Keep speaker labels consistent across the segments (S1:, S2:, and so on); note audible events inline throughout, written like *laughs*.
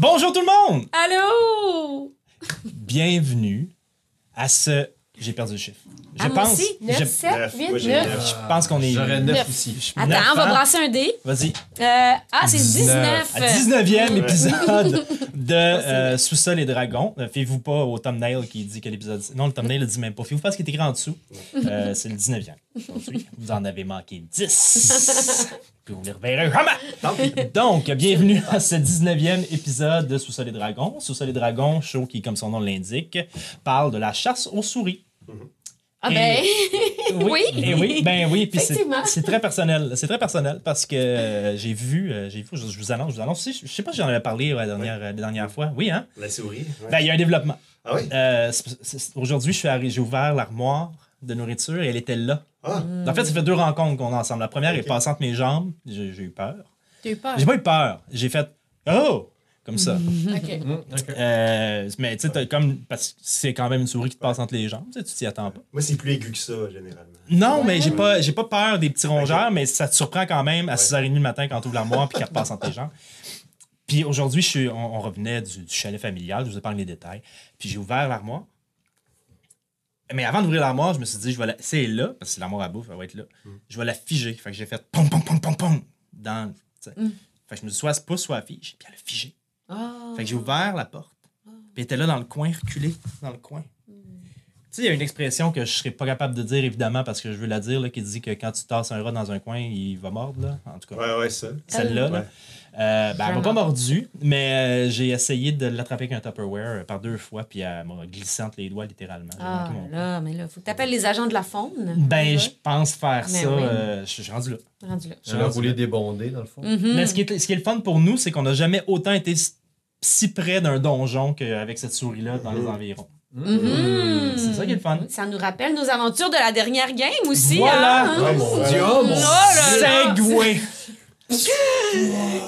S1: tout le monde!
S2: Allô?
S1: Bienvenue à ce. J'ai perdu le chiffre. Je
S2: Ah, moi
S1: pense.
S2: aussi.
S1: je...
S2: 9, 7,
S3: Neuf, moi,
S2: 8,
S3: j'ai
S2: 9.
S3: neuf.
S1: je pense qu'on est.
S4: J'aurais
S2: Neuf.
S4: 9 ici.
S1: Je-
S2: Attends, on va
S1: neuf, hein?
S2: brasser un dé.
S1: Vas-y.
S2: Euh, ah, c'est
S4: Dix-neuf.
S2: 19.
S1: À 19e
S3: Ouais.
S1: *laughs* épisode de euh, Sous-sol et dragons. Euh, Fiez-vous pas au thumbnail qui dit que l'épisode. Non, le thumbnail le dit même pas. Fiez-vous pas à ce qui est écrit en dessous. Euh, c'est le 19e. aujourd'hui. *laughs* Vous en avez manqué *laughs* 10. Puis vous les reverrez jamais. Tant pis. Donc, bienvenue à ce 19e épisode de Sous-sol et dragons. Sous-sol et dragons, show qui, comme son nom l'indique, parle de la chasse aux souris.
S2: Ah ben, *laughs* Oui.
S1: Eh oui, ben oui, puis c'est-
S2: Effectivement.
S1: c'est très personnel, c'est très personnel parce que euh, j'ai vu euh, j'ai vu je, je vous annonce, je vous annonce, je, je sais pas si j'en avais parlé ouais, la dernière euh, la dernière fois. Oui hein.
S3: La souris. ouais.
S1: Ben il y a un développement.
S3: ah oui?
S1: Euh, c'est- c'est- aujourd'hui, je suis arri- j'ai ouvert l'armoire de nourriture et elle était là.
S3: Ah,
S1: En fait, ça fait deux rencontres qu'on a ensemble. La première
S3: Ok.
S1: est passée entre mes jambes, j'ai j'ai eu peur.
S2: t'as eu peur.
S1: J'ai pas eu peur, j'ai fait oh comme ça. *laughs*
S2: Ok.
S4: Hum, ok.
S1: Euh, mais tu sais t'as comme parce que c'est quand même une souris qui te passe entre les jambes, tu sais, tu t'y attends pas.
S3: moi, c'est plus aigu que ça, généralement.
S1: Non, mais
S2: Ouais.
S1: j'ai pas, j'ai pas peur des petits rongeurs, mais ça te surprend quand même à 6h30 le matin quand tu ouvres l'armoire puis qu'elle repasse entre tes jambes. Puis aujourd'hui, je suis- on, on revenait du, du chalet familial, je vous épargne les détails. Puis j'ai ouvert l'armoire. Mais avant d'ouvrir l'armoire, je me suis dit, je vais la... c'est là, parce que l'armoire à bouffe, elle va être là. Je vais la figer. Fait que j'ai fait pom pom pom pom pom dans. tu sais. Fait que je me suis dit, soit elle se pousse, soit elle fige. Puis elle a figé.
S2: Ah.
S1: Fait que j'ai ouvert la porte. Puis elle était là dans le coin, reculée, dans le coin.
S2: Mm.
S1: Tu sais, il y a une expression que je serais pas capable de dire, évidemment, parce que je veux la dire, là, qui dit que quand tu tasses un rat dans un coin, il va mordre, là. En tout cas,
S3: Ouais, ouais, ça.
S1: celle-là. là.
S3: Ouais.
S1: Euh, ben, elle m'a
S2: Vraiment.
S1: pas mordu, mais euh, j'ai essayé de l'attraper avec un Tupperware euh, par deux fois, puis elle m'a glissé entre les doigts, littéralement. J'ai
S2: Ah,
S1: manqué mon-
S2: là, mais là, faut que t'appelles les agents de la faune.
S1: Ben,
S2: Ouais.
S1: je pense faire
S2: Mais
S1: ça.
S2: oui.
S1: euh, je suis rendu là.
S2: Rendu là.
S1: Je
S4: Je
S1: suis
S4: vais
S1: rendu
S4: rouler
S1: là.
S4: des bondés, dans le fond.
S2: Mhm.
S1: Mais ce qui, est, ce qui est le fun pour nous, c'est qu'on n'a jamais autant été si- si près d'un donjon qu'avec cette souris-là dans les
S3: Mm.
S1: environs.
S2: Mhm.
S1: Euh, C'est ça qui est le fun.
S2: Ça nous rappelle nos aventures de la dernière game aussi.
S1: Voilà.
S2: hein?
S5: Ah,
S4: Oh mon
S3: Ouais.
S4: dieu, oh mon
S2: Oh là là.
S1: Segway.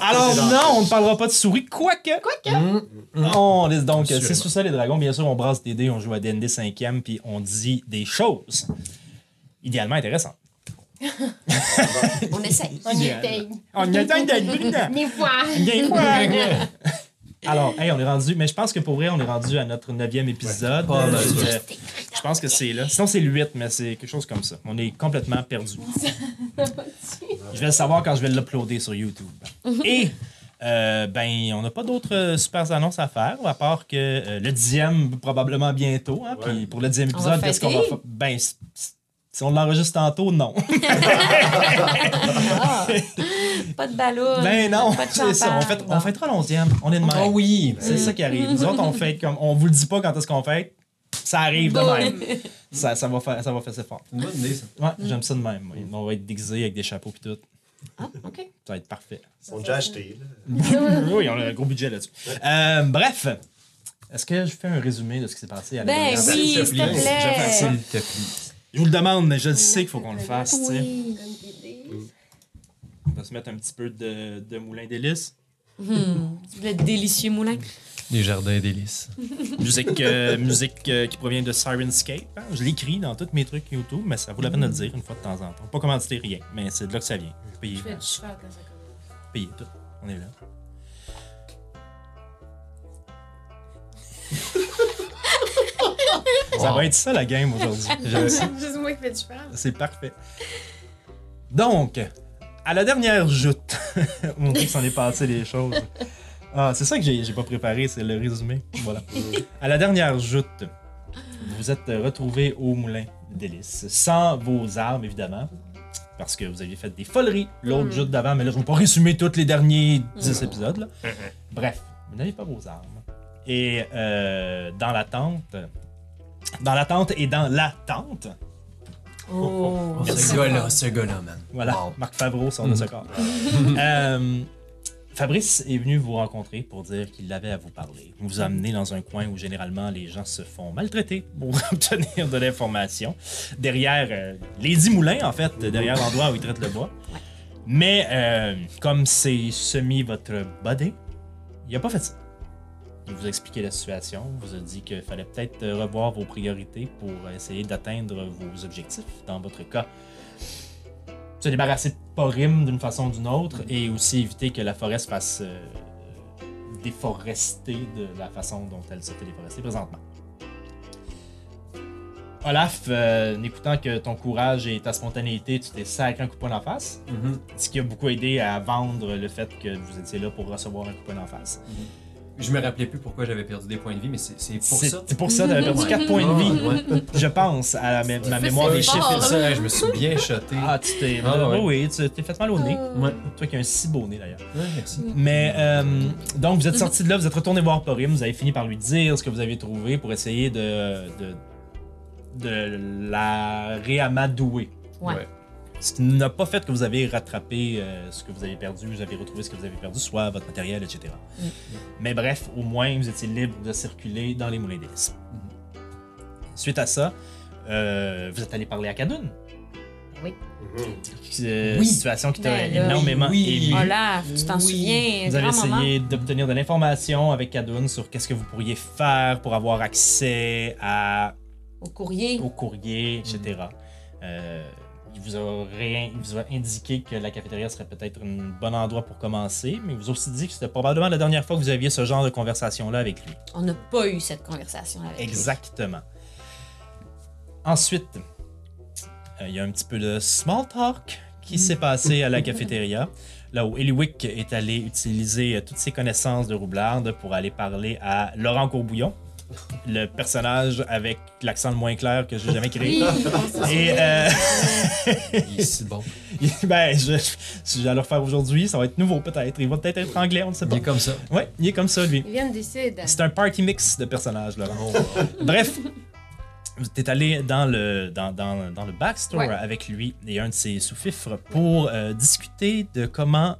S1: Alors non, on ne parlera pas de souris, quoique.
S4: Hum,
S1: On laisse donc, euh,
S4: Assurément.
S1: c'est sous ça les dragons. Bien sûr, on brasse des dés, on joue à D&D 5e, puis on dit des choses idéalement intéressantes.
S2: On essaye.
S6: On
S1: Idéal.
S6: essaye.
S1: On attend d'être brillants.
S6: Des fois.
S1: Bien quoi. *laughs* Alors, hey, on est rendu, mais je pense que pour vrai, on est rendu à notre neuvième épisode.
S4: Ouais. Pas mal.
S1: Euh, je pense que c'est là. Sinon, c'est le 8, mais c'est quelque chose comme ça. On est complètement
S2: *laughs*
S1: perdu. je vais le savoir quand je vais l'uploader sur
S2: *laughs*
S1: YouTube. Et, euh, ben, on n'a pas d'autres euh, super annonces à faire, à part que euh, le dixième, probablement bientôt. hein,
S3: Ouais.
S1: Puis pour le dixième
S2: On va
S1: épisode, qu'est-ce qu'on va
S2: fêter?
S1: faire? Ben, c- c- si on l'enregistre tantôt, non.
S2: Ah. Pas de ballon.
S1: Ben non,
S2: Pas de
S1: *laughs* c'est ça. On,
S2: champagne.
S1: fait,
S2: Bon.
S1: on fêtera l'onzième. On est de même.
S7: Ah
S4: Oh oui!
S1: C'est ça qui arrive. Nous autres, on fait comme. On vous le dit pas quand est-ce qu'on fait. Ça arrive de
S2: Boum.
S1: même. Ça, ça va faire, ça va faire ses forts.
S4: C'est une bonne idée, ça.
S1: Ouais, j'aime ça de même. moi. On va être déguisés avec des chapeaux puis tout.
S2: Ah, *laughs* OK.
S1: Ça va être parfait.
S3: Ils ont déjà acheté, là.
S1: oui, on a un gros budget là-dessus. Euh, bref, est-ce que je fais un résumé de ce qui s'est passé à la
S2: Ben
S1: dernière
S2: oui,
S1: fois?
S2: s'il te
S1: Je,
S2: plaît.
S4: S'il te plaît.
S1: vous le demande, mais je le sais qu'il faut qu'on le fasse. tu sais.
S2: Oui.
S1: On va se mettre un petit peu de, de moulin d'hélice.
S2: Hmm. Le délicieux moulin.
S4: Les jardins délices.
S1: musique euh, musique euh, qui provient de Sirenscape. hein. Je l'écris dans tous mes trucs YouTube, mais ça vaut la peine de le dire une fois de temps en temps. Pas commandité, rien, mais c'est de là que ça vient. Payez,
S6: Je vais du cheval quand ça commence.
S1: payez tout. On
S6: *laughs*
S1: est là. Ça
S4: Wow.
S1: va être ça la game
S6: *laughs*
S1: aujourd'hui. J'aime ça.
S6: Juste moi qui fais du cheval.
S1: C'est parfait. Donc, à la dernière joute, *laughs* mon Dieu, s'en est passé les choses. Ah, c'est ça que j'ai j'ai pas préparé, c'est le résumé. Voilà. À la dernière joute, vous vous êtes retrouvés au moulin d'Hélice, sans vos armes évidemment, parce que vous aviez fait des foleries l'autre joute d'avant, mais là je ne vais pas résumer tous les derniers 10 épisodes. là. Bref, vous n'avez pas vos armes. Et euh, dans la tente, dans la tente et dans la tente,
S2: Oh.
S4: Ce gars-là, ce gars-là, man.
S1: voilà,
S4: Wow.
S1: Marc Favreau, son de ce corps. Euh, Fabrice est venu vous rencontrer pour dire qu'il avait à vous parler. Vous vous amenez dans un coin où généralement les gens se font maltraiter pour *laughs* obtenir de l'information. Derrière euh, les dix moulins, en fait, derrière l'endroit où ils traitent le bois. Mais euh, comme c'est semi votre body, il a pas fait ça. Il vous a expliqué la situation, vous a dit qu'il fallait peut-être revoir vos priorités pour essayer d'atteindre vos objectifs. Dans votre cas, se débarrasser de Porim d'une façon ou d'une autre et aussi éviter que la forêt se fasse euh, déforestée de la façon dont elle se fait déforester présentement. Olaf, euh, n'écoutant que ton courage et ta spontanéité, tu t'es sacré un coup de poing en face
S4: Mhm.
S1: ce qui a beaucoup aidé à vendre le fait que vous étiez là pour recevoir un coupon en face.
S4: Je me rappelais plus pourquoi j'avais perdu des points de vie, mais c'est c'est pour
S1: C'est
S4: ça.
S1: c'est pour ça d'avoir perdu 4 points de vie,
S4: Ouais, ouais.
S1: je pense, à la mé- ma
S6: fait
S1: mémoire
S6: ses
S1: des
S6: efforts.
S1: chiffres.
S4: C'est ça, hein, je me suis bien shoté.
S1: Ah, tu t'es.
S4: Ah, ouais.
S1: oh oui, tu t'es fait mal au nez.
S7: Ah.
S4: Ouais.
S1: Toi qui as un si beau nez d'ailleurs.
S4: Ouais, merci.
S1: Mais euh, donc, vous êtes sorti de là, vous êtes retourné voir Porim, vous avez fini par lui dire ce que vous avez trouvé pour essayer de. de, de la réamadouer.
S2: Ouais.
S1: Ce qui n'a pas fait que vous avez rattrapé euh, ce que vous avez perdu, vous avez retrouvé ce que vous avez perdu, soit votre matériel, etc.
S2: Mm.
S1: Mais bref, au moins, vous étiez libre de circuler dans les moulins d'hélice.
S2: Mm-hmm.
S1: Suite à ça, euh, vous êtes allé parler à Cadoun.
S3: Mhm.
S1: Euh,
S4: Oui.
S1: Situation qui t'a
S2: Ben là. Ah,
S1: énormément
S4: Oui.
S1: ému.
S2: Olaf, tu t'en
S4: Oui.
S2: souviens,
S1: Vous avez
S2: grand maman.
S1: essayé d'obtenir de l'information avec Cadoun sur qu'est-ce que vous pourriez faire pour avoir accès à
S2: Au courrier.
S1: au courrier, etc. Euh, il, vous a rien, il vous a indiqué que la cafétéria serait peut-être un bon endroit pour commencer, mais il vous a aussi dit que c'était probablement la dernière fois que vous aviez ce genre de conversation-là avec lui.
S2: On n'a pas eu cette conversation avec lui.
S1: Exactement. Ensuite, euh, il y a un petit peu de small talk qui s'est passé à la cafétéria, là où Eliwick est allé utiliser euh, toutes ses connaissances de roublarde pour aller parler à Laurent Courbouillon, le personnage avec l'accent le moins clair que j'ai jamais créé.
S6: Ah,
S2: Oui.
S1: Et euh, *laughs*
S4: Il est si bon.
S1: ben, je, si j'allais le refaire aujourd'hui, ça va être nouveau peut-être. Il va peut-être être anglais, on ne sait
S4: Il
S1: pas.
S4: est comme ça.
S1: Ouais, il est comme ça lui.
S6: Ils viennent d'essayer
S1: C'est un party mix de personnages là.
S4: Oh,
S1: Bref, t'es allé dans le dans, dans, dans le backstore
S6: Ouais.
S1: avec lui et un de ses sous-fifres pour euh, discuter de comment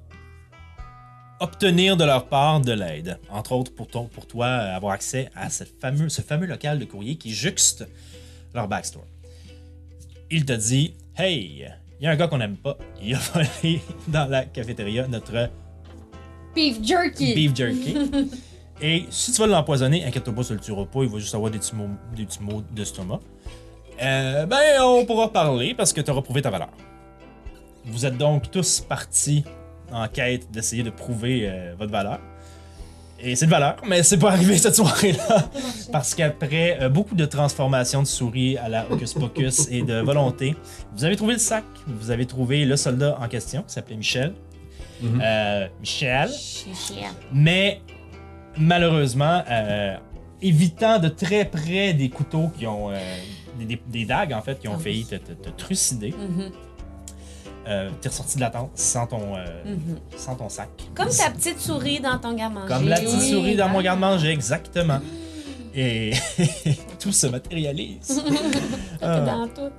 S1: obtenir de leur part de l'aide. Entre autres pour, ton- pour toi euh, avoir accès à cette fameux, ce fameux local de courrier qui juxte leur backstore. Il te dit Hey, il y a un gars qu'on n'aime pas. Il a *laughs* volé dans la cafétéria notre
S6: Beef jerky.
S1: beef jerky. Et si tu vas l'empoisonner, inquiète-toi pas, ça le tuera pas, il va juste avoir des petits mots, des petits mots d'estomac. Euh, ben, on pourra parler parce que tu auras prouvé ta valeur. Vous êtes donc tous partis en quête d'essayer de prouver euh, votre valeur. Et c'est de valeur, mais c'est pas arrivé cette soirée-là. Parce qu'après euh, beaucoup de transformations de souris à la Hocus Pocus et de volonté, vous avez trouvé le sac, vous avez trouvé le soldat en question qui s'appelait Michel.
S4: Mhm.
S1: Euh, Michel.
S2: Chien.
S1: Mais malheureusement, euh, évitant de très près des couteaux qui ont. euh, des, des- des dagues, en fait, qui ont
S2: Ah oui.
S1: failli te, te- te trucider,
S2: Mhm,
S1: euh, t'es ressorti de la tente sans ton, euh,
S2: mhm. Ah,
S1: sans ton sac.
S2: Comme ta petite souris dans ton garde-manger.
S1: Comme la petite
S2: Oui.
S1: souris dans mon garde-manger, exactement. Et *laughs* tout se
S2: *laughs*
S1: matérialise.
S2: T'es
S1: Ah.
S2: dans tout.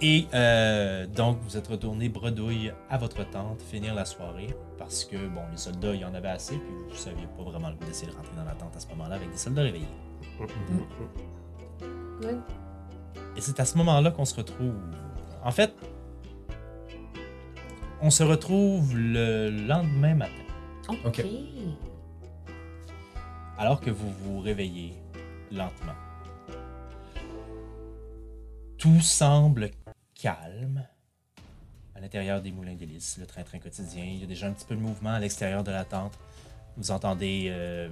S1: Et euh, donc, vous êtes retourné bredouille à votre tente, finir la soirée, parce que, bon, les soldats, il y en avait assez, puis vous saviez pas vraiment le goût d'essayer de rentrer dans la tente à ce moment-là avec des soldats réveillés.
S6: Good.
S1: Et c'est à ce moment-là qu'on se retrouve. En fait, on se retrouve le lendemain matin,
S4: Ok.
S2: Ok.
S1: alors que vous vous réveillez lentement. Tout semble calme à l'intérieur des moulins d'hélice, le train-train quotidien. Il y a déjà un petit peu de mouvement à l'extérieur de la tente. Vous entendez euh,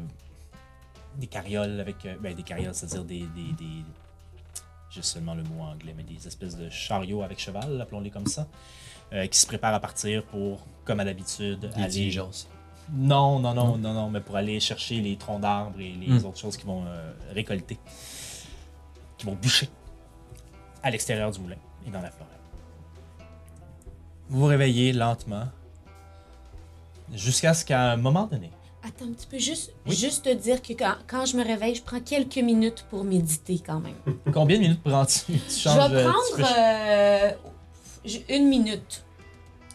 S1: des carrioles avec. euh, ben, des carrioles, c'est-à-dire des. des, des j'ai seulement le mot anglais, mais des espèces de chariots avec cheval, appelons-les comme ça, euh, qui se préparent à partir pour, comme à l'habitude,
S4: Des
S1: aller
S4: diligences.
S1: non, non, non, non, non, mais pour aller chercher les troncs d'arbres et les
S4: Mm.
S1: autres choses qu'ils vont euh, récolter, qui vont boucher à l'extérieur du moulin et dans la forêt. Vous vous réveillez lentement jusqu'à ce qu'à un moment donné,
S2: Attends un petit peu, juste,
S1: Oui.
S2: juste te dire que quand, quand je me réveille, je prends quelques minutes pour méditer quand même.
S1: combien de minutes prends-tu *laughs* Tu
S2: Je
S1: changes,
S2: vais
S1: euh, tu fais-
S2: prendre euh, j- une minute.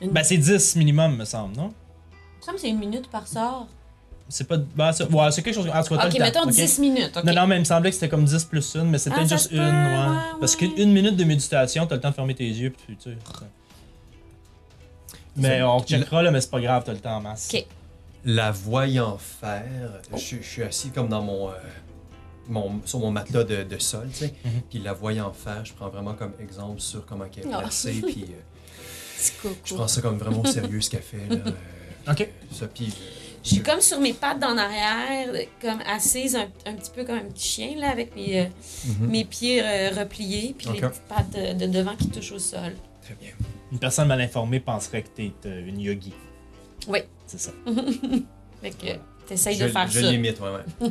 S2: Une...
S1: Ben, c'est 10 minimum, me semble, non
S2: Il me semble que c'est une minute par sort.
S1: C'est pas. Ben, c'est ouais, c'est quelque chose. en tout cas, t'as
S2: Ok,
S1: le temps,
S2: mettons
S1: ok?
S2: 10 minutes. ok.
S1: Non, non, mais il me semblait que c'était comme 10 plus 1, mais c'était
S2: Ah, ça
S1: juste
S2: se
S1: une,
S2: peut,
S1: ouais.
S2: ouais,
S1: Parce
S2: ouais.
S1: qu'une minute de méditation, t'as le temps de fermer tes yeux, puis tu sais. ça. Mais
S4: C'est-
S1: on checkera, là, mais c'est pas grave, t'as le temps en masse.
S2: Ok.
S4: La voyant faire, je, je suis assis comme dans mon, euh, mon sur mon matelas de, de sol, tu sais.
S1: Mhm.
S4: Puis la voyant faire, je prends vraiment comme exemple sur comment elle est
S2: Ah. *laughs*
S4: placée. Puis euh,
S2: Petit
S4: je
S2: coco. *laughs*
S4: prends ça comme vraiment au sérieux ce qu'elle fait. Là, euh,
S1: Ok.
S4: Ça, puis euh,
S2: Je suis comme sur mes pattes d'en arrière, comme assise un, un petit peu comme un petit chien, là, avec mes, euh,
S4: Mhm.
S2: mes pieds euh, repliés, puis les
S4: Ok.
S2: petites pattes euh, de, devant qui touchent au sol.
S4: Très bien.
S1: Une personne mal informée penserait que t'es euh, une yogi.
S2: Oui.
S1: C'est ça.
S2: Fait que t'essayes
S4: je,
S2: de faire
S4: je
S2: ça.
S4: l'imite, ouais,
S2: *laughs*
S4: ouais.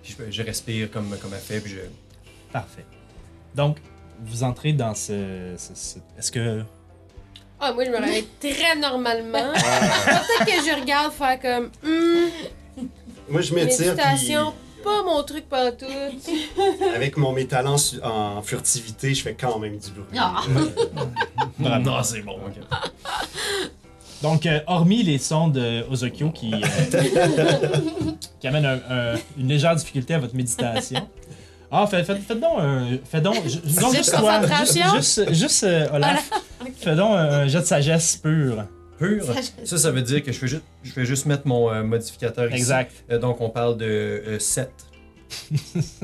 S4: Puis je, je respire comme, comme elle fait, puis je...
S1: Parfait. Donc, vous entrez dans ce. ce- ce- Est-ce que.
S6: Ah, moi, je me *laughs* réveille très normalement. C'est pour ça que je regarde faire comme. Hum,
S5: Moi, je m'étire.
S6: Méditation,
S5: puis,
S6: pas mon truc pantoute.
S5: Avec mon, mes talents su- en furtivité, je fais quand même du bruit. *laughs*
S2: Ah.
S1: Bravo.
S4: Non, c'est bon, ok.
S1: Donc, euh, hormis les sons de Ozokyo qui,
S2: *laughs*
S1: euh, qui amènent un- un- une légère difficulté à votre méditation. Ah, fait- fait- faites donc un. Faites donc. ju- non,
S2: Juste
S1: juste toi.
S2: concentration?
S1: Juste, juste euh, Olaf. Fais donc un, un jet de sagesse pure.
S4: Pur. Ça, ça veut dire que je fais juste, je fais juste mettre mon euh, modificateur ici.
S1: Exact. *laughs*
S4: Euh, donc, on parle de euh, 7.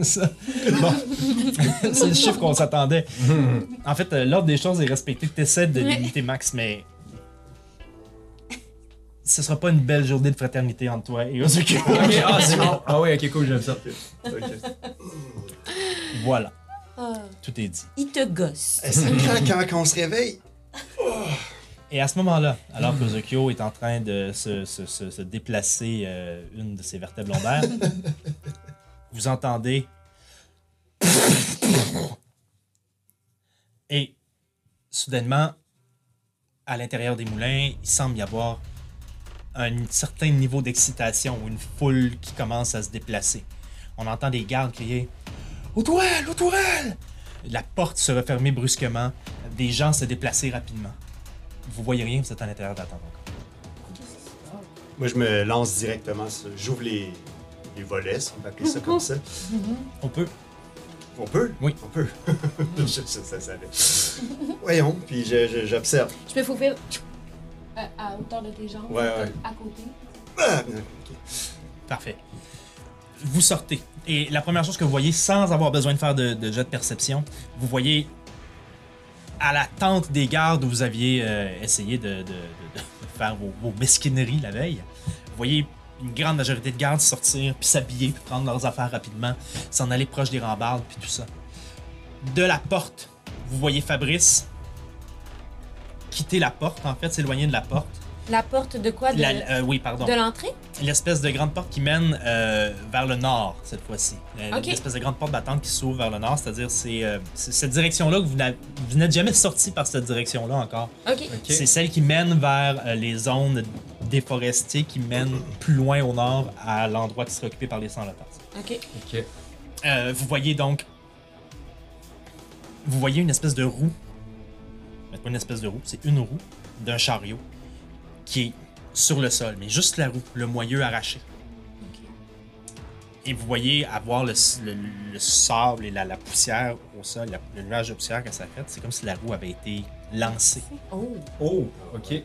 S1: Ça.
S2: *laughs*
S1: Bon. c'est le chiffre qu'on s'attendait. En fait, euh, l'ordre des choses est respecté. Tu essaies de
S2: Ouais.
S1: limiter Max, mais. Ce sera pas une belle journée de fraternité entre toi et
S2: *laughs*
S1: Ozokyo.
S4: Ok, ah, *laughs* c'est bon. Ah oui, ok, cool, j'aime ça.
S5: Ok.
S1: voilà,
S2: Ah,
S1: tout est dit.
S2: il te gosse.
S5: Eh, C'est quand, quand, on se réveille?
S1: Et à ce moment-là, alors que Ozokyo est en train de se, se- se- se déplacer euh, une de ses vertèbres lombaires, vous entendez. Et soudainement, à l'intérieur des moulins, il semble y avoir un certain niveau d'excitation ou une foule qui commence à se déplacer. On entend des gardes crier Au tourelle, au tourelle La porte se refermer brusquement, des gens se déplacer rapidement. Vous voyez rien, vous êtes à l'intérieur d'attendre encore.
S5: Moi, je me lance directement. sur- J'ouvre les, les volets, si on peut appeler ça comme ça.
S1: On peut.
S5: On peut?
S1: Oui.
S5: On peut. *laughs* je, je- ça savais. Voyons, puis je- je- j'observe.
S6: Je me faufile euh, à hauteur de tes jambes,
S5: Ouais, ouais.
S6: à côté.
S5: Ah,
S1: Parfait. Vous sortez. Et la première chose que vous voyez, sans avoir besoin de faire de, de jet de perception, vous voyez à la tente des gardes où vous aviez euh, essayé de, de- de- de *laughs* faire vos, vos mesquineries la veille. Vous voyez une grande majorité de gardes sortir, puis s'habiller, puis prendre leurs affaires rapidement, s'en aller proche des rambardes, puis tout ça. De la porte, vous voyez Fabrice quitter la porte, en fait, s'éloigner de la porte.
S2: La porte de quoi? De,
S1: La- euh, oui, pardon.
S2: de l'entrée?
S1: l'espèce de grande porte qui mène euh, vers le nord cette fois-ci. Euh,
S2: Ok.
S1: L'espèce de grande porte d'attente qui s'ouvre vers le nord, c'est-à-dire c'est euh, c'est cette direction-là que vous n'a- vous n'êtes jamais sorti par cette direction-là encore.
S2: OK.
S4: Ok.
S1: C'est celle qui mène vers euh, les zones déforestées qui mènent plus loin au nord à l'endroit qui sera occupé par les sans-lotins.
S2: OK.
S4: Ok.
S1: Euh, vous voyez donc. Vous voyez une espèce de roue. Mais pas une espèce de roue, c'est une roue d'un chariot qui est sur le sol, mais juste la roue, le moyeu arraché. Et vous voyez avoir le, le- le sable et la, la poussière au sol, la- le nuage de poussière que ça fait. C'est comme si la roue avait été lancée.
S2: Oh.
S4: Oh, ok.
S1: Vous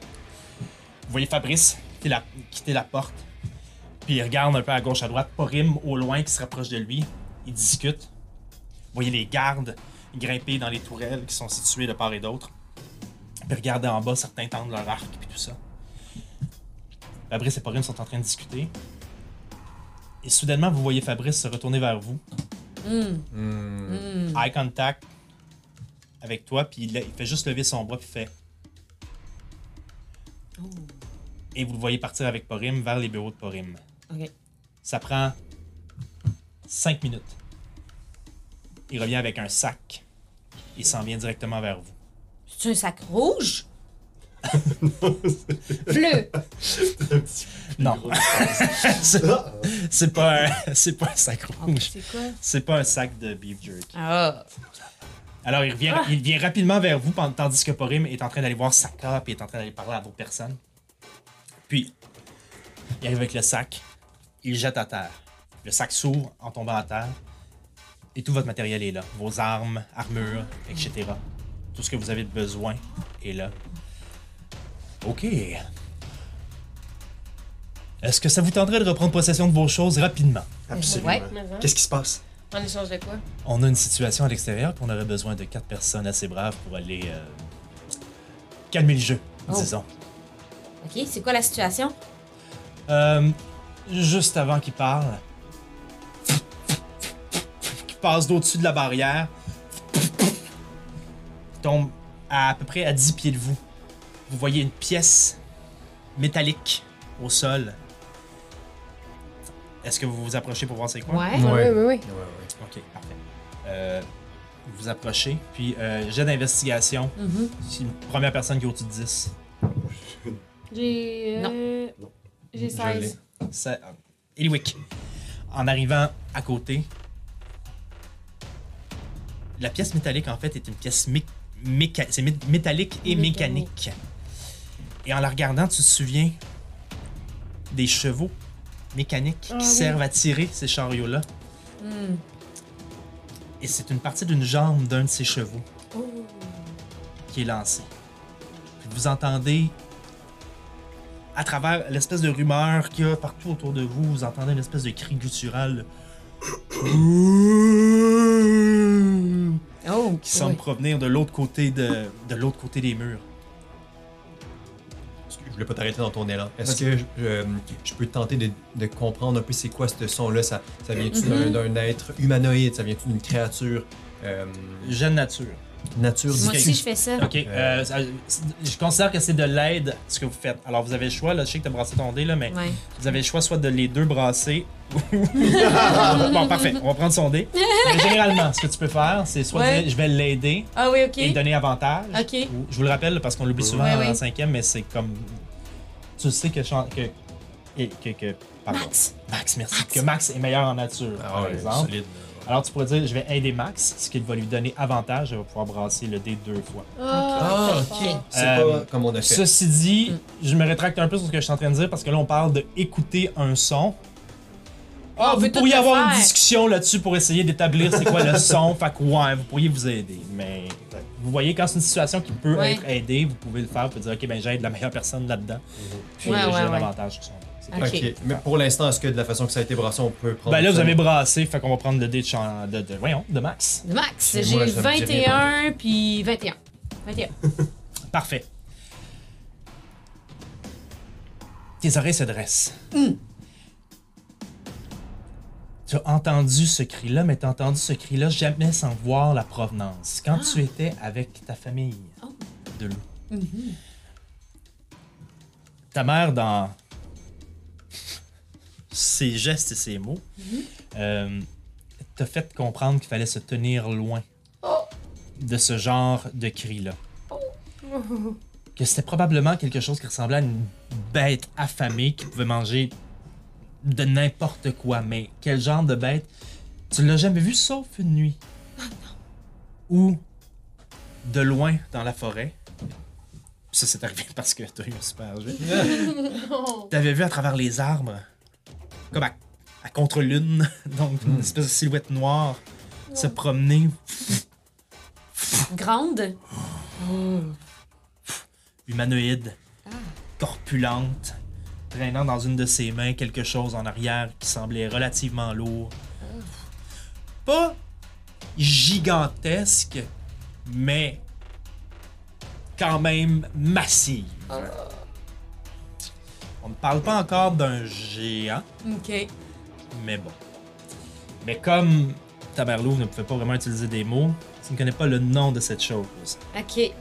S1: voyez Fabrice quitter la, quitter la porte. Puis il regarde un peu à gauche, à droite. Porim, au loin, qui se rapproche de lui. Ils discutent. Vous voyez les gardes grimper dans les tourelles qui sont situées de part et d'autre. Puis regarder en bas, certains tendent leur arc, puis tout ça. Fabrice et Porim sont en train de discuter. Et soudainement, vous voyez Fabrice se retourner vers vous.
S2: Hmm.
S4: Hmm.
S2: Hmm.
S1: Eye contact avec toi, puis il, il fait juste lever son bras, puis fait.
S2: Oh.
S1: Et vous le voyez partir avec Porim vers les bureaux de Porim.
S2: OK.
S1: Ça prend 5 minutes. Il revient avec un sac. Il s'en vient directement vers vous.
S2: C'est un sac rouge?
S6: Bleu.
S1: Non, *laughs* c'est c'est pas, un- c'est pas un sac rouge.
S2: C'est quoi?
S1: C'est pas un sac de beef jerky.
S2: Ah.
S1: Alors il revient, il vient rapidement vers vous pen- tandis que Porim est en train d'aller voir Saka puis est en train d'aller parler à d'autres personnes. Puis il arrive avec le sac, il le jette à terre. Le sac s'ouvre en tombant à terre et tout votre matériel est là, vos armes, armures, etc. Tout ce que vous avez de besoin est là. Ok. Est-ce que ça vous tenterait de reprendre possession de vos choses rapidement?
S5: Absolument.
S2: Ouais,
S6: mais hein.
S5: Qu'est-ce qui se passe?
S6: En échange de quoi?
S1: On a une situation à l'extérieur qu'on aurait besoin de quatre personnes assez braves pour aller euh, calmer le jeu,
S2: Oh.
S1: disons.
S2: OK. C'est quoi la situation?
S1: Euh, juste avant qu'il parle, qui passe d'au-dessus de la barrière, qui tombe à, à peu près à 10 pieds de vous. Vous voyez une pièce métallique au sol. Est-ce que vous vous approchez pour voir c'est quoi?
S2: Ouais.
S6: Ouais, ouais, ouais.
S4: Ouais, ouais.
S1: Ok, parfait. Euh, vous vous approchez, puis euh, jet d'investigation.
S2: Mhm.
S1: C'est une première personne qui est au-dessus de 10.
S6: J'ai. euh, J'ai
S4: Je
S6: 16.
S1: Ça- euh, Eliwick, en arrivant à côté, la pièce métallique, en fait, est une pièce mé- méca- c'est mé- métallique et mécanique. Et en la regardant, tu te souviens des chevaux mécaniques qui
S6: Ah oui.
S1: servent à tirer ces chariots-là.
S2: Hmm.
S1: Et c'est une partie d'une jambe d'un de ces chevaux
S2: Oh.
S1: qui est lancée. Puis vous entendez, à travers l'espèce de rumeur qu'il y a partout autour de vous, vous entendez une espèce de cri guttural
S2: Oh,
S1: qui semble provenir de l'autre côté de, de l'autre côté des murs.
S4: Excuse, Je voulais pas t'arrêter dans ton élan. Est-ce que je, euh, je peux tenter de, de comprendre un peu c'est quoi ce son-là Ça, ça vient-tu d'un-
S2: Mhm.
S4: d'un être humanoïde Ça vient-tu d'une créature euh,
S1: Jeune nature.
S4: Nature
S2: Moi
S1: que-
S2: aussi, je fais ça.
S1: Ok, euh, ça- je considère que c'est de l'aide ce que vous faites. Alors vous avez le choix, là, je sais que t'as brassé ton dé, là, mais
S2: Ouais.
S1: vous avez le choix soit de les deux brasser.
S2: *laughs*
S1: bon, parfait, on va prendre son dé. Mais généralement, ce que tu peux faire, c'est soit
S2: Ouais.
S1: dire je vais l'aider
S2: Ah oui, ok.
S1: et donner avantage.
S2: Ok.
S1: Ou- je vous le rappelle parce qu'on l'oublie souvent
S2: Ouais,
S1: en
S2: ouais.
S1: cinquième, mais c'est comme. Tu sais que. chan- que, et- que, que- pardon.
S2: Max.
S1: Max, merci.
S2: Max.
S1: Que Max est meilleur en nature,
S4: Ah
S1: par
S4: ouais,
S1: exemple.
S4: solide.
S1: Alors tu pourrais dire je vais aider Max, ce qui va lui donner avantage, elle va pouvoir brasser le dé deux fois.
S4: Ah,
S6: c'est fort.
S4: ok. C'est
S1: Euh,
S4: pas comme on a fait.
S1: Ceci dit, je me rétracte un peu sur ce que je suis en train de dire parce que là on parle de écouter un son. Ah,
S2: On
S1: vous
S2: peut tout
S1: pourriez
S2: le
S1: avoir
S2: faire.
S1: une discussion là-dessus pour essayer d'établir c'est quoi le son. Fait que ouais, vous pourriez vous aider. Mais vous voyez, quand c'est une situation qui peut
S2: Ouais.
S1: être aidée, vous pouvez le faire. Vous pouvez dire, OK, ben j'aide la meilleure personne là-dedans. Puis
S2: Ouais,
S1: j'ai
S2: ouais,
S1: un
S2: ouais.
S1: avantage sur son. C'est
S2: Ok.
S1: tout.
S4: Ok. Mais pour l'instant, est-ce que de la façon que ça a été brassé, on peut prendre.
S1: Ben là, vous
S4: ça?
S1: avez brassé. Fait qu'on va prendre le dé de, chan- de, de- voyons, de Max.
S2: Max,
S4: Moi,
S2: j'ai
S4: ça me dit rien,
S2: 21 puis 21. 21.
S4: *laughs*
S1: Parfait. Tes oreilles se dressent. Tu as entendu ce cri-là, mais tu as entendu ce cri-là jamais sans voir la provenance. Quand tu étais avec ta famille
S2: Oh.
S1: de loup. Ta mère, dans ses gestes et ses mots, euh, t'a fait comprendre qu'il fallait se tenir loin de ce genre de cri-là que c'était probablement quelque chose qui ressemblait à une bête affamée qui pouvait manger de n'importe quoi. Mais quel genre de bête Tu l'as jamais vu sauf une nuit. Ou de loin dans la forêt. Ça, c'est arrivé *laughs* parce que t'as eu un super jet. T'avais vu à travers les arbres, comme à, à contre-lune, *laughs* donc une espèce de silhouette noire, se promener
S2: Grande.
S1: humanoïde, corpulente, traînant dans une de ses mains quelque chose en arrière qui semblait relativement lourd. Pas gigantesque, mais quand même massive. On ne parle pas encore d'un géant,
S2: Ok.
S1: mais bon. Mais comme Taberlouve ne pouvait pas vraiment utiliser des mots, tu ne connais pas le nom de cette chose.
S2: Ok.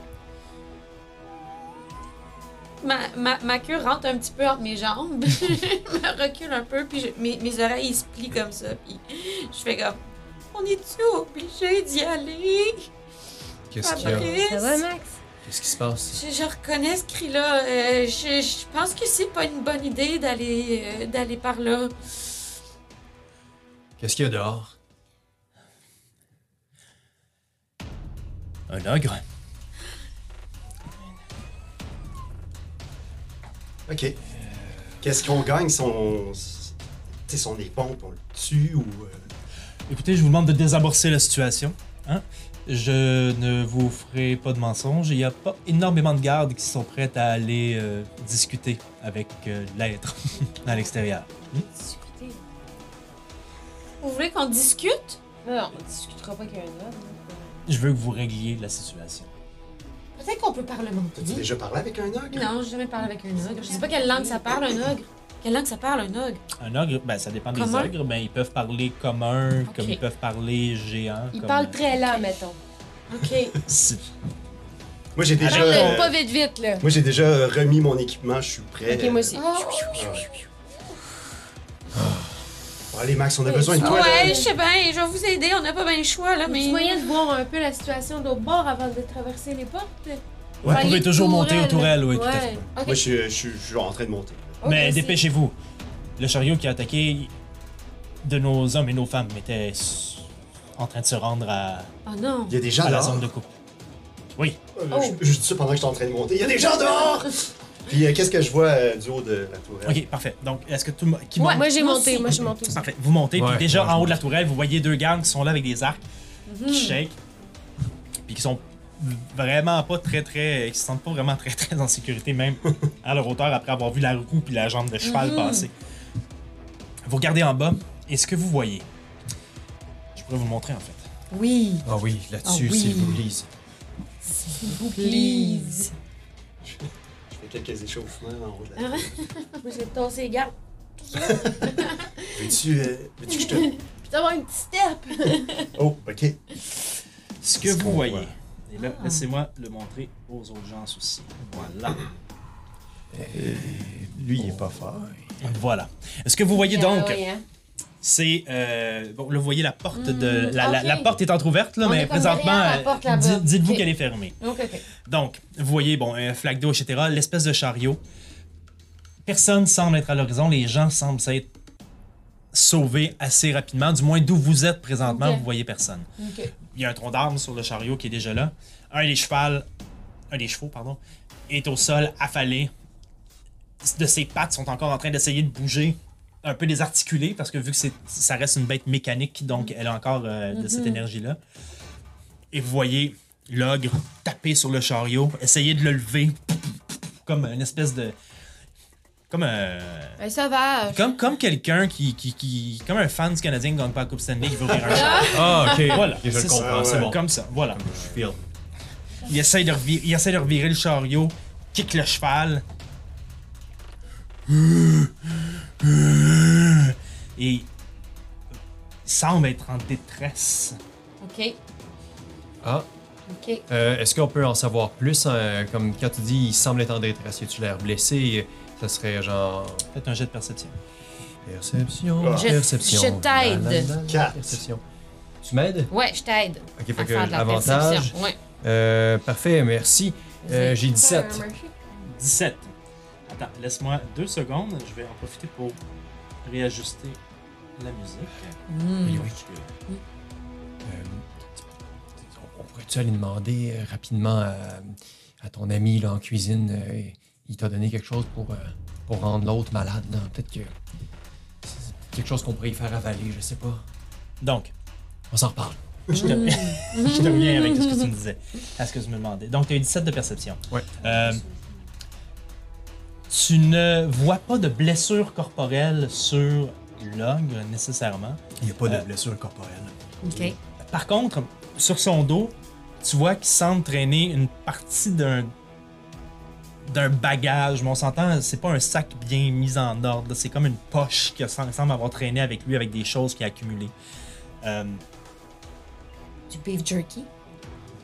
S2: Ma, ma, ma queue rentre un petit peu entre mes jambes. *laughs* je me recule un peu, puis je- mes, mes oreilles ils se plient comme ça. Puis je fais comme On est-tu obligé d'y aller Ah,
S4: Qu'est-ce qu'il y a
S6: Ça va,
S2: Fabrice?
S6: Max?
S4: Qu'est-ce qui se passe
S2: Je, je reconnais ce cri-là. Euh, je, je pense que c'est pas une bonne idée d'aller euh, d'aller par là.
S4: Qu'est-ce qu'il y a dehors
S1: Un ogre.
S5: Ok. Euh, Qu'est-ce qu'on gagne si on. si- Tu sais, si on est pompe, on le tue ou. euh,
S1: Écoutez, je vous demande de désamorcer la situation. hein. Je ne vous ferai pas de mensonge. Il y a pas énormément de gardes qui sont prêtes à aller euh, discuter avec euh, l'être *laughs* à l'extérieur.
S2: Discuter. Vous voulez qu'on discute?
S6: Non, non, on discutera pas avec un homme.
S1: Je veux que vous régliez la situation.
S2: Peut-être qu'on peut parler
S6: Mhm.
S5: T'as-tu déjà parlé avec un ogre
S2: Non, j'ai jamais parlé avec un ogre. Je sais pas quelle langue ça parle, un ogre. Quelle langue ça parle, un ogre?
S1: Un ogre, ben, ça dépend
S2: Commun?
S1: des ogres, mais ils peuvent parler commun, comme ils peuvent parler géant.
S6: Il
S1: comme-
S6: parle très lent, mettons.
S2: OK.
S1: Si-
S5: Moi, j'ai déjà,
S6: Parle
S5: euh,
S6: pas vite, vite, là.
S5: moi, j'ai déjà euh, remis mon équipement, je suis prêt. Ah.
S6: Ok, moi aussi.
S5: Bon, allez, Max, on a besoin de toi.
S2: ouais,
S5: là.
S2: je sais bien, je vais vous aider, on n'a pas bien le choix, là,
S6: Mais
S2: mais...
S6: tu moyen de voir un peu la situation d'au bord avant de traverser les portes.
S1: Vous
S6: Fallait
S1: pouvez toujours monter aux
S6: tourelles.
S1: tourelles, oui, tout à fait.
S6: Ouais. Oh,
S5: Moi, je suis- je suis je suis en train de monter.
S6: Ok,
S1: Mais
S6: c'est-
S1: dépêchez-vous. Le chariot qui a attaqué de nos hommes et nos femmes était s- en train de se rendre à,
S2: Oh
S6: Ah,
S2: non.
S5: Il y a des gens
S1: à la
S5: dehors.
S1: zone de coupe. Oui,
S5: Euh,
S6: Oh.
S5: je, je dis ça pendant que je suis en train de monter. Il y a des gens dehors! Puis euh, qu'est-ce que je vois euh, du haut de la tourelle?
S1: ok, parfait. Donc, est-ce que tout le monde. Qui
S6: Ouais,
S1: monte
S6: moi j'ai
S2: Moi
S6: monté,
S2: aussi.
S6: moi je monte aussi.
S1: Parfait, vous montez,
S4: Ouais,
S1: puis déjà
S4: ouais, je
S1: en haut de la tourelle, vous voyez deux gangs qui sont là avec des arcs, qui shake, puis qui sont vraiment pas très très. qui se sentent pas vraiment très très en sécurité, même à leur hauteur, après avoir vu la roue puis la jambe de cheval passer. Vous regardez en bas, et ce que vous voyez, je pourrais vous le montrer en fait.
S2: Oui.
S4: Ah oui, là-dessus,
S2: Ah oui.
S4: s'il vous plaît.
S2: Please.
S5: Je fais quelques échauffements en haut de la
S6: Ah.
S5: tourelle.
S6: Moi j'ai tossé les gardes.
S5: Veux-tu euh, veux-tu que je
S6: *laughs*
S5: te.
S6: Puis avoir une petite step.
S5: Oh, ok.
S1: Ce que
S5: Qu'est-ce
S1: vous
S5: qu'on
S1: voyez.
S5: voit?
S1: Et là, laissez-moi le montrer aux autres gens aussi. Voilà.
S4: Lui, il est pas fort.
S1: Voilà. Ce que vous voyez donc,
S6: Ah ouais, hein.
S1: c'est. euh, bon, là, vous voyez la porte de.
S6: Hmm,
S1: La, la-
S6: ok.
S1: la porte est entrouverte, là,
S6: On
S1: mais
S6: est comme
S1: présentement,
S6: derrière la
S1: euh,
S6: porte là-bas.
S1: dites- dites-vous
S6: Ok.
S1: qu'elle est fermée.
S6: Ok, ok.
S1: Donc, vous voyez, bon, un flaque d'eau, etc., l'espèce de chariot. Personne semble être à l'horizon. Les gens semblent s'être sauvés assez rapidement. Du moins, d'où vous êtes présentement,
S6: Ok.
S1: vous voyez personne.
S6: Ok.
S1: Il y a un tronc d'armes sur le chariot qui est déjà là. Un des chevals, un des chevaux, pardon, est au sol affalé. De ses pattes sont encore en train d'essayer de bouger, un peu désarticulées parce que vu que c'est- ça reste une bête mécanique, donc elle a encore euh, de cette
S6: Mhm.
S1: énergie là. Et vous voyez l'ogre taper sur le chariot, essayer de le lever, comme une espèce de, comme un
S6: Un sauvage.
S1: comme, comme quelqu'un qui, qui, qui. Comme un fan du Canadien qui gagne pas la Coupe Stanley qui veut ouvrir un char.
S4: *laughs* Ah, ok.
S1: Voilà.
S4: je le
S1: C'est
S4: comprends,
S1: ça. Ah
S4: c'est bon.
S1: Comme ça, voilà.
S4: Je feel.
S1: Il essaie de, revi- il essaie de revirer le chariot, kick le cheval. Et. il semble être en détresse.
S2: OK.
S4: Ah,
S2: OK.
S4: euh, est-ce qu'on peut en savoir plus? hein? Comme quand tu dis, il semble être en détresse, tu l'air blessé, ça serait genre.
S1: Faites un jet de perception.
S4: Perception,
S5: Je-
S4: perception.
S2: je t'aide.
S4: La, la, la, la,
S5: Quatre.
S4: Perception. Tu m'aides?
S2: Ouais, je t'aide.
S4: Ok, fait
S2: à
S4: que
S2: faire de la
S4: avantage.
S2: perception. Ouais.
S4: Euh, parfait, merci. Euh, J'ai 17.
S1: 17. Attends, laisse-moi deux secondes. Je vais en profiter pour réajuster la musique.
S2: Mm.
S4: Oui, oui. Euh, on- on pourrait-tu aller demander euh, rapidement à, à ton ami là, en cuisine, euh, il t'a donné quelque chose pour, euh, pour rendre l'autre malade, là. Peut-être que c'est quelque chose qu'on pourrait y faire avaler, je sais pas.
S1: Donc,
S4: On s'en reparle.
S1: Je te, *laughs* je te reviens avec ce que tu me disais, à ce que tu me demandais. Donc, tu as eu 17 de perception.
S4: Ouais.
S1: Euh, tu ne vois pas de blessure corporelle sur l'ogre nécessairement.
S4: Il n'y a pas
S1: de
S4: blessure corporelle.
S2: OK.
S1: Par contre, sur son dos, tu vois qu'il semble traîner une partie d'un d'un bagage, mais on s'entend, c'est pas un sac bien mis en ordre, c'est comme une poche qui sem- semble avoir traîné avec lui, avec des choses qu'il a accumulées. Euh,
S2: Du beef jerky.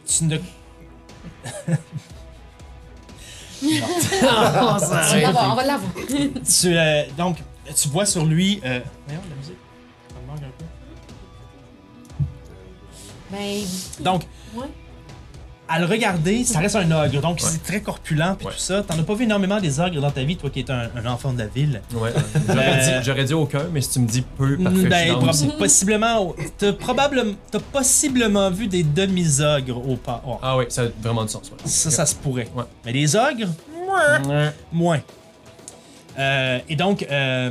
S1: tu ne... Non. *laughs*
S6: On va l'avoir, on va l'avoir.
S1: Tu, euh, donc, tu vois sur lui. Euh... voyons, la musique. Ça me manque un peu.
S2: Ben,
S1: Donc,
S2: Ouais.
S1: à le regarder, ça reste un ogre. Donc, c'est très corpulent puis
S4: Ouais.
S1: tout ça. T'en as pas vu énormément des ogres dans ta vie, toi qui es un, un enfant de la ville.
S4: Ouais.
S1: Euh,
S4: J'aurais dit, j'aurais dit aucun, mais si tu me dis peu, parfait. je suis
S1: Ben,
S4: down
S1: prob-
S4: aussi.
S1: possiblement. T'as probablement, t'as possiblement vu des demi-ogres au pas. oh,
S4: Ah oui, ça a vraiment du sens. ouais.
S1: Ça, ça se pourrait.
S4: Ouais.
S1: Mais des ogres, mouah,
S4: Ouais.
S1: moins. Euh, et donc, euh,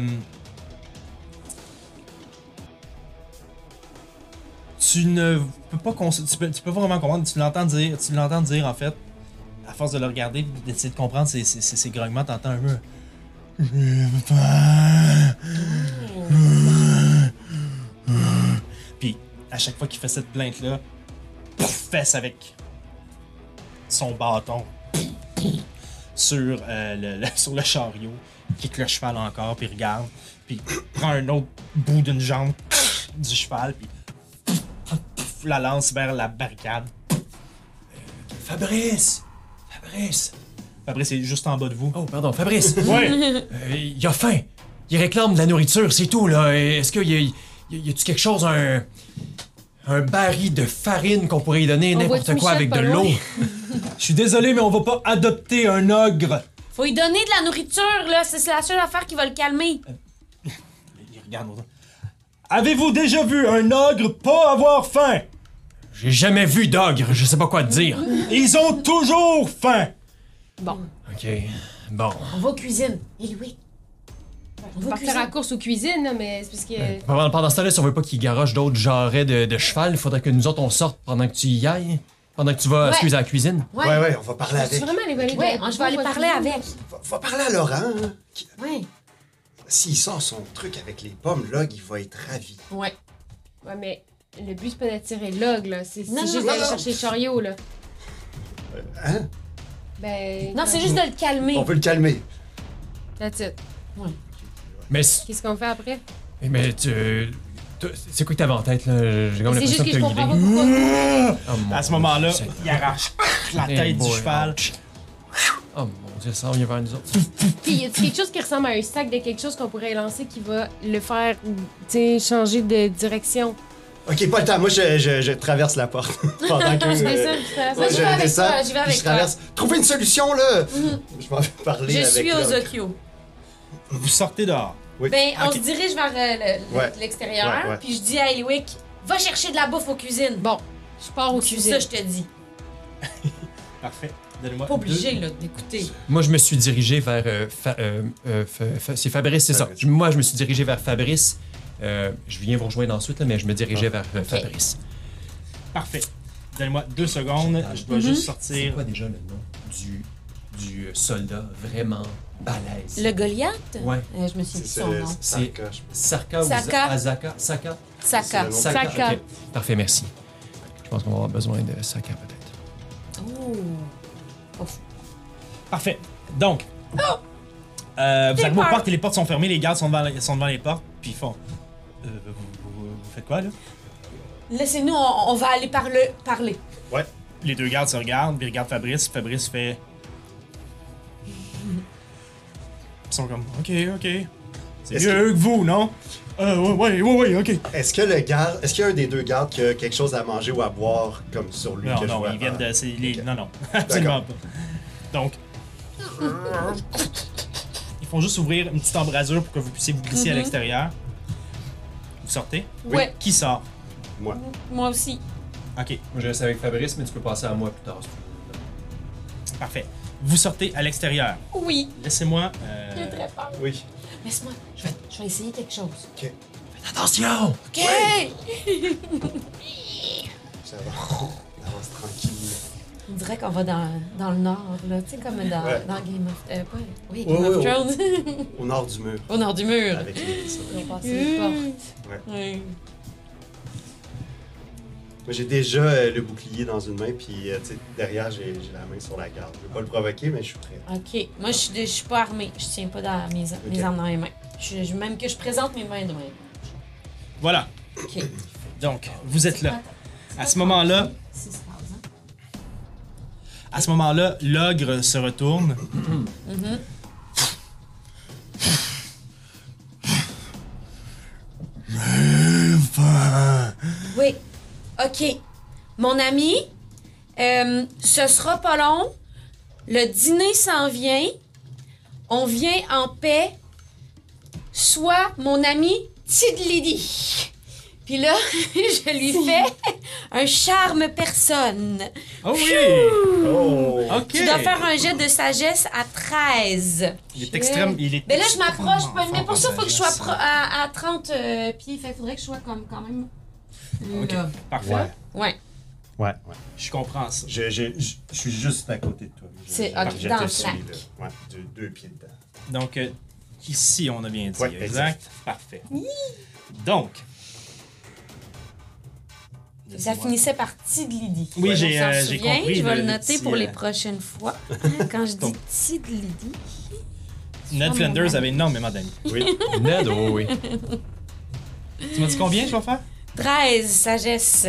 S1: tu ne peux pas cons- tu peux, tu peux pas vraiment comprendre. Tu l'entends dire, tu l'entends dire en fait, à force de le regarder, et d'essayer de comprendre ses, ses, ses, ses grognements, t'entends un peu. Puis à chaque fois qu'il fait cette plainte là, fesse avec son bâton sur, euh, le, *laughs* le- sur le chariot, kick le cheval encore, puis regarde, puis prend un autre bout d'une jambe *laughs* du cheval, puis *laughs* la lance vers la barricade.
S7: Fabrice! Fabrice!
S1: Fabrice est juste en bas de vous.
S7: Oh, pardon,
S6: *laughs*
S7: Fabrice!
S1: Ouais!
S7: Euh, il a faim! Il réclame de la nourriture, c'est tout, là. Euh, Est-ce qu'il y a, y a- y a-tu quelque chose, un. un baril de farine qu'on pourrait lui donner,
S6: On
S7: n'importe
S6: voit-tu
S7: quoi, avec
S6: Michel
S7: de
S6: pas loin?
S7: l'eau?
S1: Je suis désolé, mais on va pas adopter un ogre!
S2: Faut lui donner de la nourriture, là. C'est c'est la seule affaire qui va le calmer.
S1: Il regarde autour. Avez-vous déjà vu un ogre pas avoir faim?
S7: J'ai jamais vu d'ogre, je sais pas quoi te dire.
S1: Ils ont toujours faim!
S7: Ok, bon.
S8: On va aux cuisines. Et
S2: Eh
S8: Louis. On
S6: On va
S8: va aux
S6: partir à la
S8: cuisines.
S6: course aux cuisines, là, mais c'est parce que.
S7: Pendant, pendant ce temps-là, si on veut pas qu'il garoche d'autres jarrets de, de cheval, il faudrait que nous autres on sorte pendant que tu y ailles. Pendant que tu vas
S8: Ouais.
S7: excuse, à la cuisine.
S8: Ouais.
S5: Ouais, ouais, on va parler
S6: Tu
S5: avec.
S6: vraiment aller voler
S8: Ouais,
S6: de-
S8: on- je vais aller
S6: de-
S8: parler avec.
S5: Va, va parler à Laurent. hein, qui-
S8: Ouais.
S5: S'il sort son truc avec les pommes, Log, il va être ravi.
S8: Ouais.
S6: Ouais, mais le but, c'est pas d'attirer l'og, là. C'est c'est
S8: Non, non,
S6: juste
S5: non,
S6: d'aller
S5: non.
S6: chercher le chariot, là.
S5: Hein?
S6: Ben.
S8: Non, c'est juste de le calmer.
S5: On peut le calmer.
S6: That's it.
S7: Mais, c-
S6: Qu'est-ce qu'on fait après?
S7: mais tu. tu- C'est quoi que t'avais en tête là? J'ai comme
S6: C'est
S7: l'impression que
S6: juste que je
S7: t'as une
S6: comprends pas
S7: idée.
S6: pourquoi.
S7: Oh, mon
S1: À ce moment-là,
S7: Dieu, Seigneur.
S1: il arrache *laughs* la
S7: Eh
S1: tête du
S7: boy,
S1: cheval.
S7: ouch. Oh mon dieu, ça revient vers nous autres.
S6: Puis y a quelque chose qui ressemble à un sac de quelque chose qu'on pourrait lancer qui va le faire, tu sais, changer de direction.
S5: Ok, pas le temps. Moi, je, je- je traverse la porte *laughs*
S2: *laughs*
S5: pendant que.
S6: Je
S5: euh,
S6: descends, je descends.
S5: ouais,
S2: j'y vais avec
S5: descends,
S2: toi, j'y vais
S5: puis
S2: avec
S5: je traverse. Trouvez une solution, là! Je m'en vais parler
S2: Je
S5: avec
S2: suis aux
S5: Log.
S2: Okyo.
S1: Vous sortez dehors.
S5: Oui.
S2: Ben, on
S1: Ok.
S2: se dirige vers euh, le- le-
S5: Ouais.
S2: l'extérieur,
S5: Ouais, ouais.
S2: puis je dis à Eliwick, va chercher de la bouffe aux cuisines.
S6: Bon, je pars aux
S2: C'est ça,
S6: cuisines.
S2: je te dis.
S1: Parfait. Donnez-moi.
S2: Pas obligé,
S1: deux.
S2: là, d'écouter.
S7: Moi, je me suis dirigé vers. euh, Fa- euh, euh, Fa- Fa- c'est Fabrice, c'est ça.
S5: Fabrice.
S7: Je- Moi, je me suis dirigé vers Fabrice. Euh, je viens vous rejoindre ensuite, là, mais je me dirigeais
S1: Ah.
S7: vers euh, Fabrice.
S1: Parfait. Donnez-moi deux secondes. Je dois
S6: Mhm.
S1: juste
S7: C'est
S1: sortir.
S7: quoi déjà le nom du, du euh, soldat vraiment balèze?
S2: Le Goliath?
S7: Ouais.
S2: Euh, je me suis
S5: C'est
S2: dit son
S5: c'est-
S2: nom.
S5: c'est Sarka, je pense.
S7: Sarka,
S2: Saka.
S4: ah,
S7: ou Azaka? Saka?
S5: C'est
S2: Saka.
S5: le nom.
S7: Saka.
S6: Saka.
S7: ok. Parfait, merci. Je pense qu'on va avoir besoin de Saka peut-être.
S2: Oh.
S1: Parfait. Donc, euh, vous arrivez aux portes et les portes sont fermées. Les gardes sont devant, sont devant les portes. Puis ils font. Euh, vous, vous- vous faites quoi, là
S2: Laissez-nous, on, on va aller par le- parler.
S5: Ouais.
S1: Les deux gardes se regardent. Puis ils regardent Fabrice. Fabrice fait. Ils sont comme. Ok, ok. C'est
S5: Est-ce
S1: mieux eux que vous, non Euh, ouais, ouais, ouais, ouais, ok.
S5: Est-ce que le garde. Est-ce qu'il y a un des deux gardes qui a quelque chose à manger ou à boire comme sur lui
S1: Non,
S5: que je
S1: non,
S5: vois
S1: ils viennent
S5: avant?
S1: de. c'est les-
S5: Ok.
S1: Non, *laughs* non, absolument pas. Donc. Ils font juste ouvrir une petite embrasure pour que vous puissiez vous glisser à l'extérieur. Vous sortez.
S2: Mhm. Ouais,
S1: Qui sort
S5: Moi.
S2: moi aussi.
S1: Ok,
S7: Moi, je reste avec Fabrice, mais tu peux passer à moi plus tard.
S1: parfait. Vous sortez à l'extérieur.
S2: Oui,
S1: Laissez-moi.
S2: j'ai
S1: euh,
S2: très peur.
S5: Oui.
S8: Laisse-moi. Je vais, je vais essayer quelque chose.
S7: Attention!
S2: OK!
S5: Ça va. On avance tranquille.
S8: On dirait qu'on va dans, dans le nord, là. Tu sais, comme dans,
S5: Ouais.
S8: dans Game of... euh, pas- oui,
S5: Ouais,
S8: Game of
S5: ouais, ouais.
S8: Thrones. *laughs*
S5: Au nord du mur.
S8: Au nord du mur.
S5: Avec les.
S8: On va passer les portes.
S2: Oui.
S5: Moi, j'ai déjà euh, le bouclier dans une main, puis euh, tu sais, derrière, j'ai j'ai la main sur la garde. Je veux pas le provoquer, mais je suis prêt.
S2: OK. Moi, je suis, de- je suis pas armée. Je tiens pas dans mes, mes armes dans les mains. Je- je- même que je présente mes mains de même.
S1: Voilà.
S2: OK.
S1: Donc, vous êtes là. À ce moment-là,
S8: C'est ça, hein?
S1: À ce moment-là, l'ogre se retourne.
S2: Oui. OK. Mon ami, euh, ce sera pas long. Le dîner s'en vient. On vient en paix. Soit mon ami Tidlidi. Puis là, *laughs* je lui fais un charme personne.
S1: Oh oui!
S5: Oh!
S1: Ok!
S2: Tu dois faire un jet de sagesse à 13.
S1: Il est extrême. Il est
S2: Ben là, je m'approche,
S1: extrêmement
S2: mais- mais
S1: fort
S2: pour ça,
S1: en
S2: faut que je sois
S1: sagesse.
S2: pro- à, à 30 euh, pieds. Fait, faudrait que je sois comme quand même.
S1: Ok,
S2: là.
S1: parfait.
S5: Ouais.
S2: Ouais.
S5: Ouais, ouais.
S1: Je comprends ça.
S5: Je, je- je- je suis juste à côté de toi. Je-
S2: C'est-
S5: je-
S2: ok,
S5: j'étais
S2: dans le
S5: celui-là. Ouais, deux, deux pieds dedans.
S1: Donc, euh, ici, on a bien dit.
S5: Ouais,
S1: exact. Parfait. Donc, de
S2: Ça
S1: pouvoir-
S2: finissait par Tidlidi.
S1: Oui,
S2: On
S1: j'ai,
S2: s'en
S1: euh, j'ai
S2: souvient.
S1: compris
S2: Je vais
S1: le
S2: le noter
S1: petit,
S2: pour les
S1: euh, *laughs*
S2: prochaines fois. Quand je dis
S1: Donc-
S2: Tidlidi,
S1: Ned
S2: Oh,
S1: Flanders
S2: mon
S1: avait énormément d'amis.
S5: Oui.
S4: Ned, oh *laughs* oui.
S1: Tu m'as dit combien je vais faire
S2: 13, sagesse.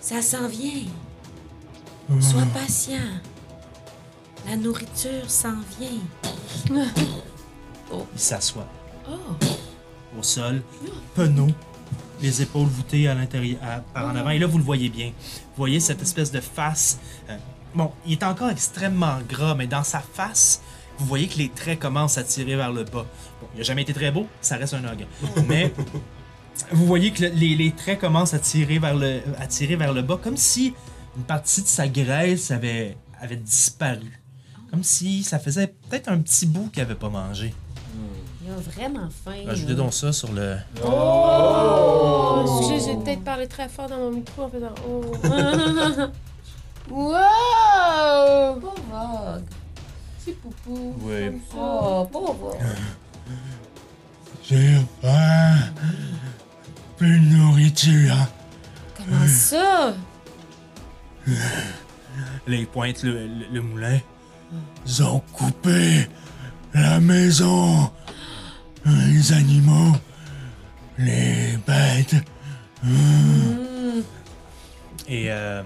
S2: Ça s'en vient. Sois patient. La nourriture s'en vient.
S1: Il s'assoit.
S2: Oh,
S1: au sol, penaud, les épaules voûtées à l'intérieur, à- par en avant. Et là, vous le voyez bien. Vous voyez cette espèce de face. euh, bon, il est encore extrêmement gras, mais dans sa face, vous voyez que les traits commencent à tirer vers le bas. Bon, il n'a jamais été très beau, ça reste un ogre. Mais vous voyez que le- les, les traits commencent à tirer, vers le, à tirer vers le bas, comme si une partie de sa graisse avait, avait disparu. Comme si ça faisait peut-être un petit bout qu'il n'avait pas mangé.
S8: Il a vraiment faim.
S1: Ajoutez Ah, donc ça sur le,
S6: Oh, excusez, j'ai peut-être parlé très fort dans mon micro en faisant *laughs* oh. wow!
S8: Pauvre.
S6: Petit poupou.
S1: Oui.
S6: comme ça.
S8: Oh, pauvre.
S1: J'ai faim. Plus de nourriture. hein.
S2: comment ça?
S1: Là, il pointe le, le- le moulin. Ils ont coupé la maison. Les animaux. Les bêtes. Hmm. Et euh,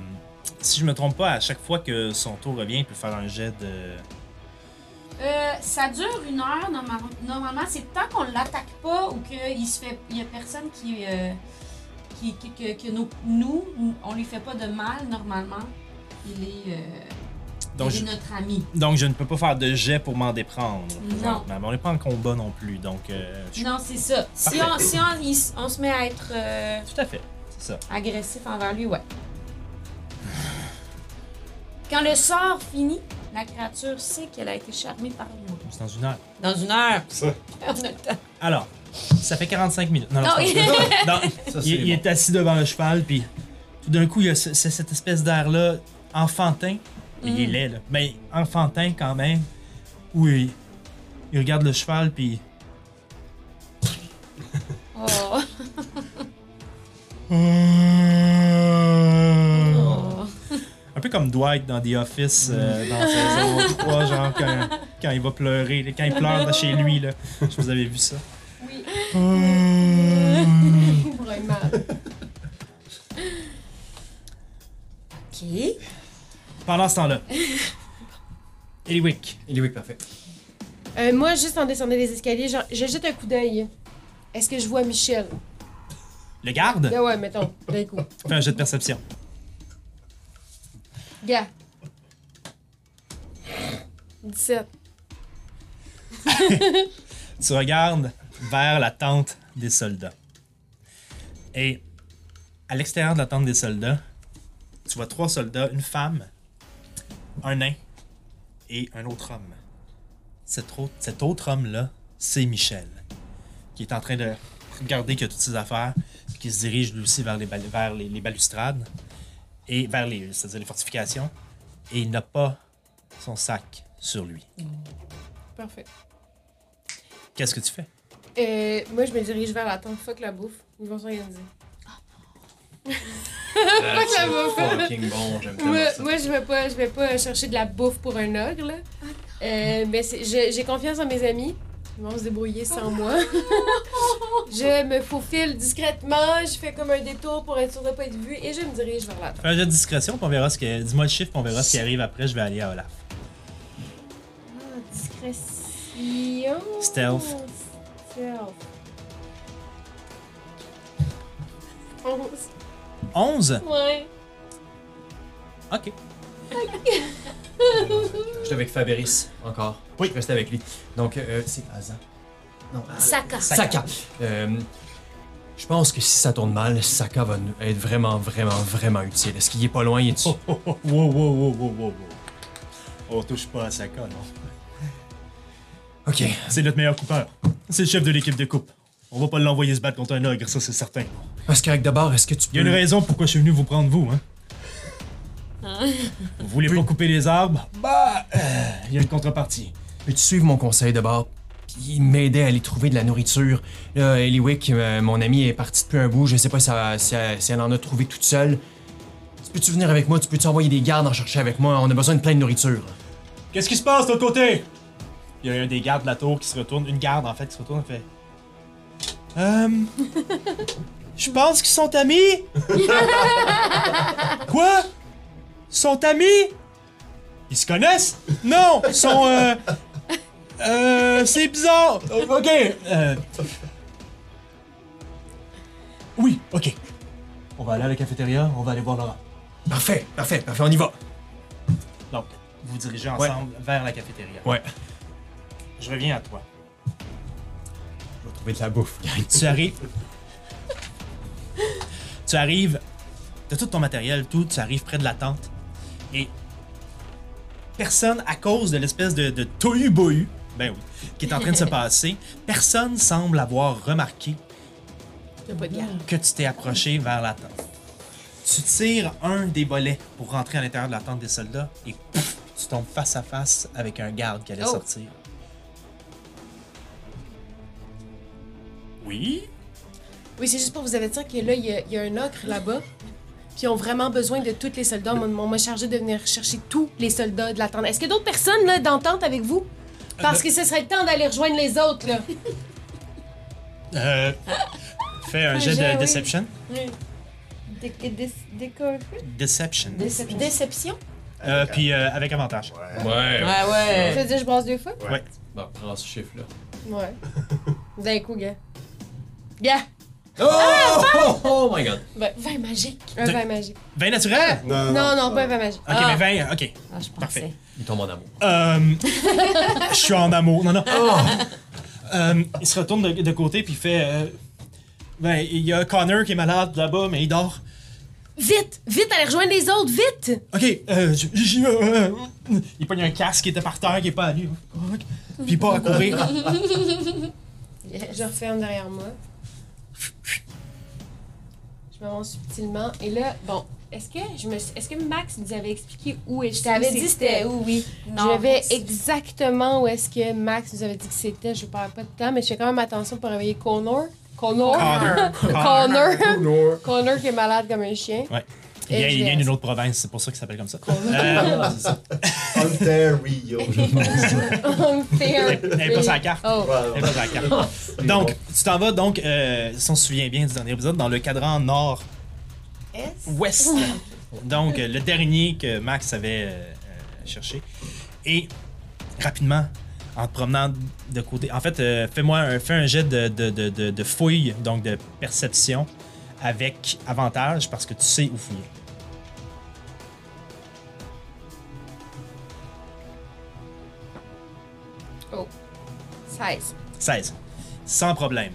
S1: si je me trompe pas, à chaque fois que son tour revient, il peut faire un jet de.
S2: Euh, ça dure une heure. norma- Normalement, c'est tant qu'on l'attaque pas ou qu'il se fait, il y a personne qui, euh, qui, qui- que, que nos- nous, on lui fait pas de mal. Normalement, il est, euh,
S1: Donc
S2: il
S1: je,
S2: est notre ami.
S1: donc, je ne peux pas faire de jet pour m'en déprendre.
S2: Non.
S1: présentement. Mais on n'est pas en combat non plus, donc. euh, je-
S2: Non, c'est ça. Si on,
S1: Parfait.
S2: Ah, si on, il s- on se met à être euh,
S1: Tout à fait, c'est ça.
S2: agressif envers lui, ouais. Quand le sort finit, la créature sait qu'elle a été charmée par nous.
S1: C'est dans une heure.
S2: Dans une heure,
S5: Ça.
S2: on a le temps.
S1: Alors, ça fait 45 minutes. Non, non,
S2: Non,
S1: c'est pas ça. Non,
S3: Ça,
S1: il,
S3: c'est
S1: il
S3: bon.
S1: est assis devant le cheval, puis tout d'un coup, il y a ce- ce- cette espèce d'air-là enfantin. Mais Il est laid, là. Mais enfantin quand même. Où il, il regarde le cheval, puis. *laughs*
S2: Oh. Oh.
S1: Un peu comme Dwight dans The Office, euh, dans saison 3, genre quand, quand il va pleurer, là, quand il pleure de chez lui. Là. Je sais pas si vous avez vu ça.
S6: Oui,
S1: Euh,
S6: vraiment.
S2: Ok.
S1: Pendant ce temps-là, Eliwick.
S4: Il est oui, parfait.
S6: Euh, moi, juste en descendant les escaliers, genre, je jette un coup d'œil. Est-ce que je vois Michel?
S1: Le garde?
S6: Ah ouais, mettons, d'un coup.
S1: Fais un jet de perception.
S6: Gars. 17.
S1: Tu regardes vers la tente des soldats. Et à l'extérieur de la tente des soldats, tu vois trois soldats, une femme, un nain et un autre homme. Cet autre, cet autre homme-là, c'est Michel, qui est en train de regarder qu'il y a toutes ses affaires, puis qui se dirige lui aussi vers les, bal- vers les, les balustrades, et vers les, c'est-à-dire les fortifications, et il n'a pas son sac sur lui.
S6: Parfait.
S1: Qu'est-ce que tu fais?
S6: Euh, moi, je me dirige vers la tente. Fuck la bouffe. Ils vont s'organiser. *laughs*
S4: Ah,
S6: que la bouffe.
S4: c'est fucking bon, j'aime tellement
S6: Moi,
S4: ça.
S6: moi, je vais pas, je vais pas chercher de la bouffe pour un ogre, là. Euh, mais c'est- je- j'ai confiance en mes amis. Ils vont se débrouiller sans *laughs* moi. je me faufile discrètement. Je fais comme un détour pour être sûr de pas être vue et je me dirige vers la tente.
S1: Fais un jet de discrétion, puis on verra ce que. Dis-moi le chiffre, puis on verra ce qui arrive après. Je vais aller à Olaf.
S6: Discrétion.
S1: Stealth.
S6: Stealth. 11.
S1: 11
S6: Ouais.
S1: Ok.
S4: J'étais avec Fabrice encore. Oui. Je restais avec lui. Donc, euh, c'est Aza. Non,
S2: Saka.
S4: Saka. Euh, je pense que si ça tourne mal, Saka va nous être vraiment, vraiment, vraiment utile. Est-ce qu'il est pas loin? Il est
S1: Oh, oh, oh, wow, wow, wow, wow, wow, wow. On touche pas à Saka, non.
S4: Ok.
S1: C'est notre meilleur coupeur. C'est le chef de l'équipe de coupe. On va pas l'envoyer se battre contre un ogre, ça c'est certain.
S4: Parce qu'avec d'abord, est-ce que tu
S1: Il
S4: peux.
S1: y a une raison pourquoi je suis venu vous prendre, vous, hein. Vous voulez
S4: Oui.
S1: pas couper les arbres Bah, euh, il y a une contrepartie.
S4: Peux-tu suivre mon conseil de bord? Puis il m'aidait à aller trouver de la nourriture. Là, Eliwick, euh, mon amie, est partie depuis un bout. Je sais pas si elle, si elle- si elle en a trouvé toute seule. Tu Peux-tu venir avec moi? Tu peux-tu envoyer des gardes en chercher avec moi? On a besoin de plein de nourriture.
S1: Qu'est-ce qui se passe de l'autre côté? Il y a un des gardes de la tour qui se retourne, une garde en fait qui se retourne et fait. Euh. Je pense qu'ils sont amis! Quoi? Ils sont amis? Ils se connaissent? Non! Ils sont. Euh. Euh. C'est bizarre! Euh, Ok! Euh. Oui, ok. On va aller à la cafétéria, on va aller voir Laura.
S4: Parfait, parfait, parfait, on y va.
S1: Donc, vous vous dirigez ensemble vers la cafétéria.
S4: Ouais.
S1: Je reviens à toi.
S4: Je vais trouver de la bouffe.
S1: tu arrives. tu arrives. T'as tout ton matériel, tout. Tu arrives près de la tente. Et personne, à cause de l'espèce de, de tohu-bohu, ben oui, qui est en train de
S6: *laughs*
S1: se passer, personne semble avoir remarqué
S6: T'as pas de garde.
S1: que tu t'es approché vers la tente. Tu tires un des bolets pour rentrer à l'intérieur de la tente des soldats et pouf, tu tombes face à face avec un garde qui allait
S6: Oh.
S1: sortir. Oui?
S6: Oui, c'est juste pour vous avertir que là, il y, a- il y a un ocre là-bas. Puis ils ont vraiment besoin de tous les soldats. On m'a- on m'a chargé de venir chercher tous les soldats de la tente. Est-ce qu'il y a d'autres personnes là, d'entente avec vous? Parce que ce serait le temps d'aller rejoindre les autres, là. *laughs*
S1: Euh, fais un
S8: Un
S1: jet de
S8: jet, oui.
S1: deception.
S8: Dé- dé- dé- dé-
S1: Deception.
S8: Déception.
S2: Déception?
S1: Euh, puis euh, avec avantage.
S7: Ouais.
S6: Ça veut dire que je brasse deux fois?
S7: Bah, prends ce chiffre-là.
S1: *laughs*
S6: Ouais. D'un coup, gars. Gars!
S7: Oh! oh my god.
S6: Ben, vin magique. Un
S1: Deux.
S6: vin magique.
S1: 20 naturel?
S5: Non,
S6: Non, non, pas un vin magique.
S1: Ok, mais 20, ok.
S8: Ah, je
S1: Parfait.
S8: pensais.
S7: Il tombe en amour.
S1: Euh, *laughs* je suis en amour. Non, non.
S8: Ah.
S1: Euh, il se retourne de, de côté puis il fait. euh, ben, il y a Connor qui est malade là-bas, mais il dort.
S6: Vite! Vite, allez rejoindre les autres, vite!
S1: Ok, euh, j- j- euh, euh, il pogne un casque qui était par terre, qui est pas à lui. Puis il part à
S8: *laughs*
S1: courir.
S6: Je referme derrière moi. Je m'avance subtilement. Et là, bon, est-ce que je me est-ce que Max nous avait expliqué où est-ce
S2: Je t'avais dit c'était où, oui.
S6: je vais exactement où est-ce que Max nous avait dit que c'était. Je parle pas de temps, mais je fais quand même attention pour réveiller Connor. Connor.
S1: Connor.
S6: Connor. Ah, Connor. qui est malade comme un *laughs* chien.
S1: Ouais. Il vient,
S6: Et je
S1: il
S6: vais-
S1: vient d'une autre province, c'est pour ça qu'il s'appelle comme ça. Euh,
S5: Ontario.
S6: Unfair.
S1: elle est pas sur la carte.
S6: Oh.
S1: Elle est pas sur la carte.
S5: Ouais.
S1: Donc, tu t'en vas donc, euh, si on se souvient bien du dernier épisode, dans le cadran nord-ouest. donc, euh, le dernier que Max avait euh, euh, cherché. Et rapidement, en te promenant de côté. En fait, euh, fais-moi un, fais un jet de, de- de- de- de fouille, donc de perception, avec avantage parce que tu sais où fouiller.
S6: Oh. 16.
S1: 16. Sans problème.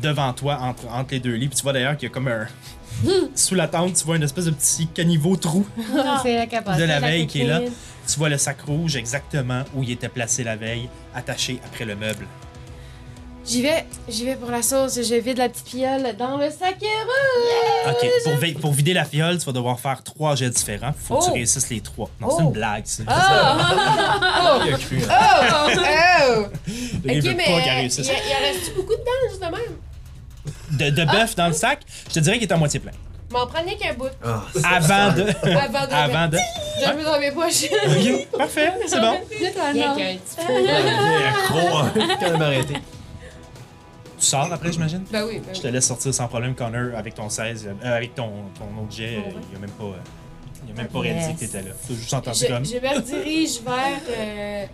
S1: Devant toi, entre, entre les deux lits. Puis tu vois d'ailleurs qu'il y a comme un. Sous la tente, tu vois une espèce de petit caniveau trou.
S6: C'est la capacité.
S1: De la veille qui est là.
S6: coquine.
S1: Tu vois le sac rouge exactement où il était placé la veille, attaché après le meuble.
S6: J'y vais, j'y vais pour la sauce. Je vide la petite fiole dans le sac et roule.
S1: Ok, pour, vi- pour vider la fiole, tu vas devoir faire trois jets différents. Faut que tu réussisses les trois. Non, c'est une blague, ça.
S6: Ah!
S1: Oh,
S7: Il a cru. hein.
S6: Oh! Oh!
S1: Le gars, il veut pas qu'elle réussisse.
S6: il en reste beaucoup dedans, juste de même.
S1: De, de bœuf dans le sac, je te dirais qu'il est à moitié plein.
S6: M'en prends rien qu'un bout.
S4: Ah,
S1: Avant de.
S6: Avant
S1: *laughs*
S6: de.
S1: Avant de.
S6: Je le mets dans mes poches.
S1: Ok, parfait, c'est bon.
S6: Rien qu'un petit peu.
S4: *laughs* quand même arrêté.
S1: Tu sors après, j'imagine?
S6: Ben oui, ben
S1: Je
S6: oui.
S1: te laisse sortir sans problème, Connor, avec ton 16, euh, avec ton, ton autre jet. euh, Il a même pas, euh, il a même pas réalisé
S8: Yes.
S1: que t'étais là. T'as juste entendu
S6: Je,
S1: comme.
S6: je me redirige vers. euh,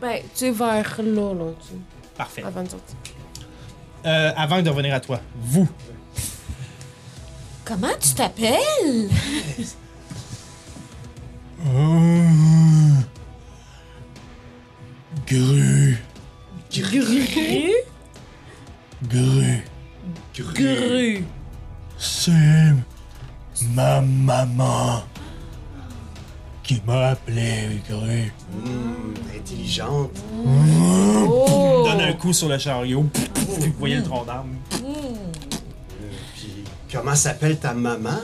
S6: ben, tu sais, vers là, là, tu sais,
S1: Parfait.
S6: avant de sortir.
S1: Euh, avant de revenir à toi, vous,
S8: Comment tu t'appelles?
S1: Gru. Gru.
S8: Gru.
S1: C'est ma maman qui m'a appelé Gru.
S5: Hmm, intelligente.
S6: Oh!
S1: Donne un coup sur le chariot. Vous voyez le tronc d'arbre.
S5: Euh, Puis, comment s'appelle ta maman?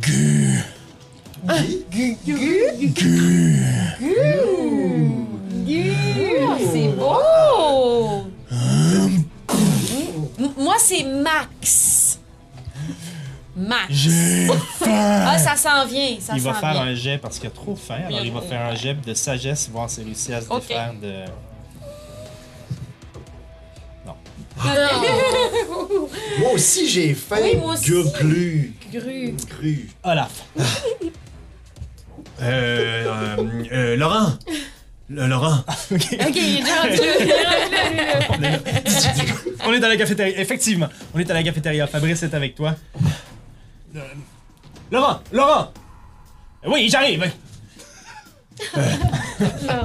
S1: Gru. Gu.
S5: Guy?
S1: Gu.
S2: Ah, c'est beau! M- Moi, c'est Max. Max.
S1: J'ai
S2: Ah,
S1: faim.
S2: ça s'en vient, ça
S1: Il va
S2: s'en
S1: faire
S2: vient.
S1: un jet parce qu'il a trop faim. Alors il va faire un jet de sagesse, voir s'il réussit à se
S2: Ok.
S1: défaire de.
S5: Moi aussi, j'ai faim.
S2: Oui, moi aussi.
S5: Glu.
S6: Gru.
S5: Gru.
S1: Olaf.
S7: Euh, euh, euh, Laurent! Le- Laurent!
S6: Ok, il est déjà rendu là, il est rendu là, lui, là.
S1: On est à la cafétéria. Effectivement, on est à la cafétéria. Fabrice est avec toi. Euh, Laurent, Laurent. Oui, j'arrive.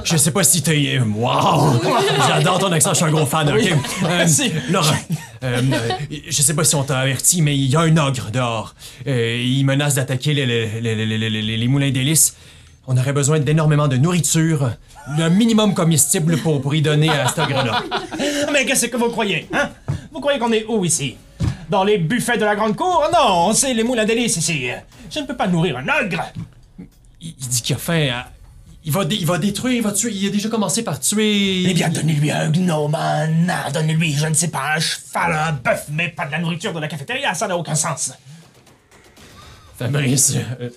S7: Je sais pas si t'es. *laughs* Wow! J'adore ton accent, je suis un gros fan, ok? Euh,
S1: Merci.
S7: Laurent, euh, euh, je sais pas si on t'a averti, mais il y a un ogre dehors. Euh, il menace d'attaquer les, les- les- les- les- les- les moulins d'hélice. On aurait besoin d'énormément de nourriture, le minimum comestible pour, pour y donner à cet ogre-là.
S1: Ah, Mais qu'est-ce que vous croyez, hein Vous croyez qu'on est où ici Dans les buffets de la grande cour Non, c'est les moulins d'hélice ici. Je ne peux pas nourrir un ogre.
S7: Il, il dit qu'il a faim. à- Il va, dé- il va détruire, il va tuer. Il a déjà commencé par tuer.
S1: Eh bien, donnez-lui un gnome, un nain, donnez-lui, je ne sais pas, un cheval, un bœuf, mais pas de la nourriture de la cafétéria, ça n'a aucun sens.
S7: Fabrice. euh,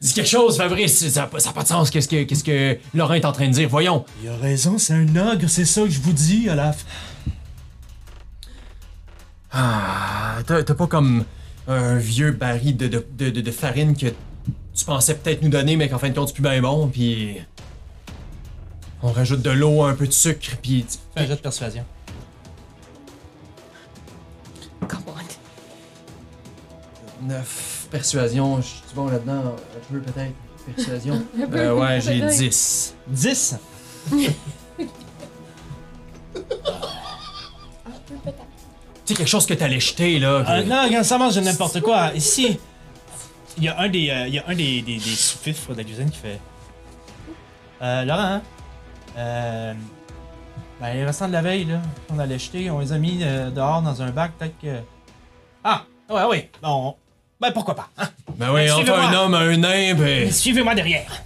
S7: dis quelque chose, Fabrice. Ça n'a pas ça a pas de sens. Qu'est-ce que, qu'est-ce que Laurent est en train de dire? Voyons.
S1: Il a raison, c'est un ogre, c'est ça que je vous dis, Olaf.
S7: Ah, t'as t'as pas comme un vieux baril de, de, de, de- de farine que tu pensais peut-être nous donner, mais qu'en fin de compte, c'est plus bien bon, puis on rajoute de l'eau, un peu de sucre, puis
S1: Fais un jet de persuasion.
S8: Come on.
S7: 9 persuasion, je suis bon là-dedans, un peu peut-être, persuasion. euh, ouais, j'ai 10.
S1: 10
S7: Tu sais, quelque chose que t'allais jeter, là. que-
S1: Un ogre, Euh, ça mange de n'importe quoi. Ici, il y a un des, euh, il y a un des, des, des sous-fifres de la cuisine qui fait euh, Laurent, euh, ben, les restants de la veille, là, qu'on allait jeter, on les a mis euh, dehors dans un bac, peut-être que. Ah, ouais, ouais, bon, ben pourquoi pas. hein?
S7: Ben oui, entre
S1: Suivez-moi.
S7: un homme, un nain, ben,
S1: Mais
S7: pis.
S1: Suivez-moi derrière.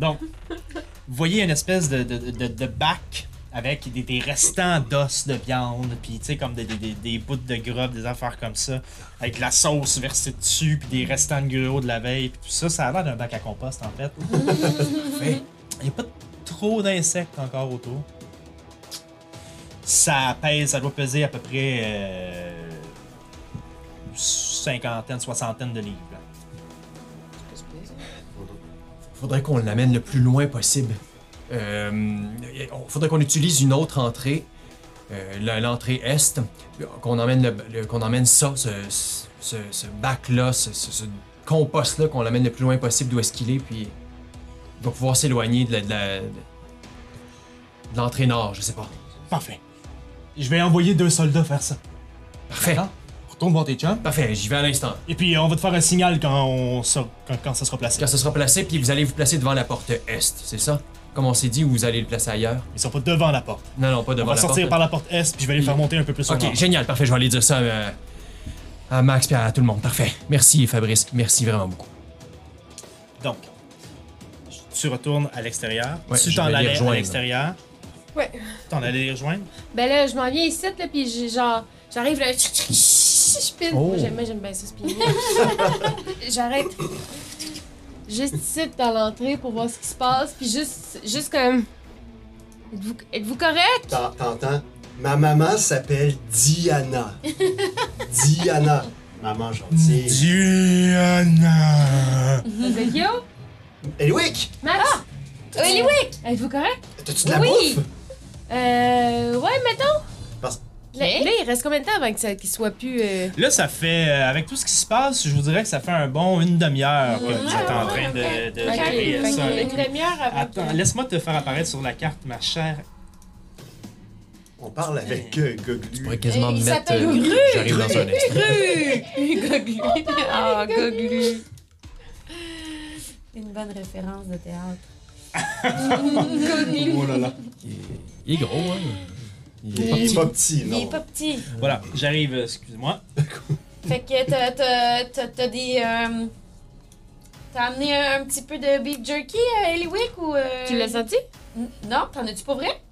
S1: Donc, vous voyez une espèce de, de, de, de bac avec des, des restants d'os de viande, puis tu sais, comme des, des, des, des bouts de gras, des affaires comme ça, avec de la sauce versée dessus, puis des restants de gruau de la veille, puis tout ça, ça a l'air d'un bac à compost en fait. Il n'y a pas trop d'insectes encore autour. Ça pèse, ça doit peser à peu près euh, une cinquantaine, soixantaine de livres.
S7: Faudrait qu'on l'amène le plus loin possible. Euh, et- on- faudrait qu'on utilise une autre entrée, euh, la- l'entrée est, qu'on emmène, le- le- qu'on emmène ça, ce, ce- ce, ce bac-là, ce, ce- ce compost-là, qu'on l'amène le plus loin possible d'où est-ce qu'il est, puis il va pouvoir s'éloigner de la- de la- de de l'entrée nord, je sais pas.
S1: Parfait. Je vais envoyer deux soldats faire ça.
S7: Parfait.
S1: Retourne voir tes chums.
S7: Parfait, j'y vais à l'instant.
S1: Et puis euh, on va te faire un signal quand, on sera- quand, quand ça sera placé.
S7: Quand ce sera placé, puis vous allez vous placer devant la porte est, c'est ça? Comme on s'est dit, ou vous allez le placer ailleurs?
S1: Ils sont pas devant la porte.
S7: Non, non, pas
S1: On
S7: devant
S1: va
S7: la
S1: sortir
S7: porte.
S1: par la porte est, puis je vais les faire monter un peu plus au
S7: Ok,
S1: nord.
S7: génial, parfait. Je vais aller dire ça euh, à Max et à tout le monde. Parfait. Merci, Fabrice. Merci vraiment beaucoup.
S1: Donc, tu retournes à l'extérieur.
S7: Ouais,
S1: tu
S7: je
S1: t'en
S7: vais les
S1: allais à
S7: rejoindre.
S1: l'extérieur.
S6: Ouais.
S1: T'en allais les rejoindre.
S6: Ben là, je m'en viens ici, là, pis j'ai genre. J'arrive là. Je pile.
S7: Oh.
S6: Moi, j'aime moi, j'aime bien ça, spinner. *laughs* J'arrête. Juste ici, dans l'entrée, pour voir ce qui se passe, puis juste, juste comme. Êtes-vous êtes-vous correct?
S5: T'en- T'entends? Ma maman s'appelle
S2: *laughs*
S5: Diana. Diana. Maman gentille.
S1: Diana!
S6: Yo!
S5: Eliwick!
S6: Max! Euh,
S2: Eliwick!
S6: Êtes-vous correct?
S5: T'as-tu de la
S6: Oui.
S5: bouffe?
S6: Euh. Ouais, mettons!
S5: Parce-
S6: Là, là, il reste combien de temps avant que ça- qu'il soit plus. euh,
S1: Là, ça fait, euh, avec tout ce qui se passe, je vous dirais que ça fait un bon une demi-heure que vous êtes en train de, de
S6: ok,
S1: gérer
S6: fait
S1: ça
S6: que
S1: avec
S6: une demi-heure avant.
S1: Attends,
S6: que-
S1: laisse-moi te faire apparaître sur la carte, ma chère.
S5: On parle avec euh, Goglu.
S7: pourrais quasiment
S8: Il
S7: me mettre. euh,
S8: s'appelle Gru.
S7: J'arrive dans un instant.
S8: Goglu.
S6: *laughs*
S8: Ah, Goglu. Une bonne référence de théâtre.
S5: Oh là là.
S7: Il est, il est gros, hein. Il est pas
S5: Il est
S7: petit.
S5: pas petit,
S2: Il est
S5: non.
S2: pas petit.
S1: Voilà, j'arrive, euh, excuse-moi.
S2: Fait que t'as- t'as t'as- t'as des. euh, T'as amené un, un petit peu de beef jerky, euh, Eliwick, ou... euh,
S6: Tu l'as senti?
S2: N- Non, t'en as-tu pour vrai?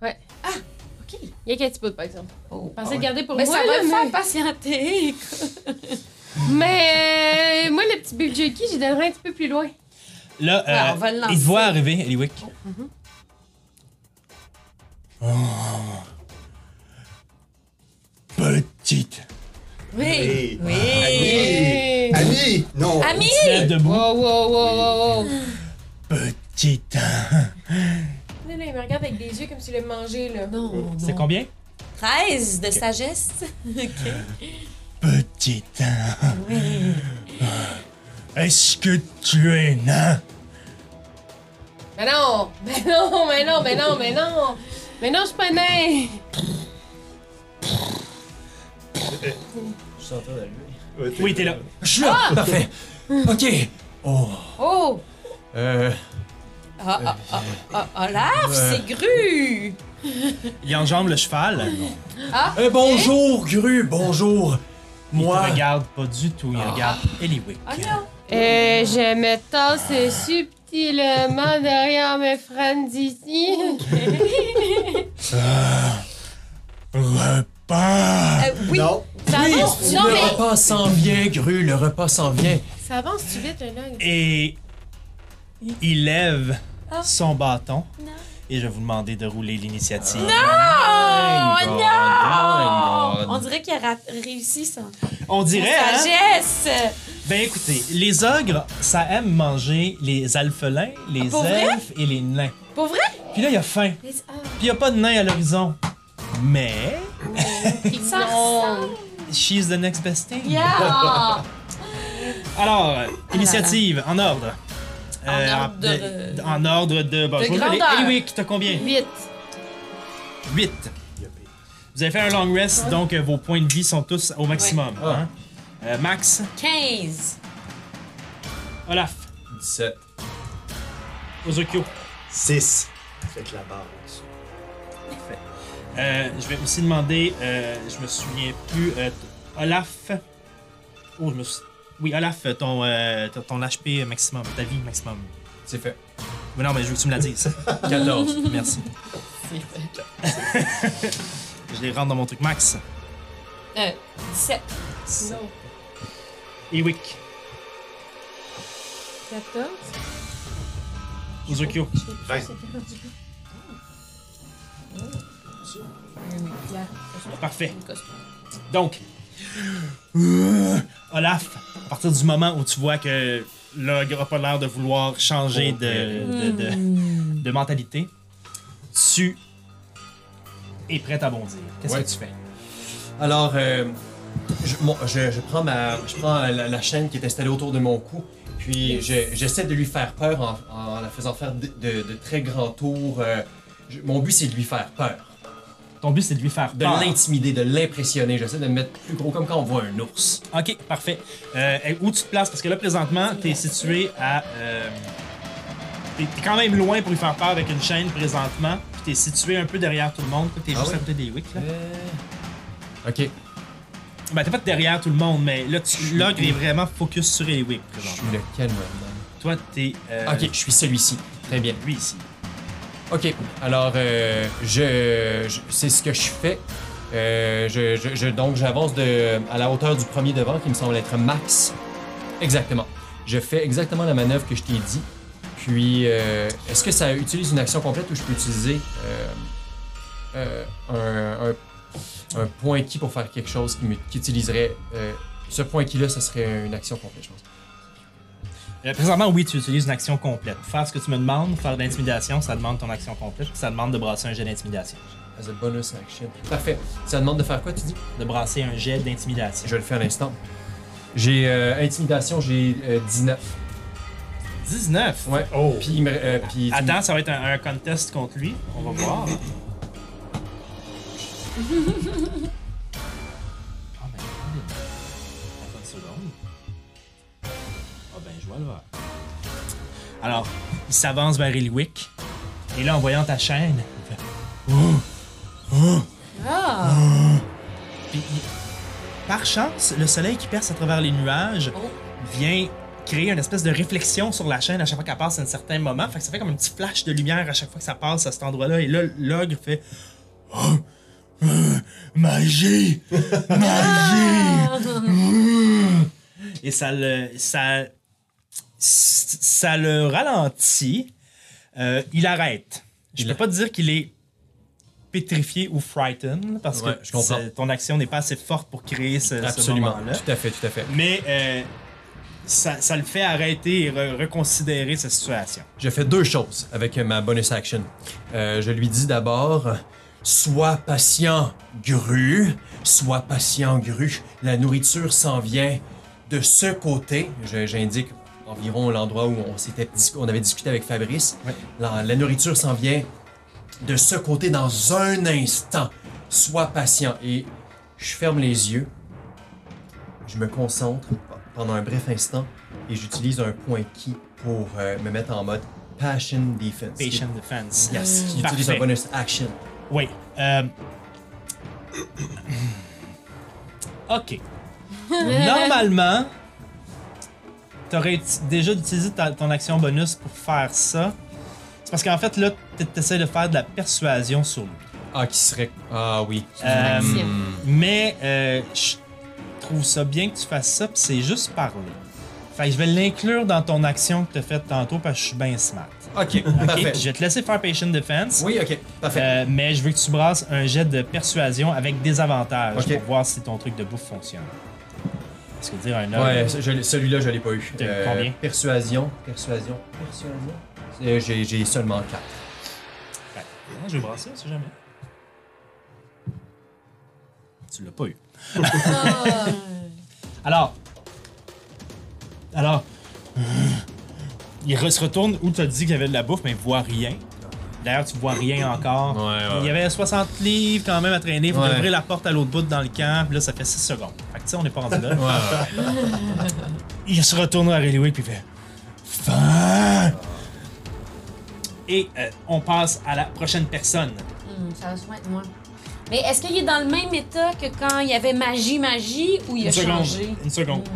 S6: Ouais.
S2: Ah, OK.
S6: Il y a qu'un petit bout, par exemple.
S8: Oh,
S6: Pensez le garder pour
S2: Mais
S6: moi,
S2: ça
S6: là,
S2: va me faire
S6: mais-
S2: patienter.
S6: Mais euh, moi, le petit beef jerky, j'y donnerais un petit peu plus loin.
S1: Là,
S8: Ouais,
S1: euh,
S8: on va le
S1: il te voit
S8: lancer. Oh, mm-hmm.
S1: arriver, Eliwick. Oh. Petite.
S5: Hey.
S8: Oui.
S5: Ami!
S8: Oui.
S5: Ami! Non!
S2: Ami!
S1: Il se lève debout.
S6: Wow, wow, wow, wow, wow.
S8: Oh.
S1: Petite.
S6: Là, là, il me regarde avec des yeux comme s'il l'avait mangé, là.
S8: Non, Oh non.
S1: C'est combien?
S8: 13 de sagesse. *laughs* OK.
S1: Petite. Est-ce que tu es nain?
S6: Mais non! Mais non, mais non, mais non, mais non! Mais non, je suis pas nain!
S9: Je suis en train d'allumer.
S5: Ouais,
S1: Oui, t'es là.
S7: Je suis là!
S8: Ah. *laughs*
S7: Parfait! Ok! Oh!
S8: Oh!
S7: Euh.
S8: Ah, ah, ah, ah, Olaf, c'est gru!
S1: Il enjambe le cheval.
S7: euh, bonjour, Gru! Bonjour!
S1: Il
S7: Moi.
S1: te regarde pas du tout. Il regarde Eliwick.
S8: Oh non!
S6: Euh, je me tasse subtilement derrière mes friends d'ici.
S1: Repas.
S8: Euh, oui!
S5: Non!
S6: Ça
S7: Oui,
S6: avance, tu- non,
S7: le
S6: mais-
S7: repas s'en vient, Gru, le repas s'en vient.
S6: Ça avance tu vite, un ogre?
S1: Et il lève
S8: Ah.
S1: son bâton.
S8: Non.
S1: Et je vais vous demander de rouler l'initiative.
S8: Oh,
S1: God, my
S8: non!
S1: God.
S8: On dirait qu'il a ra- réussi son,
S1: On
S8: son
S1: dirait, hein?
S8: sagesse!
S1: Ben écoutez, les ogres, ça aime manger les alphelins, les
S8: pour vrai?
S1: elfes et les nains.
S8: Pour vrai?
S1: Puis là, il y a faim. Puis il n'y a pas de nains à l'horizon. Mais...
S8: Ça
S6: Non.
S1: She's the next best thing. *laughs*
S8: Yeah! Ah
S1: Alors, euh, initiative, en ordre. Euh,
S8: En ordre de-
S1: de- En ordre de... Bon,
S8: de
S1: je vais vous
S8: grandeur.
S1: donner- Eliwick, t'as combien?
S6: Vite.
S1: 8. Vous avez fait un long rest, donc euh, vos points de vie sont tous au maximum.
S7: Ah.
S1: hein. Euh, Max,
S8: 15!
S1: Olaf,
S9: 17.
S1: Ozokyo.
S5: 6. Faites la barre en dessous.
S1: Euh, je vais aussi demander, euh, je me souviens plus, euh, t- Olaf. Oh, je me sou- Oui, Olaf, ton, euh, ton- ton HP maximum, ta vie maximum.
S7: C'est fait.
S1: Mais non, mais je veux que tu me la dises.
S9: 14.
S1: Merci. *laughs* je les rentre dans mon truc max.
S8: Euh, 17.
S6: Non.
S1: Ewick,
S6: 14?
S1: Ozokyo,
S5: Vingt.
S1: parfait. Donc, euh, Olaf, à partir du moment où tu vois que l'ogre a pas l'air de vouloir changer de, de- de- de mentalité, tu es prêt à bondir. Qu'est-ce
S7: Ouais.
S1: que tu fais?
S7: Alors, euh, je, bon, je- je prends, ma, je prends euh, la, la chaîne qui est installée autour de mon cou, puis je- j'essaie de lui faire peur en, en la faisant faire de, de- de très grands tours. euh, je- mon but, c'est de lui faire peur,
S1: Ton but, c'est de lui faire
S7: de
S1: peur.
S7: l'intimider, de l'impressionner. J'essaie de le mettre plus gros, comme quand on voit un ours.
S1: Ok, parfait. Euh, et où tu te places? Parce que là, présentement, t'es situé à. euh, t'es t'es quand même loin pour lui faire peur avec une chaîne présentement. Puis t'es situé un peu derrière tout le monde. T'es
S7: Ah
S1: juste à
S7: oui?
S1: côté des wicks. Là.
S7: Ok,
S1: Ben, t'es pas derrière tout le monde, mais là, tu- l'ogre est vraiment focus sur les wicks.
S7: je
S1: présentement.
S7: suis lequel, maintenant?
S1: Toi, t'es. euh,
S7: Ok, je suis celui-ci. Très bien.
S1: Lui ici.
S7: Ok, alors euh, je, je- c'est ce que je fais. Euh, je, je- je- donc j'avance de à la hauteur du premier devant qui me semble être max. Exactement. Je fais exactement la manœuvre que je t'ai dit. Puis euh, est-ce que ça utilise une action complète ou je peux utiliser euh, euh, un, un- un point qui pour faire quelque chose qui, me- qui utiliserait euh, ce point qui là, ça serait une action complète, je pense.
S1: Euh, présentement, oui, tu utilises une action complète. Faire ce que tu me demandes, faire de l'intimidation, ça demande ton action complète. puis Ça demande de brasser un jet d'intimidation.
S7: As a bonus action. Parfait. Ça demande de faire quoi, tu dis?
S1: De brasser un jet d'intimidation.
S7: Je le fais à l'instant. J'ai euh, intimidation, j'ai euh, 19.
S1: 19.
S7: Ouais.
S5: Oh!
S7: Puis, il me- euh, puis-
S1: Attends, ça va être un, un contest contre lui. On va voir. Ah, ben, attends une seconde. Ah, ben, je vois le vert. Alors, il s'avance vers Eliwick. Et là, en voyant ta chaîne, il fait oh,
S8: Ah!
S1: Puis, il- par chance, le soleil qui perce à travers les nuages
S8: Oh.
S1: vient créer une espèce de réflexion sur la chaîne à chaque fois qu'elle passe à un certain moment. Fait que ça fait comme un petit flash de lumière à chaque fois que ça passe à cet endroit-là. Et là, l'ogre fait Oh, euh, Magie! Magie! Mmh. Et ça le. Ça, ça le ralentit. Euh, il arrête. Je
S7: Il
S1: peux
S7: a-
S1: pas te dire qu'il est pétrifié ou frightened parce
S7: Ouais,
S1: que
S7: je comprends.
S1: c'est- ton action n'est pas assez forte pour créer ce, ce
S7: Absolument.
S1: moment-là.
S7: Tout à fait, tout à fait.
S1: Mais euh, ça, ça le fait arrêter et re- reconsidérer sa situation.
S7: Je fais deux choses avec ma bonus action. Euh, je lui dis d'abord Sois patient, Gru. Sois patient, Gru. La nourriture s'en vient de ce côté. Je- J'indique environ l'endroit où on, s'était dis- on avait discuté avec Fabrice.
S1: Ouais.
S7: La, la nourriture s'en vient de ce côté dans un instant. Sois patient. Et je ferme les yeux. Je me concentre pendant un bref instant et j'utilise un point ki pour euh, me mettre en mode Passion Defense.
S1: Patient defense.
S7: Yes, qui utilise
S1: Parfait.
S7: un bonus action.
S1: Oui. euh, *clears throat* ok. Normalement, t'aurais uti- déjà utilisé ta- ton action bonus pour faire ça. C'est parce qu'en fait, là, t- t'essaies de faire de la persuasion sur lui.
S7: Ah, qui serait. Ah oui. Hmm.
S1: Euh,
S8: action.
S1: mais euh, je trouve ça bien que tu fasses ça, puis c'est juste parler. Fait que je vais l'inclure dans ton action que t'as faite tantôt parce que je suis bien smart.
S7: Ok,
S1: Ok?
S7: parfait.
S1: Je vais te laisser faire Patient Defense.
S7: Oui, ok, parfait.
S1: Euh, mais je veux que tu brasses un jet de persuasion avec des avantages
S7: Ok.
S1: pour voir si ton truc de bouffe fonctionne. Parce que dire un homme.
S7: ouais, je l'ai- celui-là, je l'ai pas eu. Euh,
S1: T'as eu combien?
S7: Persuasion, persuasion, persuasion. Euh, J'ai j'ai seulement 4.
S1: Non, je vais brasser, si jamais. Tu l'as pas eu. *laughs* Alors. Alors. Il re- se retourne où tu as dit qu'il y avait de la bouffe, mais il voit rien. D'ailleurs, tu vois rien encore.
S7: Ouais, ouais,
S1: Il y avait 60 livres quand même à traîner. Faut
S7: Ouais.
S1: ouvrir la porte à l'autre bout dans le camp. Puis là, ça fait 6 secondes. Fait que tu sais, on n'est pas rendu là. *laughs* Il se retourne vers Eliwick puis fait Fin! Et euh, on passe à la prochaine personne.
S8: Hum, ça va se mettre, moi.
S2: Mais est-ce qu'il est dans le même état que quand il y avait magie, magie, ou il a
S1: Une seconde.
S2: changé? Hmm.
S1: Une seconde.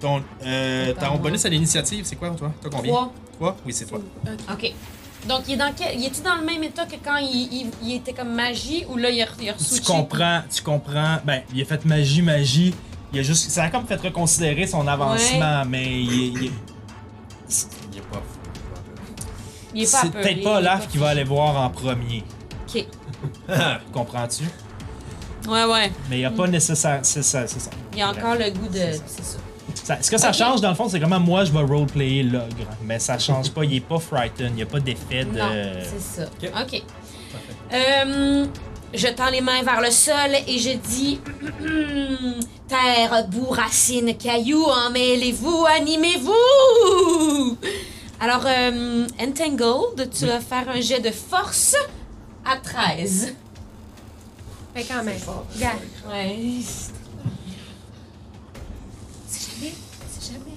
S1: Ton, euh,
S8: Attends,
S1: ton
S8: moi.
S1: bonus à l'initiative, c'est quoi, toi T'as combien
S2: Trois.
S1: Trois? Oui, c'est toi.
S2: OK. Donc, il est dans quel... il est-tu dans le même état que quand il, il- il était comme magie, ou là, il a, il a
S1: Tu
S2: re-switché?
S1: comprends, tu comprends. Ben, il a fait magie, magie. Il a juste. Ça a comme fait reconsidérer son avancement, mais il est. il est-
S7: Il est pas fou.
S2: Il est pas
S1: C'est
S2: apeuré, il
S1: peut-être
S2: est
S1: pas Olaf qui va aller voir en premier.
S2: OK.
S1: *laughs* Comprends-tu?
S2: Ouais, ouais. Mm.
S1: Mais il n'y a pas nécessaire. C'est ça, c'est ça.
S2: Il y a encore le goût de... C'est ça.
S1: Ça- ce que ça change, dans le fond, c'est comment moi je vais roleplayer l'ogre. Mais ça change pas, il est pas frightened, il n'y a pas d'effet de.
S2: Non, c'est ça. OK. Euh, je tends les mains vers le sol et je dis *clears throat* Terre, boue, racine, cailloux, emmêlez-vous, animez-vous Alors, euh, Entangled, tu vas faire un jet de force à 13.
S6: Fait quand même.
S2: Gars. Ouais. C'est jamais, c'est jamais.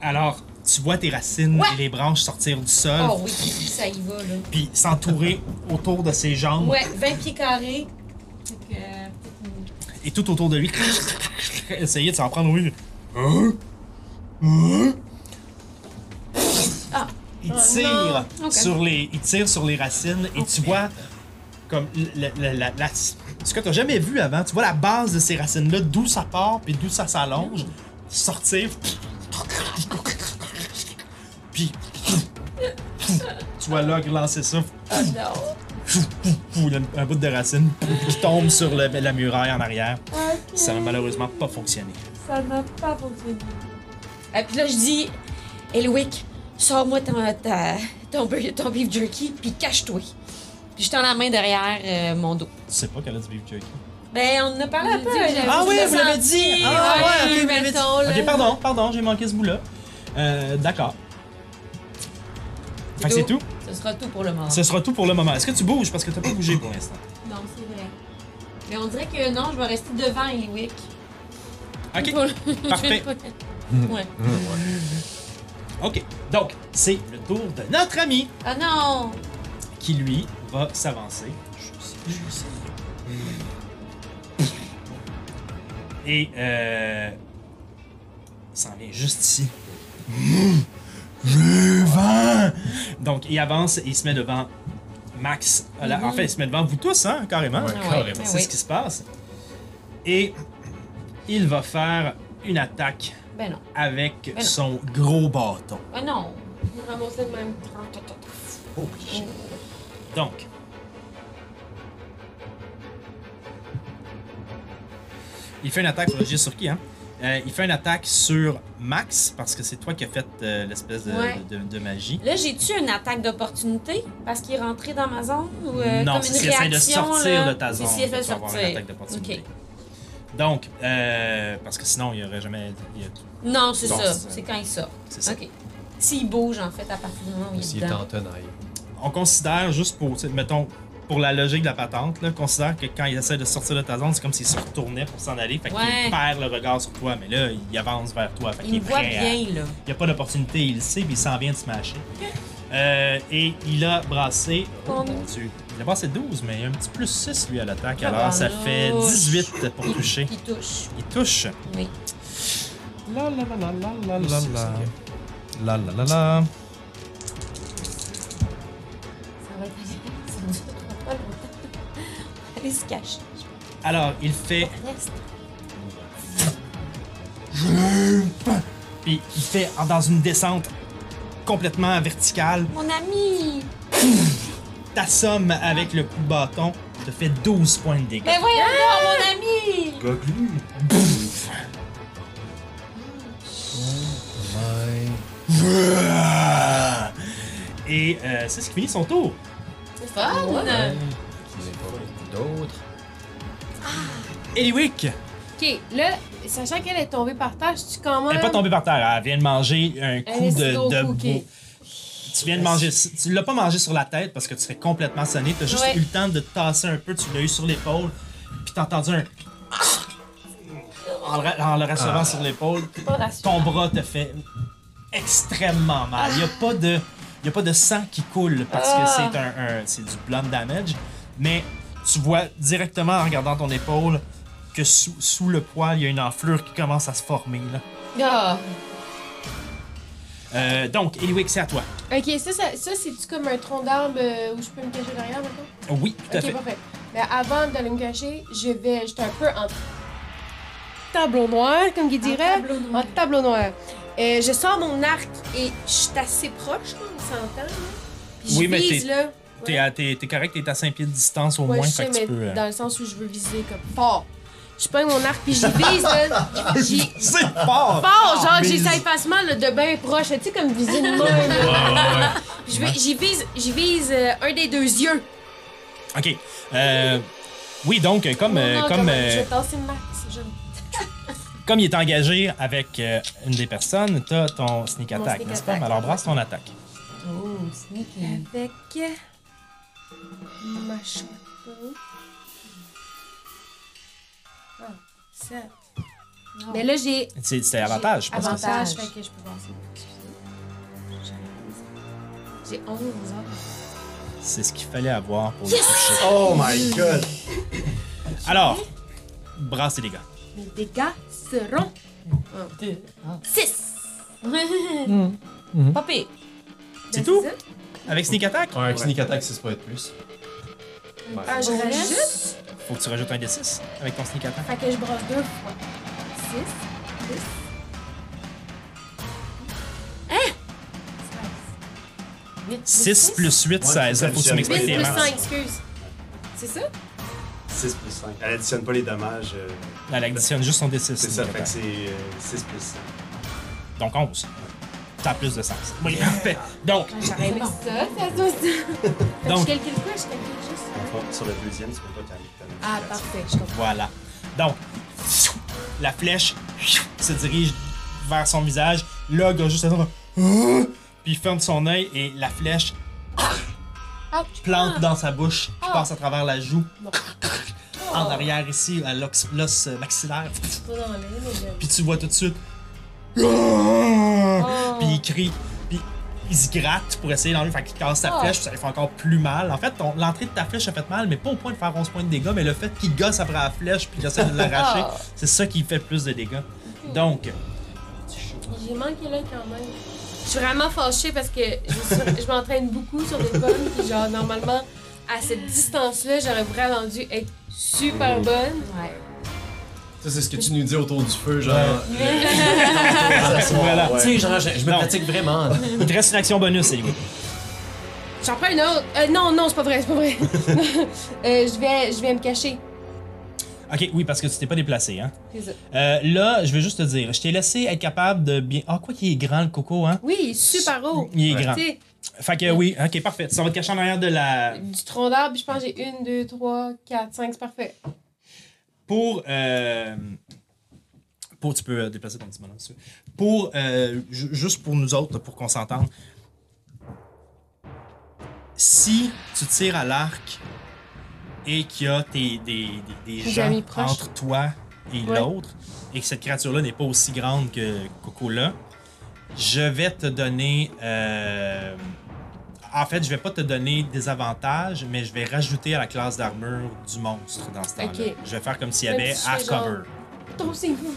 S1: Alors, tu vois tes racines et les branches sortir du sol,
S2: Oh oui, ça y va, là.
S1: puis s'entourer autour de ses jambes
S2: Ouais, 20 pieds carrés. Fait que, euh,
S1: et tout autour de lui. *laughs* Essayer de s'en prendre, oui. Hein? Hein?
S2: Ah.
S1: Il tire, sur les, il tire sur les racines et tu vois comme la- la- la- la- ce que tu n'as jamais vu avant. Tu vois la base de ces racines-là, d'où ça part puis d'où ça s'allonge, sortir. Puis tu vois l'ogre lancer ça. Ouh, il y a une- un bout de racine qui tombe sur le- la muraille en arrière. Ça n'a malheureusement pas fonctionné.
S8: Ça n'a pas fonctionné.
S2: Euh, puis là, je dis, Elwick, sors-moi ton, ta- ton, bur- ton beef jerky, puis cache-toi. Puis je tends la main derrière euh, mon dos.
S1: Tu sais pas qu'elle a du beef jerky.
S2: Ben, on en a parlé un peu.
S8: dit que
S2: là.
S8: j'avais
S1: Ah
S2: Je
S1: oui,
S2: me
S1: vous l'avez
S2: sens-
S1: dit!
S2: Ah ouais,
S1: ok, vous l'avez dit.
S2: mettons, là.
S1: Ok, pardon, pardon, j'ai manqué ce bout-là. Euh, d'accord. Fait que c'est tout.
S2: Ce sera tout pour le moment.
S1: Ce sera tout pour le moment. Est-ce que tu bouges? Parce que t'as pas bougé pour l'instant.
S2: Non, c'est vrai. Mais on dirait que non, je vais rester devant Elwick.
S1: Ok,
S2: Pour-
S1: Parfait. Hmm.
S2: ouais.
S1: ok. Donc, c'est le tour de notre ami
S2: Ah non!
S1: qui, lui, va s'avancer.
S8: Hmm.
S1: Et euh, s'en vient juste
S8: *gasps*
S1: ici. Mmh! Je vends! Donc, il avance et il se met devant Max. À la- En fait, il se met devant vous tous, hein, carrément.
S8: Ouais, Ah ouais, carrément.
S1: C'est
S8: oui.
S1: ce qui se passe. Et il va faire une attaque
S8: Ben non.
S1: avec
S8: non.
S1: son gros bâton.
S8: Ah non.
S6: Ramasse-le de même.
S1: Donc. Il fait une attaque, je registre sur qui, hein? Euh, il fait une attaque sur Max, parce que c'est toi qui as fait euh, l'espèce de,
S2: Ouais.
S1: de- de magie.
S2: Là, j'ai-tu une attaque d'opportunité parce qu'il est rentré dans ma zone ou euh,
S1: non,
S2: comme
S1: c'est
S2: une
S1: s'il essaie
S2: réaction
S1: de sortir
S2: là?
S1: de ta
S2: C'est
S1: zone.
S2: s'il essaie de
S1: tu vas avoir une
S2: sortir.
S1: attaque d'opportunité.
S2: Ok.
S1: Donc, euh, parce que sinon, il n'y aurait jamais. il y a-
S2: Non, c'est
S1: Bon,
S2: ça.
S1: c'est-
S2: C'est quand il sort.
S1: C'est ça.
S2: Ok. S'il bouge, en fait, à partir du moment où il
S4: S'il
S2: est
S4: est
S2: dedans.
S4: en tenaille.
S1: On considère, juste pour, tu sais, mettons, pour la logique de la patente, là, considère que quand il essaie de sortir de ta zone, c'est comme s'il se retournait pour s'en aller. Fait
S2: Ouais.
S1: qu'il perd le regard sur toi, mais là, il avance vers toi. Fait
S2: Il
S1: qu'il
S2: me
S1: est
S2: voit
S1: prêt à-
S2: bien, là.
S1: Il n'y a pas d'opportunité, il le sait, puis il s'en vient de smasher. Euh, et il a brassé. Oh mon dieu. Il a brassé 12, mais il a un petit plus 6 lui à l'attaque.
S2: Hum. Ah,
S1: Alors ça
S2: barnouche.
S1: fait 18 pour toucher.
S2: Il touche.
S1: Il touche.
S2: Oui.
S1: La la la la la la la la. La la la
S8: Ça va être ça ne durera pas longtemps. Allez se cacher.
S1: Alors il fait.
S8: Reste.
S1: Puis il fait en- dans une descente complètement verticale.
S8: Mon ami!
S1: T'assomme avec le coup de bâton. Te fait 12 points de dégâts.
S8: Mais voyons donc, mon ami!
S5: Goglu.
S1: Et euh, c'est ce qui finit son tour.
S2: C'est fun!
S4: Qu'il ait pas d'autres.
S1: Eliwick!
S6: Ok, là, sachant qu'elle est tombée par terre, tu commences.
S1: Elle n'est pas tombée par terre, elle vient de manger un
S6: Un
S1: coup de,
S6: gros
S1: de
S6: coup, ok.
S1: Tu viens de manger. Tu l'as pas mangé sur la tête parce que tu serais complètement sonné. T'as juste
S2: Ouais.
S1: eu le temps de te tasser un peu, tu l'as eu sur l'épaule, puis t'as entendu un. En le, ra- en le recevant sur l'épaule, ton bras te fait extrêmement mal. Il n'y a, pas de- y a pas de sang qui coule parce que c'est un, un- c'est du blunt damage, mais tu vois directement en regardant ton épaule que sous, sous le poil, il y a une enflure qui commence à se former. Là.
S6: Ah.
S1: Euh, donc, Eliwick, c'est à toi.
S6: Ok, ça, ça, ça, c'est-tu comme un tronc d'arbre euh, où je peux me cacher derrière maintenant?
S1: Oui, tout à
S6: Ok,
S1: fait.
S6: parfait. Mais avant d'aller me cacher, je vais. J'étais un peu en tableau noir, comme il dirait.
S2: tableau noir.
S6: En tableau noir. Euh, je sors mon arc et je suis assez proche, là, on s'entend. là. Puis je
S1: Oui, mais
S6: vise,
S1: t'es-
S6: là.
S1: T'es, à- t'es- t'es correct, t'es à 5 pieds de distance au
S6: Ouais,
S1: moins,
S6: je
S1: fait
S6: sais,
S1: que
S6: mais
S1: tu peux. euh,
S6: dans le sens où je veux viser comme fort. Je prends mon arc
S1: *laughs*
S6: puis j'y vise, là. J'y
S1: C'est fort!
S6: fort, genre, j'ai
S1: Ah, vise.
S6: cet effacement là, de bien proche, tu sais, comme viser une main. là. Je vais- J'y vise, j'y vise euh, un des deux yeux.
S1: Ok. Euh, oui, donc, comme, euh,
S6: Non, non,
S1: comme, euh,
S6: Je vais tasser Max. je-
S1: comme il est engagé avec euh, une des personnes, t'as ton sneak
S6: Mon
S1: attack,
S6: sneak
S1: n'est-ce pas?
S6: attack.
S1: Alors, brasse ton attaque.
S8: Oh, sneaky.
S6: Avec euh, ma chapeau. Ah, ça.
S8: Non.
S6: Mais là, j'ai.
S1: C'est, c'est avantage,
S6: j'ai
S1: parce que
S6: Avantage,
S8: c'est-
S6: fait que je peux voir ça. Excusez. J'ai- J'ai 11 ans.
S1: c'est ce qu'il fallait avoir pour le toucher.
S5: Oh my god.
S1: Alors, brasse tes dégâts.
S6: Mes dégâts seront.
S8: Deux. Ah. *laughs*
S2: 6!
S8: Pas pire.
S1: Mm. Mm-hmm. C'est
S6: Ben,
S1: tout?
S6: ça.
S1: Avec sneak attack,
S7: Un sneak attack, si c'est pas être plus.
S6: Ah, je rajoute.
S1: faut que tu rajoutes un D6 avec ton sneak attack.
S6: Fait que je brosse deux fois. 6, 10. Hein?
S1: 6 plus 8,
S5: Ouais,
S1: 16.
S5: c'est
S1: Faut que tu
S5: ça,
S1: m'expliques
S6: 10
S1: tes
S6: plus
S1: maths.
S6: 5, excuse. C'est ça?
S5: 6 plus 5. Elle additionne pas les dommages. euh,
S1: Elle additionne juste son D6.
S5: c'est
S1: sneak
S5: ça, fait que
S1: attack.
S5: c'est euh, 6 plus 5.
S1: Donc 11. Ça a plus de sens. Oui, parfait. Donc,
S6: J'aurais aimé ça, ça doit se dire.
S1: Donc-
S6: Je calcule quoi? Je calcule juste.
S5: Enfin, sur le deuxième, tu peux pas t'en- t'en-
S6: Ah,
S5: t'en-
S6: parfait, je comprends.
S1: Voilà. Donc, *sniffs* la flèche *sniffs* se dirige vers son visage. Le gars juste attend. *sniffs* Puis il ferme son œil et la flèche *sniffs*
S6: Ouch.
S1: plante dans sa bouche,
S6: Ah.
S1: puis passe à travers la joue. En
S6: Oh.
S1: arrière ici, à l'ox- l'os euh, maxillaire.
S6: Pas dans la main, mais j'aime.
S1: Puis tu vois tout de suite.
S6: Oh.
S1: *sniffs* Puis il crie. Puis il se gratte pour essayer d'enlever. Fait qu'il casse sa
S6: Oh.
S1: flèche, puis ça lui fait encore plus mal. En fait, ton- l'entrée de ta flèche a fait mal, mais pas au point de faire 11 points de dégâts, mais le fait qu'il gosse après la flèche, puis qu'il essaie de l'arracher,
S6: Oh.
S1: c'est ça qui fait plus de dégâts. Donc,
S6: J'ai manqué là quand même. Je suis vraiment fâchée parce que je, suis- je m'entraîne beaucoup sur des pommes. Puis genre, normalement, à cette distance-là, j'aurais vraiment dû être
S1: Oh.
S6: super bonne.
S8: Ouais.
S7: Ça, c'est ce que tu nous dis autour du feu, genre.
S1: Voilà.
S7: Tu sais, genre, je, je me
S1: Non.
S7: pratique vraiment.
S1: Il te reste une action bonus, anyway.
S6: J'en prends une autre. Euh, non, non, c'est pas vrai, c'est
S1: *laughs*
S6: pas vrai. Euh, je, vais, je vais me cacher.
S1: Ok, oui, parce que tu t'es pas déplacé, hein.
S6: C'est ça.
S1: Euh, là, je vais juste te dire, je t'ai laissé être capable de bien. Ah, quoi qu'il est grand, le coco, hein.
S6: Oui, il est super haut.
S1: Il est
S6: Tu
S1: grand.
S6: sais,
S1: Fait que oui, ok, parfait. Ça va te cacher en arrière de la.
S6: du tronc d'arbre, puis je pense que j'ai une, deux, trois, quatre, cinq, c'est parfait.
S1: Pour. euh, pour tu peux euh, déplacer ton petit bonhomme, si tu veux. Pour. euh, ju- juste pour nous autres, pour qu'on s'entende. Si tu tires à l'arc et qu'il y a tes- des, des, des
S6: Des
S1: gens
S6: amis proches.
S1: entre toi et
S6: Ouais.
S1: l'autre, et que cette créature-là n'est pas aussi grande que Coco-là, je vais te donner. euh, en fait, je vais pas te donner des avantages, mais je vais rajouter à la classe d'armure du monstre dans ce temps-là.
S6: Ok.
S1: Je vais faire comme s'il y
S6: Même
S1: avait
S6: si je
S1: hard
S6: fais genre-
S1: cover.
S6: Tombe, c'est vous.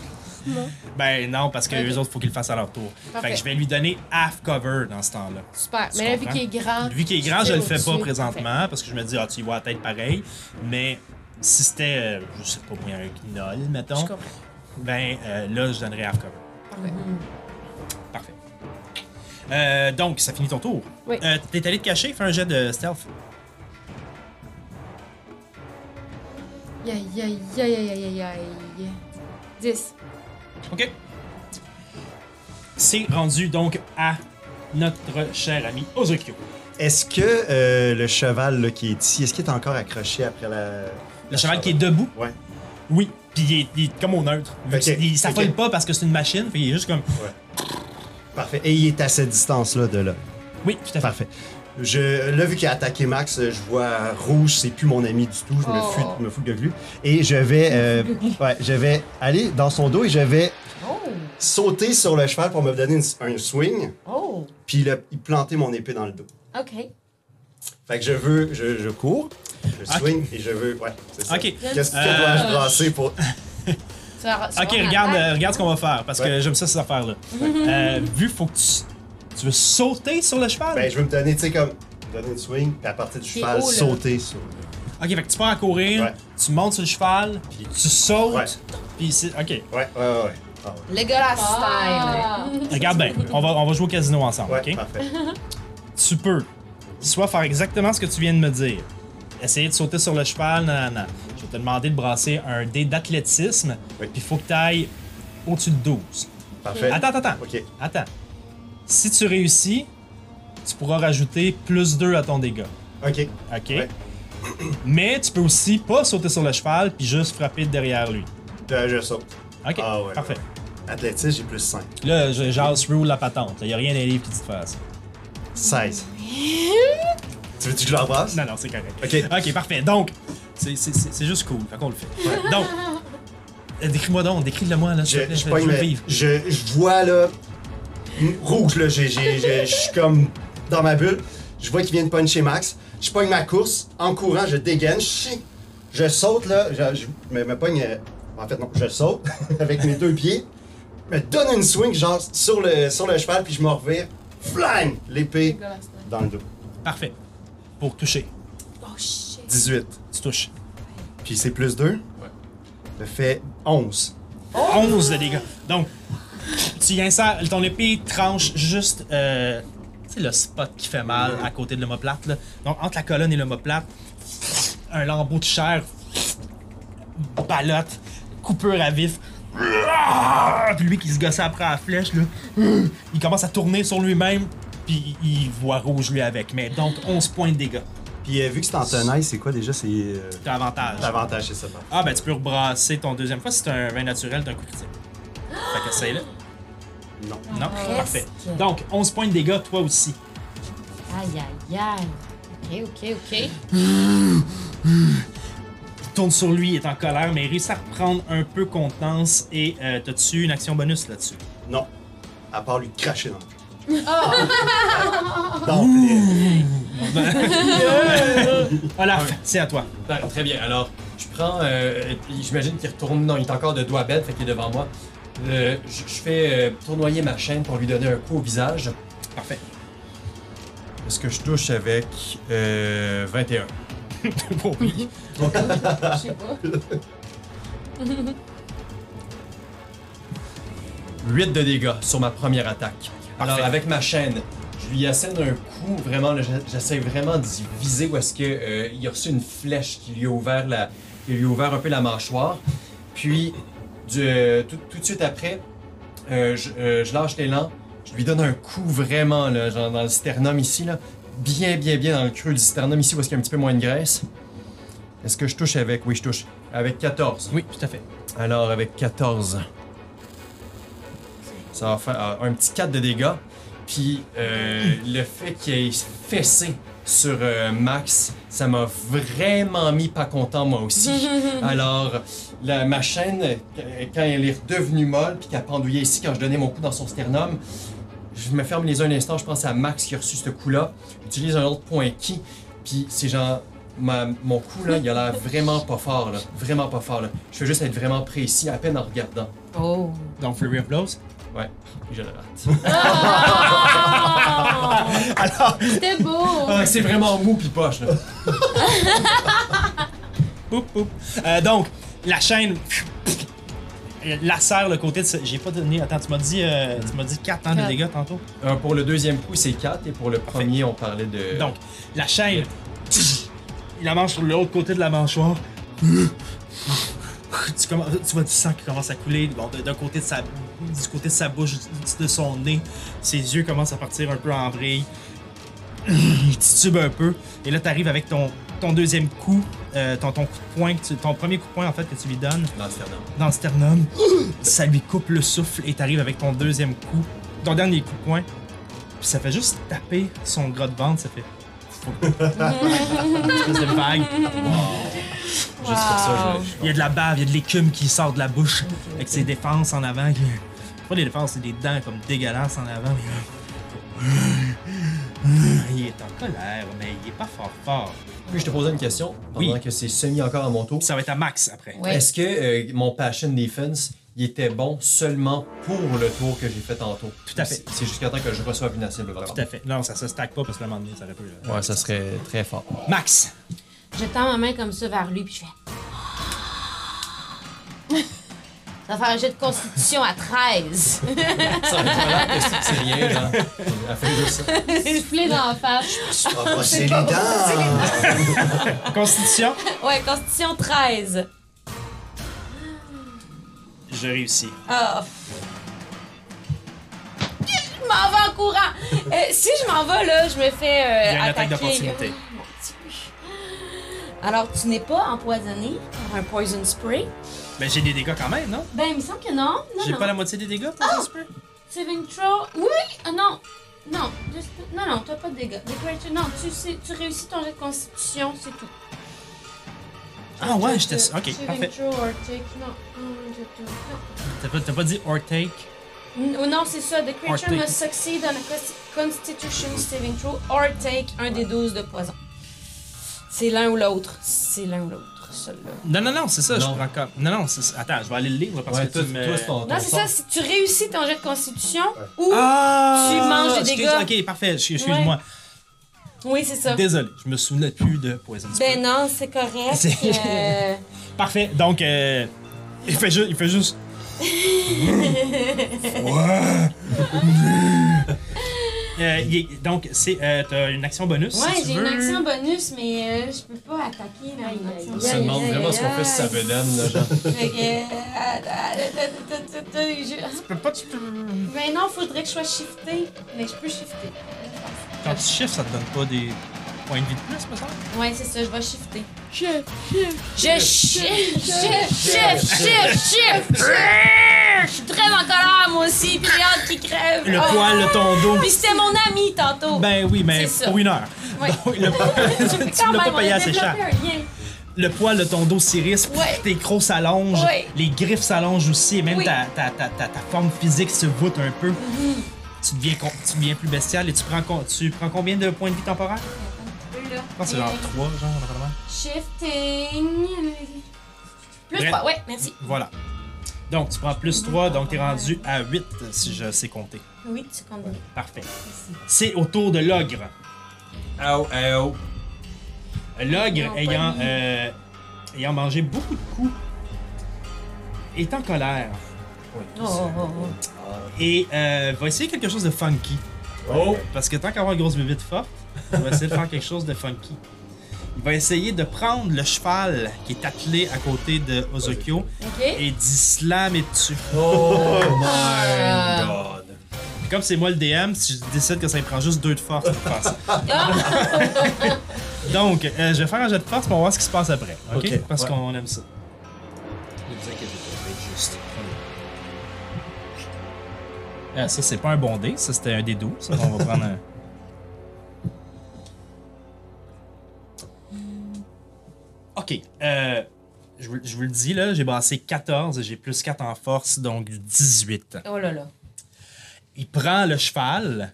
S6: Non.
S1: Ben non, parce que
S6: Ok.
S1: les autres, faut qu'ils le fassent à leur tour. Fait
S6: Parfait.
S1: que je vais lui donner half cover dans ce temps-là.
S6: Super.
S1: Tu
S6: Mais là, vu
S1: comprends?
S6: qu'il est grand.
S1: Lui qui est grand, je le fais pas
S6: au-dessus.
S1: présentement parce que je me dis, ah, tu y vois la tête pareil. Mais si c'était, euh, je sais pas, moi, un guignol,
S6: Je
S1: mettons,
S6: comprends.
S1: ben euh, là, je donnerais half cover.
S6: Parfait.
S1: Parfait. Euh, donc, ça finit ton tour.
S6: Oui.
S1: Euh, T'es allé te cacher, fais un jet de stealth.
S6: Aïe, aïe, aïe, aïe, aïe, aïe, aïe. 10.
S1: OK. C'est rendu donc à notre cher ami Ozokyo.
S5: Est-ce que euh, le cheval là, qui est ici, est-ce qu'il est encore accroché après la.
S1: Le cheval qui est debout.
S5: Ouais.
S1: Oui. Puis il est, il est comme au neutre. Vu
S5: Ok.
S1: qu'il- Il s'affole
S5: Ok.
S1: pas parce que c'est une machine. Fait il est juste comme.
S5: Parfait. Et il est à cette distance-là de là.
S1: Oui, tout à fait.
S5: Parfait. Je, là, vu qu'il a attaqué Max, je vois rouge, c'est plus mon ami du tout, je me,
S6: Oh.
S5: fous, me fous de lui. Et je vais, euh, ouais, je vais aller dans son dos et je vais
S8: Oh!
S5: sauter sur le cheval pour me donner une- un swing,
S8: Oh!
S5: puis le- y planter mon épée dans le dos.
S8: OK.
S5: Fait que je veux, je, je cours, je swing et je veux, ouais, c'est ça.
S1: Ok.
S5: Qu'est-ce que
S1: Euh,
S5: dois-je brasser pour.
S1: Ok, regarde, euh, regarde ce qu'on va faire parce que
S5: Ouais.
S1: j'aime ça ces affaires-là.
S6: Mm-hmm.
S1: Euh, vu, faut que tu. Tu veux sauter sur le cheval?
S5: Ben, je veux me donner, tu sais, comme, me donner une swing, puis à partir du
S6: Qui est
S5: cheval,
S6: haut, là.
S5: sauter sur.
S1: Ok, fait que tu pars à courir,
S5: Ouais.
S1: tu montes sur le cheval, puis tu sautes,
S5: Ouais.
S1: puis c'est. Ok,
S5: Ouais, ouais, ouais. ouais. Ah, ouais.
S8: Legolas
S6: Ah.
S8: style.
S1: regarde bien, on va, on va jouer au casino ensemble,
S5: Ouais, Ah.
S1: ok?
S5: parfait.
S1: tu peux soit faire exactement ce que tu viens de me dire, essayer de sauter sur le cheval, nanana. Je vais te demander de brasser un dé d'athlétisme,
S5: Oui.
S1: puis il faut que tu ailles au-dessus de 12.
S5: Parfait.
S1: Attends, attends, attends.
S5: Ok.
S1: Attends. Si tu réussis, tu pourras rajouter plus 2 à ton dégât.
S5: Ok.
S1: OK?
S5: Ouais.
S1: Mais tu peux aussi pas sauter sur le cheval puis juste frapper derrière lui.
S5: Je, je saute.
S1: OK?
S5: Ah ouais,
S1: Parfait.
S5: Athlétisme, j'ai plus 5.
S1: Là, je- jase rule la patente. Il n'y a rien dans les livres qui dit de faire ça.
S6: *laughs*
S5: 16. tu veux-tu que je l'embrasse?
S1: Non, non, c'est correct.
S5: Ok.
S1: Ok, parfait. Donc, c'est- c'est c'est- c'est juste cool. Fait qu'on le fait. Donc, euh, décris-moi donc, décris-le-moi, là, s'il te
S5: Je,
S1: plaît,
S5: je,
S1: je,
S5: pogne
S1: je veux
S5: le-
S1: vivre.
S5: je, je vois là. m- Rouge là, j'ai- j'ai- j'ai- je suis comme dans ma bulle. Je vois qu'il vient de puncher Max. Je pogne ma course. En courant, je dégaine. Chi- Je saute là. Je, je me, me pogne. euh, En fait, non, je saute *laughs* avec mes deux pieds. Me donne une swing, genre sur le, sur le cheval, puis je me revire. Flang! L'épée
S6: Dégueulasse, ouais.
S5: dans le dos.
S1: Parfait. Pour toucher,
S6: Oh shit.
S5: 18.
S1: tu touches.
S5: Puis c'est plus 2. Ouais. Ça fait 11.
S1: 11 de dégâts. Donc, tu y insères, ton épée tranche juste, euh, tu sais, le spot qui fait mal à côté de l'homoplate. là. Donc, entre la colonne et l'homoplate, un lambeau de chair, balotte, coupure à vif. Puis lui qui se gossait après la flèche, là, il commence à tourner sur lui-même, puis il voit rouge lui avec. Mais donc, 11 points de dégâts.
S5: Puis euh, vu que c'est en tenaille, c'est quoi déjà? C'est. euh,
S1: T'as avantage.
S5: L'avantage, c'est ça. pardon.
S1: Ah, ben tu peux rebrasser ton deuxième fois si c'est un vin naturel d'un coup critique. Fait que c'est là.
S5: Non.
S1: Non,
S8: Presque.
S1: parfait. Donc, 11 points de dégâts, toi aussi.
S8: Aïe, aïe, aïe. OK, OK, OK.
S1: Il tourne sur lui, il est en colère, mais il réussit à reprendre un peu contenance et euh, t'as-tu une action bonus là-dessus?
S5: Non. À part lui cracher dans le cul.
S1: Olaf, c'est à toi.
S7: Ben, très bien. Alors, je prends. euh, et puis j'imagine qu'il retourne. Non, il est encore de doigt bête, fait qu'il est devant moi. Euh, je je fais euh, tournoyer ma chaîne pour lui donner un coup au visage.
S1: Parfait.
S7: Est-ce que je touche avec euh, *laughs* 21?
S1: Bon, oui.
S6: Je sais pas.
S7: 8 de dégâts sur ma première attaque. Alors,
S1: Parfait.
S7: avec ma chaîne, je lui assène un coup, vraiment, là, j'a- j'essaie vraiment d'y viser où est-ce qu'il a reçu une flèche qui lui a ouvert, la, qui lui a ouvert un peu la mâchoire. Puis, du- euh, tout, tout de suite après, euh, je, euh, je lâche l'élan, je lui donne un coup vraiment, là, genre dans le sternum ici, là, bien, bien, bien dans le creux du sternum ici où est-ce qu'il y a un petit peu moins de graisse. Est-ce que je touche avec Oui, je touche. Avec 14.
S1: Oui, tout à fait.
S7: Alors, avec 14, ça va faire euh, un petit 4 de dégâts. Puis, euh, le fait qu'il ait fessé sur euh, Max, ça m'a vraiment mis pas content, moi aussi. Alors, la- ma chaîne, euh, quand elle est redevenue molle, puis qu'elle pendouillait ici, quand je donnais mon coup dans son sternum, je me ferme les yeux un instant, je pense à Max qui a reçu ce coup-là. J'utilise un autre point qui, puis c'est genre. ma- mon coup là, il a l'air vraiment pas fort là, vraiment pas fort là. Je veux juste être vraiment précis à peine en regardant.
S8: Oh.
S1: Donc, Flurry of Blows.
S7: Puis je le rate.
S6: Ah!
S7: *laughs*
S6: C'était beau!
S7: Ah, c'est vraiment mou puis poche là.
S1: Poup, poup. Euh, donc, la chaîne pfiou, pfiou, euh, lacère le côté de. ce- J'ai pas donné. Attends, tu m'as dit, euh, tu m'as dit 4 ans de
S6: Quatre.
S1: dégâts tantôt.
S7: Euh, pour le deuxième coup c'est 4 et pour le premier on parlait de.
S1: Donc, la chaîne. Il la mange sur l'autre côté de la mâchoire. Tu, commen- tu vois du sang qui commence à couler bon, de- d'un côté de sa, du côté de sa bouche, du- de son nez. Ses yeux commencent à partir un peu en vrille. Il titube un peu. Et là, t'arrives avec ton, ton deuxième coup, euh, ton, ton coup de poing, que tu- ton premier coup de poing en fait que tu lui donnes.
S7: Dans le sternum.
S1: dans le sternum. Ça lui coupe le souffle et t'arrives avec ton deuxième coup, ton dernier coup de poing. Puis ça fait juste taper son gras de ventre, ça fait. *laughs* Une espèce de vague.
S9: Juste pour ça, je- je.
S1: Il y a de la bave, il y a de l'écume qui sort de la bouche avec ses défenses en avant. C'est Pas des défenses, c'est des dents comme dégueulasses en avant. Il est en colère, mais il est pas fort fort.
S7: Puis je te posais une question pendant
S1: Oui.
S7: que c'est semi encore à mon tour.
S1: Puis ça va être à max après.
S8: Ouais.
S7: Est-ce que euh, mon passion defense il était bon seulement pour le tour que j'ai fait tantôt
S1: Tout à fait.
S7: C'est jusqu'à temps que je reçoive une cible vraiment.
S1: Tout à fait. Non, ça se stack pas parce que le moment donné, ça aurait pu. là.
S7: Ouais, ça serait très fort.
S1: Max!
S8: Je tends ma main comme ça vers lui, puis je fais. *laughs* Ça va faire un jet de constitution à 13.
S7: Ça aurait pas l'air que c'est- c'est rien, genre. Elle fait juste ça.
S6: Souffler d'en face.
S5: Ah, bah, c'est les dents!
S1: Constitution?
S8: *laughs* ouais, constitution 13.
S1: Je réussis.
S8: Ah. Je m'en vais en courant. Euh, si je m'en vais, là, je me fais euh,
S1: Il y a une attaque
S8: attaquer.
S1: d'opportunité.
S8: Alors, tu n'es pas empoisonné par un poison spray?
S1: Ben, j'ai des dégâts quand même, non?
S8: Ben, il me semble que non. Non,
S1: J'ai
S8: non. Ah!
S1: pas la moitié des dégâts pour ça, se peut?
S8: Saving throw. Oui! Ah, non! Non, juste- non, non, t'as pas de dégâts. Des creatures- non, tu, sais- tu réussis ton jet de constitution, c'est tout.
S1: Ah ouais, j'étais. Ok,
S8: Euh,
S6: Saving
S1: parfait.
S6: throw or take. Non. Mm, je te- non.
S1: T'as pas, t'as pas dit or take?
S8: N- oh non, c'est ça. The creature
S1: Or
S8: must succeed on a consti- constitution saving throw or take un des 12 de poison. C'est l'un ou l'autre. C'est l'un ou l'autre, celui-là.
S1: Non, non, non, c'est ça,
S7: Non.
S1: je prends comme. Non, non, c'est ça. Attends, je vais aller le lire parce
S7: Ouais,
S1: que
S7: toi,
S1: tu me.
S7: toi, c'est ton,
S8: Non,
S7: ton
S8: c'est
S7: sort.
S8: ça. Si tu réussis ton jet de constitution ou.
S1: Ah!
S8: Tu manges des
S1: excuse-
S8: dégâts.
S1: Ok, parfait, excuse- excuse-moi.
S8: Oui, c'est ça.
S1: Désolé, je me souvenais plus de Poison Spray.
S8: Ben non, c'est correct.
S1: C'est-
S8: euh,
S1: Parfait, donc, euh, il, fait juste, il fait
S8: *laughs*
S1: juste. Euh, il est- donc, c'est, euh, t'as une action bonus. *laughs* si
S8: Ouais,
S1: tu
S8: j'ai une
S1: veux.
S8: action bonus, mais euh, je peux pas attaquer là. une action
S7: On
S8: bonus.
S7: se demande vraiment ce qu'on fait si ça vedonne, là, genre.
S8: Fait que, euh, *laughs* je-
S1: Tu peux pas, tu peux-
S8: Ben non, faudrait que je sois shiftée, mais je peux shifter.
S1: Quand tu chiffres, ça te donne pas des points de vie de plus, me semble?
S8: Ouais, c'est ça, je vais shifter.
S6: Je-
S8: Je shift, shift, shift, shift, shift, Je suis très en colère, moi aussi, puis j'ai hâte qu'il crève.
S1: Le
S8: Oh.
S1: poil de ton dos.
S8: Puis c'était mon ami tantôt.
S1: Ben oui, mais
S8: C'est ça.
S1: pour une heure.
S8: Ouais.
S1: Donc, le
S8: *laughs*
S1: poil, *laughs* tu
S8: Quand
S1: l'as pas
S8: même,
S1: payé
S8: on a
S1: assez cher.
S8: développé un lien.
S1: Le poil de ton dos s'irrisse, pff,
S8: Ouais.
S1: tes crocs s'allongent,
S8: Ouais.
S1: les griffes s'allongent aussi, et même
S8: Oui. Mm-hmm.
S1: ta, ta- ta- ta- ta forme physique se voûte un peu. Tu, deviens, con- tu deviens plus bestial et tu prends, con- tu prends combien de points de vie temporaire?
S8: Là.
S1: Je pense que c'est genre 3, genre, normalement.
S8: Shifting. Plus
S1: Bref.
S8: 3, ouais, merci.
S1: Voilà. Donc, tu prends plus 3, donc t'es rendu à 8 si je sais compter.
S8: Oui, tu comptes bien.
S1: Parfait. C'est au tour de l'ogre.
S7: *laughs* Ow, ow.
S8: Oh,
S1: L'ogre ayant, euh, ayant mangé beaucoup de coups est en colère
S8: Oh, oh, oh, oh.
S1: et euh, va essayer quelque chose de funky.
S7: Oh!
S1: Parce que tant qu'avoir une grosse bébite forte, il va essayer de faire quelque chose de funky. Il va essayer de prendre le cheval qui est attelé à côté de Ozokyo
S8: OK?
S1: et d'y slammer dessus.
S7: Oh my god!
S1: Comme c'est moi le DM, si je décide que ça me prend juste deux de force pour faire ça. Donc, euh, je vais faire un jet de force pour voir ce qui se passe après. OK?
S5: Ok,
S1: Parce
S5: ouais.
S1: qu'on aime ça. Ne vous inquiétez pas, je vais juste prendre- Ah, ça, c'est pas un bon dé, ça, c'était un dé 12. Ça, on va prendre un. *laughs* Ok. euh, je, vous, je vous le dis, là, j'ai brassé 14 et j'ai plus 4 en force, donc 18
S8: Oh là là.
S1: il prend le cheval.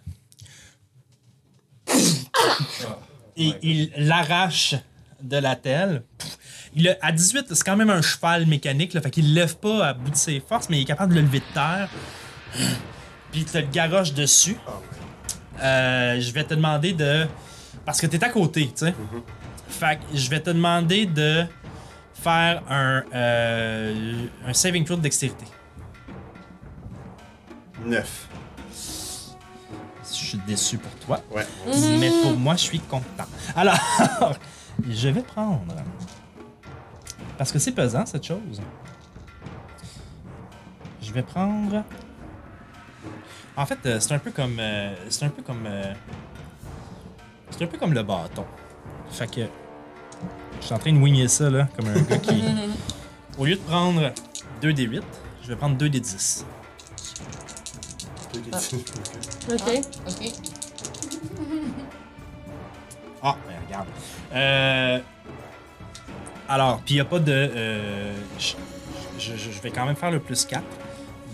S1: Et il l'arrache de la telle. Il a- à 18, c'est quand même un cheval mécanique, là, fait qu'il le lève pas à bout de ses forces, mais il est capable de le lever de terre. Puis il te le garoche dessus. Euh, je vais te demander de. Parce que t'es à côté, tu sais. Fait que je vais te demander de faire un, euh, un saving throw de dextérité.
S5: 9.
S1: Je suis déçu pour toi.
S5: Ouais.
S1: Mais pour moi, je suis content. Alors, *laughs* je vais prendre. Parce que c'est pesant, cette chose. Je vais prendre. En fait, euh, c'est un peu comme. euh, c'est un peu comme. euh, c'est un peu comme le bâton. Fait que. Je suis en train de wigner ça, là, comme un gars qui. Au lieu de prendre 2 des 8, je vais prendre 2 des 10.
S6: Ok.
S8: OK.
S1: Ah, ben regarde. Euh, alors, puis il n'y a pas de. euh, je, je- je- je vais quand même faire le plus 4.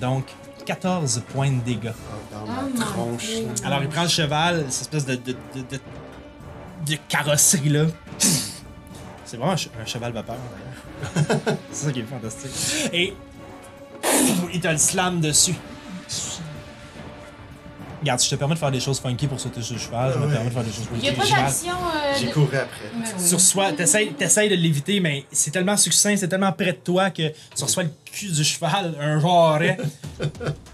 S1: Donc, 14 points de dégâts.
S5: Dans ma tronche. là.
S1: Alors, il prend le cheval, cette espèce de. de, de, de, de carrosserie là. *laughs* C'est vraiment un, che- un cheval vapeur, d'ailleurs. *laughs* C'est ça qui est fantastique. Et. Il te le slam dessus. Regarde, si je te permets de faire des choses funky pour sauter sur le cheval, je me
S5: Ouais.
S1: permets de faire des choses funky
S8: Il n'y a pas
S1: sur le cheval.
S8: d'action. euh,
S5: J'ai
S8: de-
S5: couru après.
S8: Mais oui.
S1: Tu reçois, t'essayes, t'essayes de l'éviter, mais c'est tellement succinct, c'est tellement près de toi que tu reçois le cul du cheval, un jarret,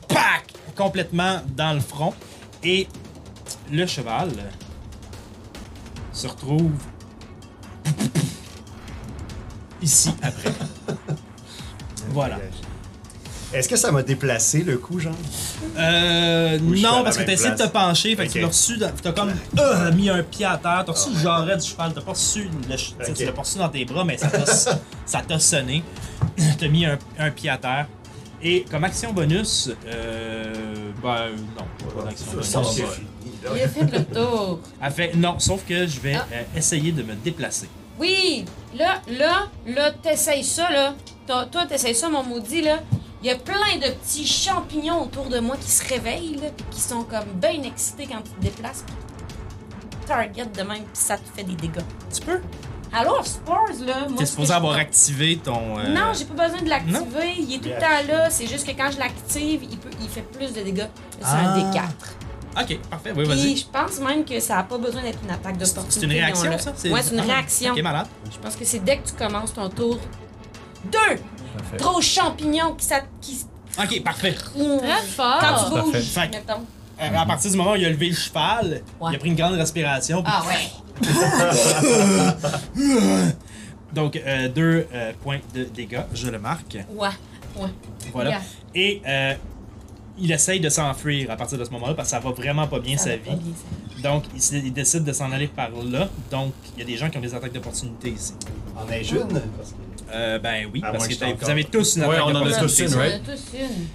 S1: pac, complètement dans le front. Et le cheval se retrouve ici après. Voilà.
S5: Est-ce que ça m'a déplacé le coup, genre?
S1: Euh,
S5: Ou je suis à
S1: non,
S5: la
S1: parce que
S5: même
S1: t'as essayé de te
S5: place.
S1: pencher, fait que tu
S5: Ok. Ah.
S1: l'as reçu, dans- t'as comme euh, mis un pied à terre, t'as reçu le jarret du cheval, t'as pas reçu le ch- t'sais,
S5: Ok.
S1: tu l'as pas reçu dans tes bras, mais ça t'a, *laughs* ça t'a sonné. *clears throat* t'as mis un, un pied à terre. Et comme action bonus, euh, ben non, pas d'action bonus.
S5: Ça, c'est
S7: va.
S5: fini, là.
S8: Il a fait le tour.
S1: Elle fait- non, sauf que je vais
S8: Ah.
S1: euh, essayer de me déplacer.
S8: Oui, là, là, là, t'essayes ça, là. Toi, toi, t'essayes ça, mon maudit, là. Il y a plein de petits champignons autour de moi qui se réveillent, là, puis qui sont comme bien excités quand tu te déplaces. puis Target de même, puis ça te fait des dégâts.
S1: Tu peux?
S8: Alors, Spurs, là, moi.
S1: T'es
S8: ce que
S1: supposé
S8: je-
S1: avoir activé ton. euh,
S8: Non, j'ai pas besoin de
S1: Non?
S8: l'activer. Il est tout le temps là. C'est juste que quand je l'active, il, peut- il fait plus de dégâts. Là, C'est
S1: Ah.
S8: un D4.
S1: Ok, parfait, oui,
S8: Puis
S1: vas-y.
S8: je pense même que ça a pas besoin d'être une attaque d'opportunité.
S1: C'est une
S8: ils ont
S1: réaction,
S8: là.
S1: ça?
S8: Ouais, c'est une
S1: Ah,
S8: réaction.
S1: Ok, malade.
S8: Je pense que c'est dès que tu commences ton tour. Deux!
S4: Parfait.
S8: Gros champignons qui ça. Qui...
S1: Ok, parfait.
S8: Quand
S2: Hein?
S6: Très fort.
S8: tu bouges,
S1: Fait que-
S8: mettons.
S1: Euh, À partir du moment où il a levé le cheval,
S8: Ouais.
S1: il a pris une grande respiration. puis-
S8: Ah ouais.
S1: Donc, euh, deux euh, points de dégâts, je le marque.
S8: Ouais.
S1: Voilà.
S8: Yeah.
S1: Et euh, il essaye de s'enfuir à partir de ce moment-là parce que ça va vraiment pas bien sa
S8: Ça va
S1: vie.
S8: pas bien, ça.
S1: Donc, il, s- il décide de s'en aller par là. Donc, il y a des gens qui ont des attaques d'opportunité ici.
S5: En ai une?
S1: Euh, ben oui,
S5: À
S1: parce que
S5: moins que j'étais
S7: Ah,
S1: t'as- vous
S5: encore-
S1: avez tous une
S7: Ouais,
S1: attaque
S7: on en a
S1: d'opportunité.
S7: tous une,
S8: On
S7: right?
S8: a tous une.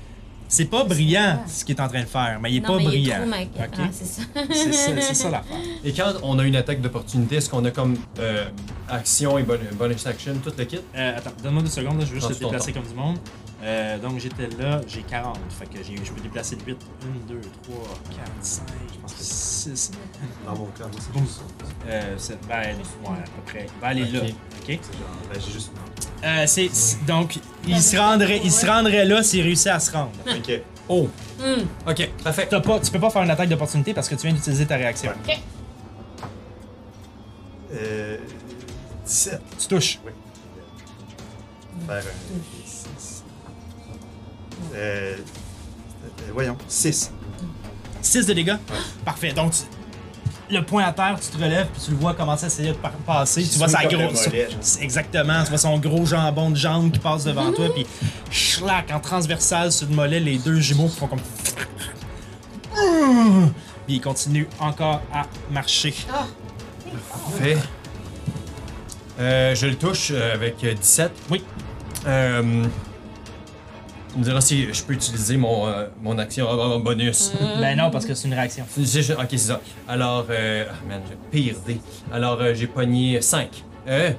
S1: C'est pas brillant ce qu'il est en train de faire, mais il est pas
S8: non, mais Il est
S1: brillant.
S8: trop maigre.
S1: Ok?
S8: Ah, c'est ça.
S1: C'est ça, c'est
S8: *laughs*
S1: ça l'affaire.
S7: Et quand on a une attaque d'opportunité, est-ce qu'on a comme euh, action et bon- bonus action, tout le kit?
S1: Euh, attends, donne-moi deux secondes, là, je veux
S7: Prends
S1: juste te
S7: tout ton
S1: déplacer comme du monde. Euh, donc j'étais là, j'ai 40, fait que j'ai- je peux déplacer de 8. 1, 2, 3, 4, 5, je pense que 6.
S5: Dans mon cas, moi, c'est
S1: Boum.
S5: juste ça.
S1: Euh, cette balle, ouais, à peu près. Ben, elle est
S7: Ok.
S1: là. OK?
S5: C'est genre, ben, j'ai juste.
S1: Euh, c'est, c'est- donc, il se, rendrait, il se rendrait là s'il réussit à se rendre.
S5: Ok.
S7: Oh! Ok, parfait.
S1: T'as pas, tu peux pas faire une attaque d'opportunité parce que tu viens d'utiliser ta réaction.
S5: Euh. 17.
S1: Tu touches.
S5: Oui. Faire un 6. Euh. euh, Voyons, 6.
S1: 6 de dégâts. Parfait. Donc, tu- le point à terre, tu te relèves, puis tu le vois commencer à essayer de par- passer. Tu vois sa
S5: Comme le
S1: grosse.
S5: mollet, genre.
S1: C'est Exactement. Tu vois son gros jambon de jambe qui passe devant toi, puis schlac, en transversale sur le mollet, les deux jumeaux qui font comme. *laughs* Puis ils continuent encore à marcher.
S7: Parfait. Euh, je le touche euh, avec euh, 17.
S1: Oui.
S7: Euh, tu me diras si je peux utiliser mon, euh, mon action oh, oh, bonus.
S1: Ben non, parce que c'est une réaction.
S7: C'est- je- Ok, c'est ça. Alors, euh, ah, man, j'ai pire dé. Alors, euh, j'ai pogné 5. Euh,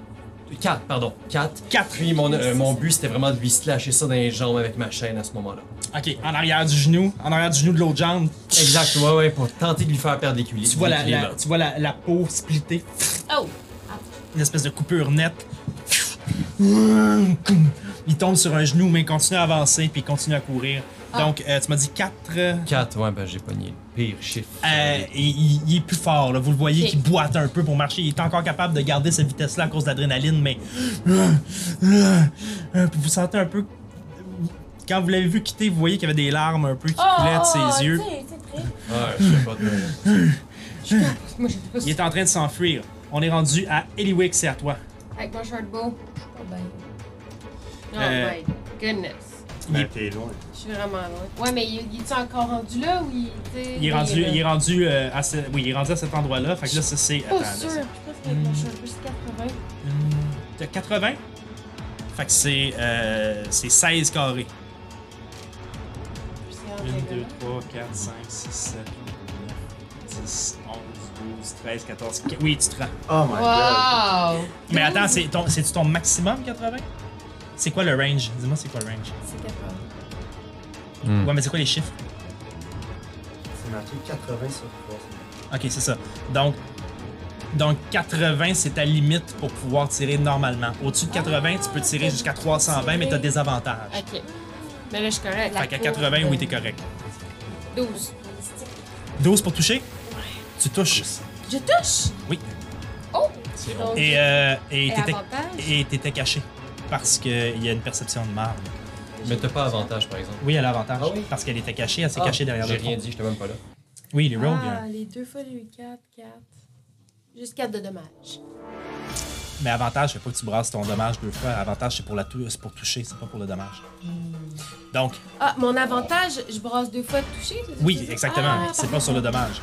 S7: 4, pardon. 4.
S1: 4.
S7: Puis, mon, euh, mon but, c'était vraiment de lui slasher ça dans les jambes avec ma chaîne à ce moment-là.
S1: Ok, en arrière du genou, en arrière du genou de l'autre jambe.
S7: Exact, ouais, ouais, pour tenter de lui faire perdre l'équilibre.
S1: Tu vois la, la-
S7: l'équilibre.
S1: tu vois la, la peau splittée.
S8: Oh!
S1: Une espèce de coupure nette. Il tombe sur un genou, mais il continue à avancer, puis il continue à courir.
S8: Ah.
S1: Donc, euh, tu m'as dit 4.
S7: 4, ouais, ben j'ai pogné le pire chiffre.
S1: il, il est plus fort, là. vous le voyez,
S8: Ok.
S1: qui boite un peu pour marcher. Il est encore capable de garder cette vitesse-là à cause de l'adrénaline, mais. Puis vous sentez un peu. Quand vous l'avez vu quitter, vous voyez qu'il y avait des larmes un peu qui
S8: Oh,
S1: coulaient de
S2: Oh,
S1: ses yeux.
S7: Ouais, je sais pas. de-
S8: oh.
S1: Il est en train de s'enfuir. On est rendu à Eliwick, c'est à toi.
S6: Avec mon short bow. Oh
S1: Euh.
S6: my goodness.
S5: Ben, t'es loin.
S6: Je suis vraiment loin. Ouais, mais il est encore rendu là ou il était.
S1: Il est rendu, il est rendu, euh, à, ce- oui, il est rendu à cet endroit-là. Fait que là, ça c'est.
S6: Je suis
S1: attends,
S6: pas
S1: là,
S6: sûre. Je
S1: c'est-
S6: pense qu'avec mon short bow, c'est 80.
S1: Hum, T'as 80? Fait que c'est euh, c'est 16 carrés.
S6: Puis
S1: 1,
S6: c'est
S1: 2,
S6: rendu
S1: 3, 4, 5, 6, 7, 8, 9, 10, 11, 12, 13, 14. qu- Oui, tu te rends.
S5: Oh my god.
S6: là. Wow!
S1: Mais attends, c'est ton, c'est-tu ton maximum 80? C'est quoi le range? Dis-moi, c'est quoi le range?
S6: C'est 80.
S1: Ouais, mais c'est quoi les chiffres?
S5: C'est marqué 80 sur 3.
S1: Ok, c'est ça. Donc, donc 80, c'est ta limite pour pouvoir tirer normalement. Au-dessus de 80, tu peux tirer jusqu'à 320, mais t'as des avantages.
S6: Ok. Mais là, je suis correct.
S1: Fait qu'à 80, oui, t'es correct.
S6: 12.
S1: 12 pour toucher? Tu touches.
S6: Je touche!
S1: Oui.
S7: C'est
S6: Donc,
S1: Et euh, et
S6: et
S1: t'étais
S6: avantage.
S1: et t'étais caché. Parce qu'il y a une perception de marbre.
S7: Mais t'as pas avantage, par exemple.
S1: Oui, elle a avantage.
S7: Ah oui?
S1: Parce qu'elle était cachée, elle s'est
S7: Ah,
S1: cachée derrière
S7: J'ai
S1: le
S7: rien
S1: tronc.
S7: dit, j'étais même pas là.
S1: Oui, les rogues.
S6: Ah,
S1: hein.
S6: les deux fois, j'ai eu 4, 4. Juste 4 de dommages.
S1: Mais avantage, c'est pas que tu brasses ton dommage deux fois. Avantage, c'est pour, la tou- c'est pour toucher, c'est pas pour le dommage.
S6: Hmm.
S1: Donc,
S6: Ah, mon avantage, je brasse deux fois de toucher? c'est ça Ah, que tu
S1: oui,
S6: dis?
S1: exactement. c'est pas sur le dommage.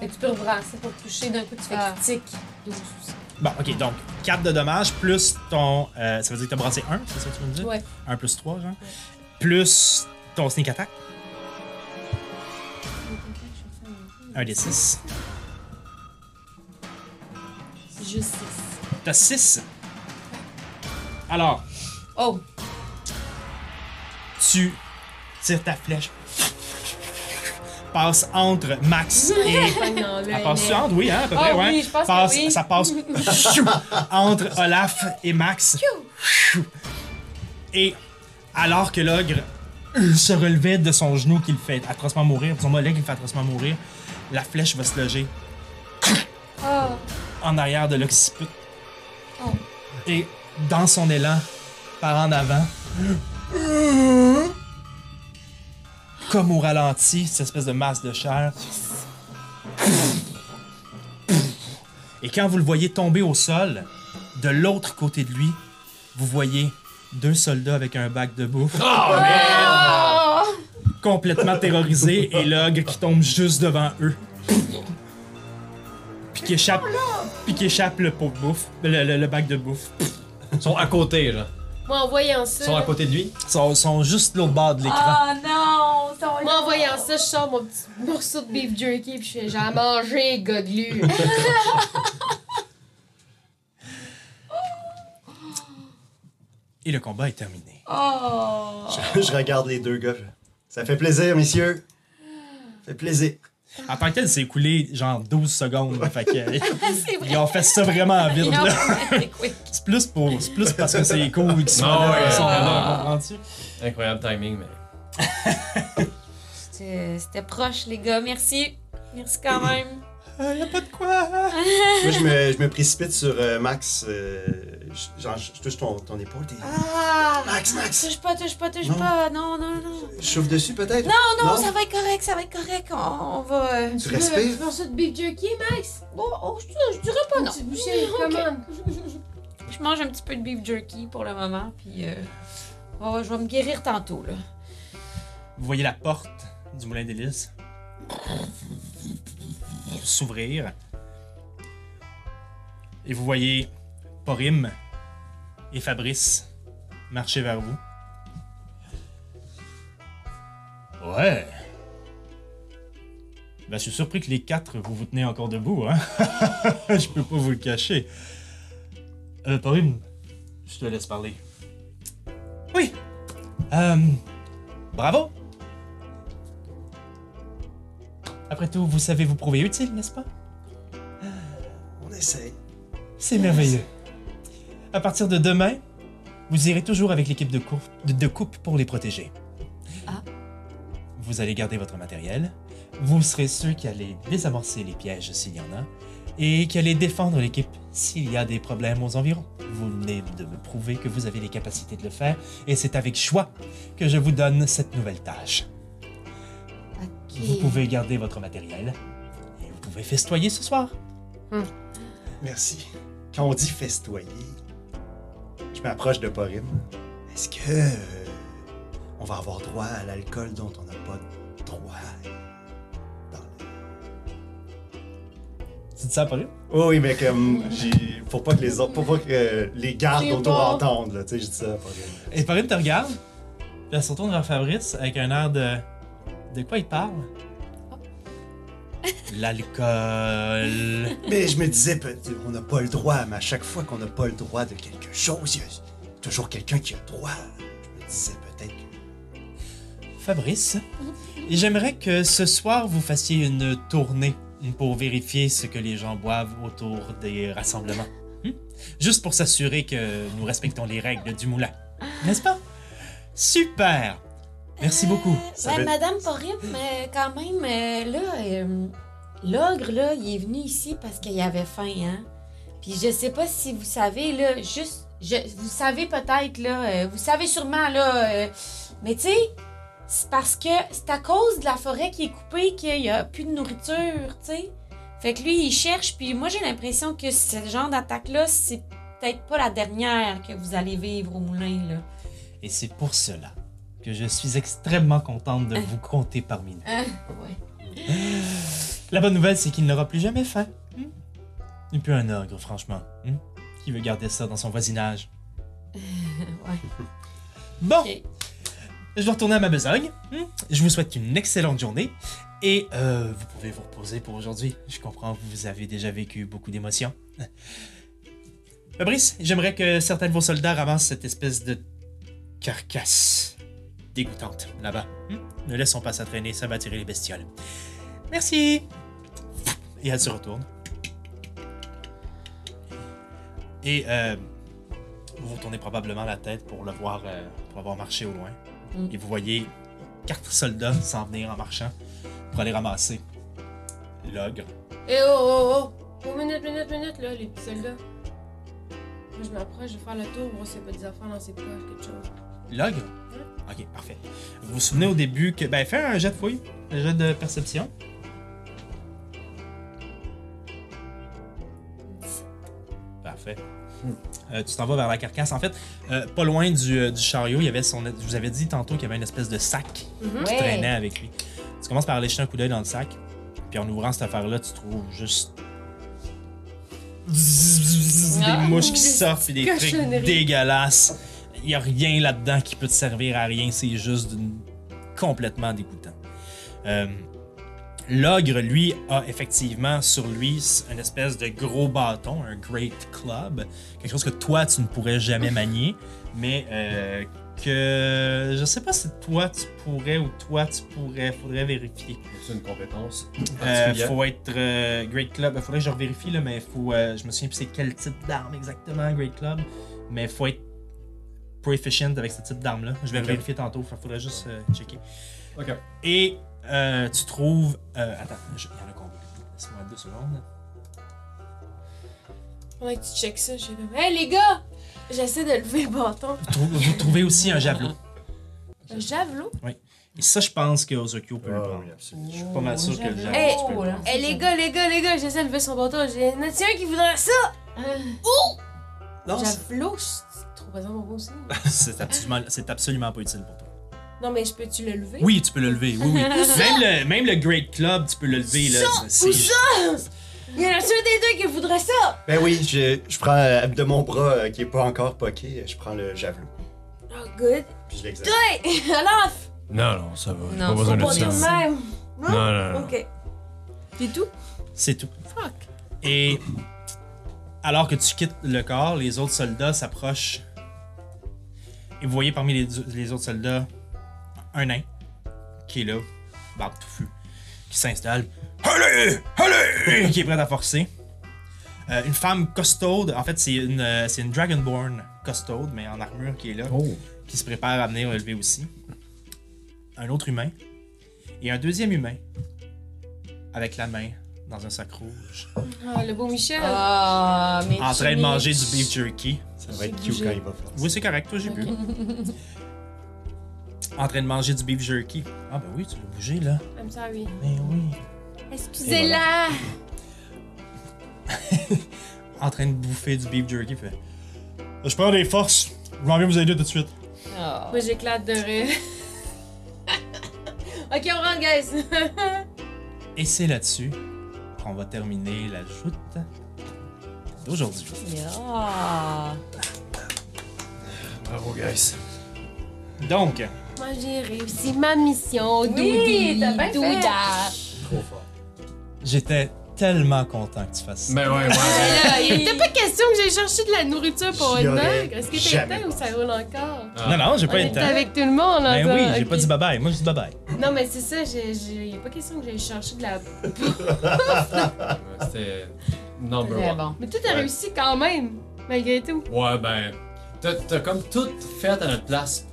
S8: Mais tu peux brasser pour toucher d'un coup, tu fais
S6: Ah.
S8: critique. 12 aussi.
S1: Bon, ok, donc 4 de dommages plus ton. euh, ça veut dire que t'as brassé 1, c'est ça que tu veux me dire
S8: Ouais.
S1: 1 plus 3, genre. Plus ton sneak attack. 1 des 6.
S6: Juste 6.
S1: T'as 6. Alors,
S8: Oh!
S1: tu tires ta flèche. Passe entre Max et.
S6: non,
S1: Elle passe entre, oui, hein, à peu près, ouais.
S6: Ah oui, je pense que
S1: Passe-
S6: oui.
S1: Ça
S6: *laughs*
S1: passe entre Olaf et Max. Et alors que l'ogre euh, se relevait de son genou qu'il fait atrocement mourir, de son mollet qu'il fait atrocement mourir, la flèche va se loger
S6: Ah.
S1: en arrière de l'occiput.
S6: Oh.
S1: Et dans son élan, par en avant, comme au ralenti, cette espèce de masse de chair. Et quand vous le voyez tomber au sol, de l'autre côté de lui, vous voyez deux soldats avec un bac de bouffe.
S7: Oh,
S1: Complètement
S7: *laughs*
S1: terrorisés et l'ogre qui tombe juste devant eux. Puis qui
S2: Oh,
S1: échappe, puis qui échappe le pot de bouffe, le, le- le bac de bouffe.
S7: Ils sont à côté, genre.
S6: Moi, en voyant
S7: Ils sont
S6: ça,
S7: à côté de lui.
S1: Ils sont, sont juste l'autre bord de l'écran.
S2: Ah non! ils sont
S6: moi,
S2: là.
S6: en voyant ça, je sors mon petit morceau de beef jerky puis je fais J'ai mangé, godelu.
S1: Et le combat est terminé.
S2: Oh!
S5: Je, je regarde les deux gars. je- Ça fait plaisir, messieurs. Ça fait plaisir.
S1: En tant que tel, c'est écoulé genre 12 secondes. fait
S2: *laughs*
S1: que,
S2: C'est vrai!
S1: ils ont fait ça vraiment vite. *laughs*
S2: Non,
S1: là.
S2: c'est quick.
S1: C'est plus, pour, c'est plus parce que c'est les coups qui sont là.
S7: Ah ouais.
S1: ils sont là,
S7: Ah.
S1: comprends-tu?
S7: Incroyable timing, mais.
S2: C'était c'était proche, les gars. Merci. Merci quand même.
S1: y a pas de quoi!
S5: Moi, je me, je me précipite sur euh, Max. euh, je- genre, je je touche ton, ton épaule. t'es-
S2: Ah!
S5: Max, Max!
S2: Touche pas, touche pas, touche
S5: Non.
S2: pas. Non, non, non.
S5: Je chauffe dessus, peut-être?
S2: Non, non, ça va être correct, ça va être correct. On, on va. euh,
S5: Tu
S6: veux un petit
S5: respires?
S6: morceau de beef jerky, Max
S2: Oh, oh, je, je dirais pas non.
S6: Petite bouchée, commande.
S2: Je mange un petit peu de beef jerky pour le moment, puis euh, oh, je vais me guérir tantôt, là.
S1: Vous voyez la porte du moulin d'hélice s'ouvrir. Et vous voyez Porim et Fabrice marcher vers vous. Ouais. Ben, je suis surpris que les quatre, vous vous tenez encore debout, hein. *laughs* je peux pas vous le cacher. Euh, Porim, je te laisse parler. Oui. Euh, bravo. Après tout, vous savez vous prouver utile, n'est-ce pas
S5: On essaye.
S1: C'est merveilleux. À partir de demain, vous irez toujours avec l'équipe de, cour- de- de coupe pour les protéger.
S2: Ah.
S1: Vous allez garder votre matériel. Vous serez ceux qui allez désamorcer les pièges s'il y en a. Et qui allez défendre l'équipe s'il y a des problèmes aux environs. Vous venez de me prouver que vous avez les capacités de le faire. Et c'est avec choix que je vous donne cette nouvelle tâche. Vous pouvez garder votre matériel. Et vous pouvez festoyer ce soir.
S5: Merci. Quand on dit festoyer, je m'approche de Porim. Est-ce que. euh, on va avoir droit à l'alcool dont on n'a pas droit? dans le-
S1: Tu dis ça, Paris?
S5: Oh oui, mais comme. j'ai- Pour pas que les autres. Pour pas que euh, les gardes
S6: C'est
S5: autour
S6: bon.
S5: entendent, là. Tu sais, je dis ça à Porim.
S1: Et Pauline te regarde, puis elle se retourne vers Fabrice avec un air de. De quoi il parle L'alcool.
S5: Mais je me disais, peut- on n'a pas le droit, mais à chaque fois qu'on n'a pas le droit de quelque chose, il y a toujours quelqu'un qui a le droit. Je me disais peut-être que.
S1: Fabrice, j'aimerais que ce soir vous fassiez une tournée pour vérifier ce que les gens boivent autour des rassemblements. Hmm? Juste pour s'assurer que nous respectons les règles du moulin. N'est-ce pas Super Merci beaucoup.
S5: Ça
S2: Ben,
S5: va être-
S2: Madame Porim, euh, quand même, euh, là, euh, l'ogre, là, il est venu ici parce qu'il avait faim, hein. Puis je sais pas si vous savez, là, juste, je- vous savez peut-être, là, euh, vous savez sûrement, là, euh, mais tu sais, c'est parce que c'est à cause de la forêt qui est coupée qu'il y a plus de nourriture, tu sais. Fait que lui, il cherche, puis moi, j'ai l'impression que ce genre d'attaque-là, c'est peut-être pas la dernière que vous allez vivre au moulin, là.
S1: Et c'est pour cela que je suis extrêmement contente de vous compter parmi nous. Ah.
S2: Hein? Ouais.
S1: La bonne nouvelle, c'est qu'il n'aura plus jamais faim. Hmm? Et puis un ogre, franchement. hmm? Qui veut garder ça dans son
S2: *laughs*
S1: voisinage? Bon!
S2: Ok.
S1: Je vais retourner à ma besogne. hmm? Je vous souhaite une excellente journée. Et euh, vous pouvez vous reposer pour aujourd'hui. Je comprends que vous avez déjà vécu beaucoup d'émotions. *laughs* Fabrice, j'aimerais que certains de vos soldats ramassent cette espèce de carcasse dégoûtante là-bas. hmm? Ne laissons pas ça traîner, ça va attirer les bestioles. Merci! Et elle se retourne. Et euh, vous tournez probablement la tête pour le voir, euh, pour avoir marché au loin.
S2: Mm.
S1: Et vous voyez quatre soldats s'en venir en marchant pour aller ramasser l'ogre.
S6: Eh oh, oh, oh! Oh, minute, minute, minute, là, les petits soldats. Moi, je m'approche, je vais faire le tour, voir s'il y a pas des affaires dans ses poches, quelque chose.
S1: L'ogre? Ok, parfait. Vous vous souvenez au début que. Ben, fais un jet de fouille, un jet de perception. Parfait. Euh, tu t'en vas vers la carcasse. En fait, euh, pas loin du, euh, du chariot, il y avait son. Je vous avais dit tantôt qu'il y avait une espèce de sac qui traînait avec lui. Tu commences par aller jeter un coup d'œil dans le sac, puis en ouvrant cette affaire-là, tu trouves juste. Des mouches qui sortent, puis des trucs
S6: cochonneries.
S1: dégueulasses. Il y a rien là-dedans qui peut te servir à rien, c'est juste d'une- complètement dégoûtant. Euh, L'ogre, lui, a effectivement sur lui une espèce de gros bâton, un great club, quelque chose que toi tu ne pourrais jamais manier, mais euh, que je sais pas si toi tu pourrais ou toi tu pourrais, faudrait vérifier.
S7: C'est une compétence
S1: Euh,
S7: particulière.
S1: faut être euh, Great Club. Il faudrait que je vérifie, là, mais faut, euh, je me souviens plus c'est quel type d'arme exactement, Great Club. Mais faut être proficient avec ce type d'arme-là. Je vais
S7: Ok.
S1: vérifier tantôt. Il faudrait juste euh, checker.
S7: Ok.
S1: Et euh, tu trouves. euh, attends, je- il y en a combien Laisse-moi deux secondes.
S6: Pendant que tu checkes ça, je suis comme, hey les gars! J'essaie de lever le bâton.
S1: Vous trou- Vous trouvez aussi un javelot.
S6: Un javelot?
S1: Et ça, je pense que Ozokyo peut le
S5: Ah,
S1: prendre.
S5: oui, absolument.
S1: Je suis pas mal sûr que le javelot.
S6: Hey,
S1: tu peux le prendre.
S6: Eh les gars, les gars, les gars, j'essaie de lever son bâton. J'ai un un qui voudrait ça!
S1: Oh,
S5: Non, c'est-
S6: Javelot, c'est trop présent mon beau aussi.
S1: *laughs* C'est absolument, c'est absolument pas utile pour toi.
S6: Non, mais je peux-tu le lever?
S1: Oui, tu peux le lever. Oui, oui. Même le, même le Great Club, tu peux le lever. Là, C'est-
S6: Ou ça! Il y en a un des deux qui voudrait ça!
S5: ben oui, je, je prends euh, de mon bras euh, qui est pas encore poqué, euh, je prends le javelot.
S6: Oh, good. *laughs*
S5: Puis je l'examine.
S6: Toi! Alors,
S7: Non, non, ça va. j'ai
S8: Non,
S7: pas
S8: faut
S7: besoin de
S6: pour
S7: ça.
S6: dire même.
S7: Non, non, non.
S6: Ok. C'est tout?
S1: C'est tout. Et alors que tu quittes le corps, les autres soldats s'approchent. Et vous voyez parmi les, les autres soldats un nain qui est là, barbe touffue, qui s'installe. Allez! Allez! qui est prêt à forcer. Euh, une femme costaude, en fait, c'est une, euh, c'est une Dragonborn costaude, mais en armure qui est là,
S7: Oh.
S1: qui se prépare à venir le lever aussi. Un autre humain. Et un deuxième humain avec la main dans un sac rouge.
S6: Ah, le beau Michel.
S8: Ah, mais.
S1: en train de
S8: Jimmy,
S1: manger du beef jerky.
S5: Ça va être
S6: J'ai
S5: cute
S6: bougé.
S5: quand il va faire ça.
S1: Oui, c'est correct, toi j'ai bu. en train de manger du beef jerky. Ah ben oui, tu l'as bougé là.
S6: I'm sorry.
S1: Mais oui.
S6: Excusez-la!
S1: En train de bouffer du beef jerky. Fait... Je perds des forces. Je m'en viens vous aider tout de suite.
S8: Ah.
S6: Moi, j'éclate de *laughs* rire. ok, on rentre, guys!
S1: Et c'est là-dessus qu'on va terminer la joute d'aujourd'hui.
S8: Yeah.
S7: Bravo, guys.
S1: Donc,
S6: *laughs* Moi, j'ai réussi ma mission.
S8: Oui,
S6: Doudi,
S8: t'as bien fait.
S6: douda.
S5: Trop fort.
S1: j'étais tellement content que tu fasses ça.
S7: Ben ouais, ouais.
S6: Là, Il était pas question que j'ai cherché de la nourriture pour
S5: J'y
S6: un
S5: aurais
S6: ogre. Est-ce que
S5: jamais
S6: t'étais ou ça roule encore?
S7: Ah,
S1: Non, non, j'ai
S6: On
S1: pas été.
S6: était avec tout le monde, là.
S1: Ben
S6: ça,
S1: oui, j'ai
S6: ok.
S1: pas dit bye-bye. Moi, j'ai dit bye-bye.
S6: Non, mais c'est ça, j'ai, j'ai... il a pas question que j'aille chercher de la.
S7: C'était number
S8: Très
S7: one.
S8: bon.
S6: Mais tout a
S7: Ouais.
S6: réussi quand même, malgré tout.
S7: Ouais, ben. T'as t'as comme tout fait à notre place.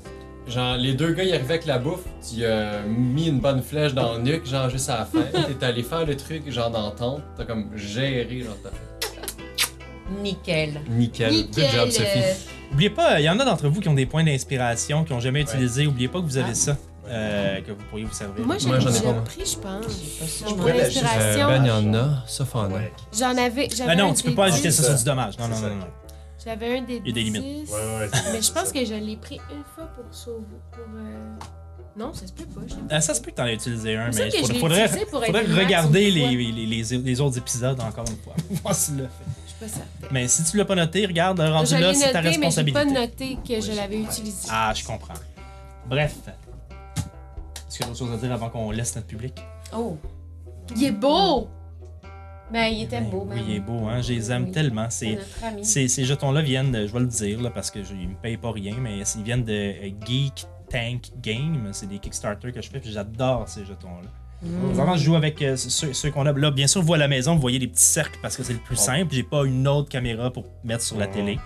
S7: Genre, les deux gars, ils arrivaient avec la bouffe, tu as mis une bonne flèche dans le nuque, genre juste à la fin. T'es allé faire le truc, genre dans la tente. T'as comme géré, genre, t'as fait.
S8: Nickel.
S7: Nickel. Good job, Sophie.
S8: euh,
S1: Oubliez pas, il y en a d'entre vous qui ont des points d'inspiration, qui n'ont jamais utilisé. Oubliez pas que vous avez
S8: Ah.
S1: ça, euh, que vous pourriez vous servir.
S6: Moi, j'ai
S7: Moi, j'en ai
S6: déjà
S7: pas, moi.
S6: pris, je pense.
S8: j'ai pas ça.
S6: Mon
S5: pourrais
S6: point
S5: la juste-
S6: d'inspiration.
S7: ben, il y en a, sauf en a.
S5: Ouais.
S6: J'en avais. j'avais
S1: Ah non,
S6: un
S1: tu peux
S6: des
S1: pas
S6: dix.
S1: ajouter ça
S5: C'est
S1: sur
S5: ça.
S1: du dommage. Non, non,
S5: C'est ça.
S1: non, non.
S6: J'avais un des
S1: Il y a des
S6: dix.
S1: limites.
S5: Ouais, ouais, c'est-
S6: Mais je pense
S5: c'est
S6: que je l'ai pris une fois pour sauver. Pour, euh, Non, ça se peut pas. Je...
S1: Euh, ça se peut que t'en aies utilisé un,
S6: Il me
S1: mais
S6: semble que
S1: faudrait,
S6: je l'ai
S1: faudrait,
S6: utilisé pour
S1: faudrait
S6: être max
S1: regarder
S6: une fois.
S1: les, les, les- les autres épisodes encore une fois. Voir si tu l'as fait.
S6: Je suis pas certaine.
S1: Mais si tu l'as pas noté, regarde, rendu
S6: je
S1: là,
S6: l'ai
S1: c'est ta
S6: noté, mais j'ai
S1: responsabilité.
S6: pas noté que je l'avais utilisé.
S1: ah, je comprends. Bref. Est-ce qu'il y a d'autres choses à dire avant qu'on laisse notre public?
S8: Oh.
S6: Il est beau!
S8: Ben, il était
S1: Ben
S8: beau,
S1: Oui,
S8: même.
S1: il est beau, hein? Je les aime
S8: Oui.
S1: tellement. C'est,
S8: Notre ami.
S1: Ces, ces jetons-là viennent, de- je vais le dire, là, parce qu'ils ne me payent pas rien, mais ils viennent de euh, Geek Tank Game. C'est des Kickstarter que je fais, puis j'adore ces jetons-là.
S8: Mm.
S1: Vraiment, je joue avec euh, ceux, ceux qu'on a. Là, bien sûr, vous à la maison, vous voyez les petits cercles parce que c'est le plus simple. J'ai pas une autre caméra pour mettre sur la télé,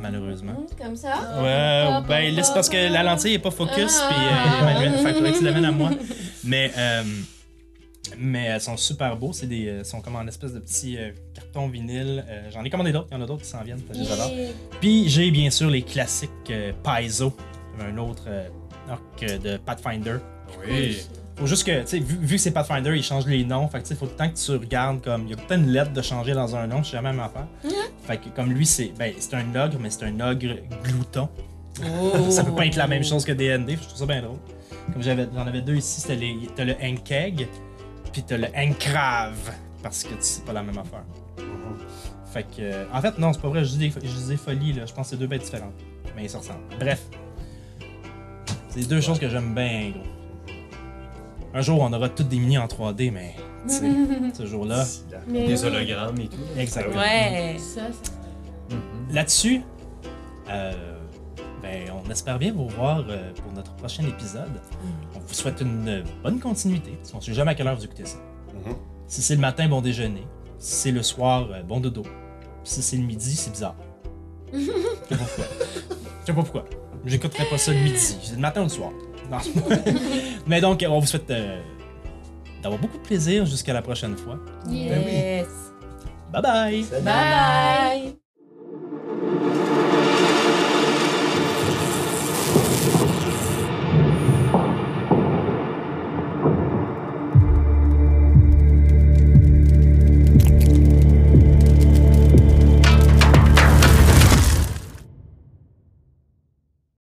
S1: malheureusement.
S8: Hum, Comme ça.
S1: Ouais, ben là, c'est parce que la lentille est pas focus,
S8: Ah.
S1: puis euh, Emmanuel, fait que faudrait que tu l'amènes à moi. Mais, euh, mais elles sont super beaux. C'est des, euh, sont comme en espèce de petits euh, cartons vinyle. Euh, J'en ai commandé d'autres, il y en a d'autres qui s'en viennent, je les adore. Puis j'ai bien sûr les classiques euh, Paizo, un autre euh, orc euh, de Pathfinder.
S7: Oui.
S1: Faut juste que, tu sais, vu, vu que c'est Pathfinder, ils changent les noms. Fait que, tu sais, faut tout le temps que tu regardes comme. Il y a peut-être une lettre de changer dans un nom, je sais jamais ma affaire. Fait que, comme lui, c'est ben, c'est un ogre, mais c'est un ogre glouton.
S8: Oh.
S1: Ça peut pas être la même chose que DND, je trouve ça bien drôle. Comme j'avais- j'en avais deux ici, c'était les- t'as le Ankeg, puis t'as le Ankrave, parce que tu- c'est pas la même affaire. Fait que, euh, en fait, non, c'est pas vrai, je dis des, fo- je dis des folies, là. je pense que c'est deux bêtes différentes. mais ils se ressemblent. Bref. C'est les deux choses que j'aime bien, gros. Un jour, on aura toutes des mini en 3D, mais tu sais, ce
S5: Hein?
S1: jour-là.
S6: Mais
S7: Des
S6: oui.
S7: hologrammes et tout. là.
S1: Exactement.
S8: Ouais.
S6: Ça, ça-
S7: Mhm.
S1: Là-dessus, euh, ben, on espère bien vous voir euh, pour notre prochain épisode. On vous souhaite une euh, bonne continuité, parce qu'on ne sait jamais à quelle heure vous écoutez ça.
S5: Mhm.
S1: Si c'est le matin, bon déjeuner. Si c'est le soir, euh, bon dodo. Si c'est le midi, c'est bizarre. Je sais pas pourquoi. Je sais pas pourquoi. J'écouterai pas ça le midi. C'est le matin ou le soir. Non. Mais donc, on vous souhaite euh, d'avoir beaucoup de Ben plaisir jusqu'à la prochaine fois.
S6: Yeah.
S8: Yes.
S6: Bah,
S1: Bye bye!
S5: Salut.
S8: Bye.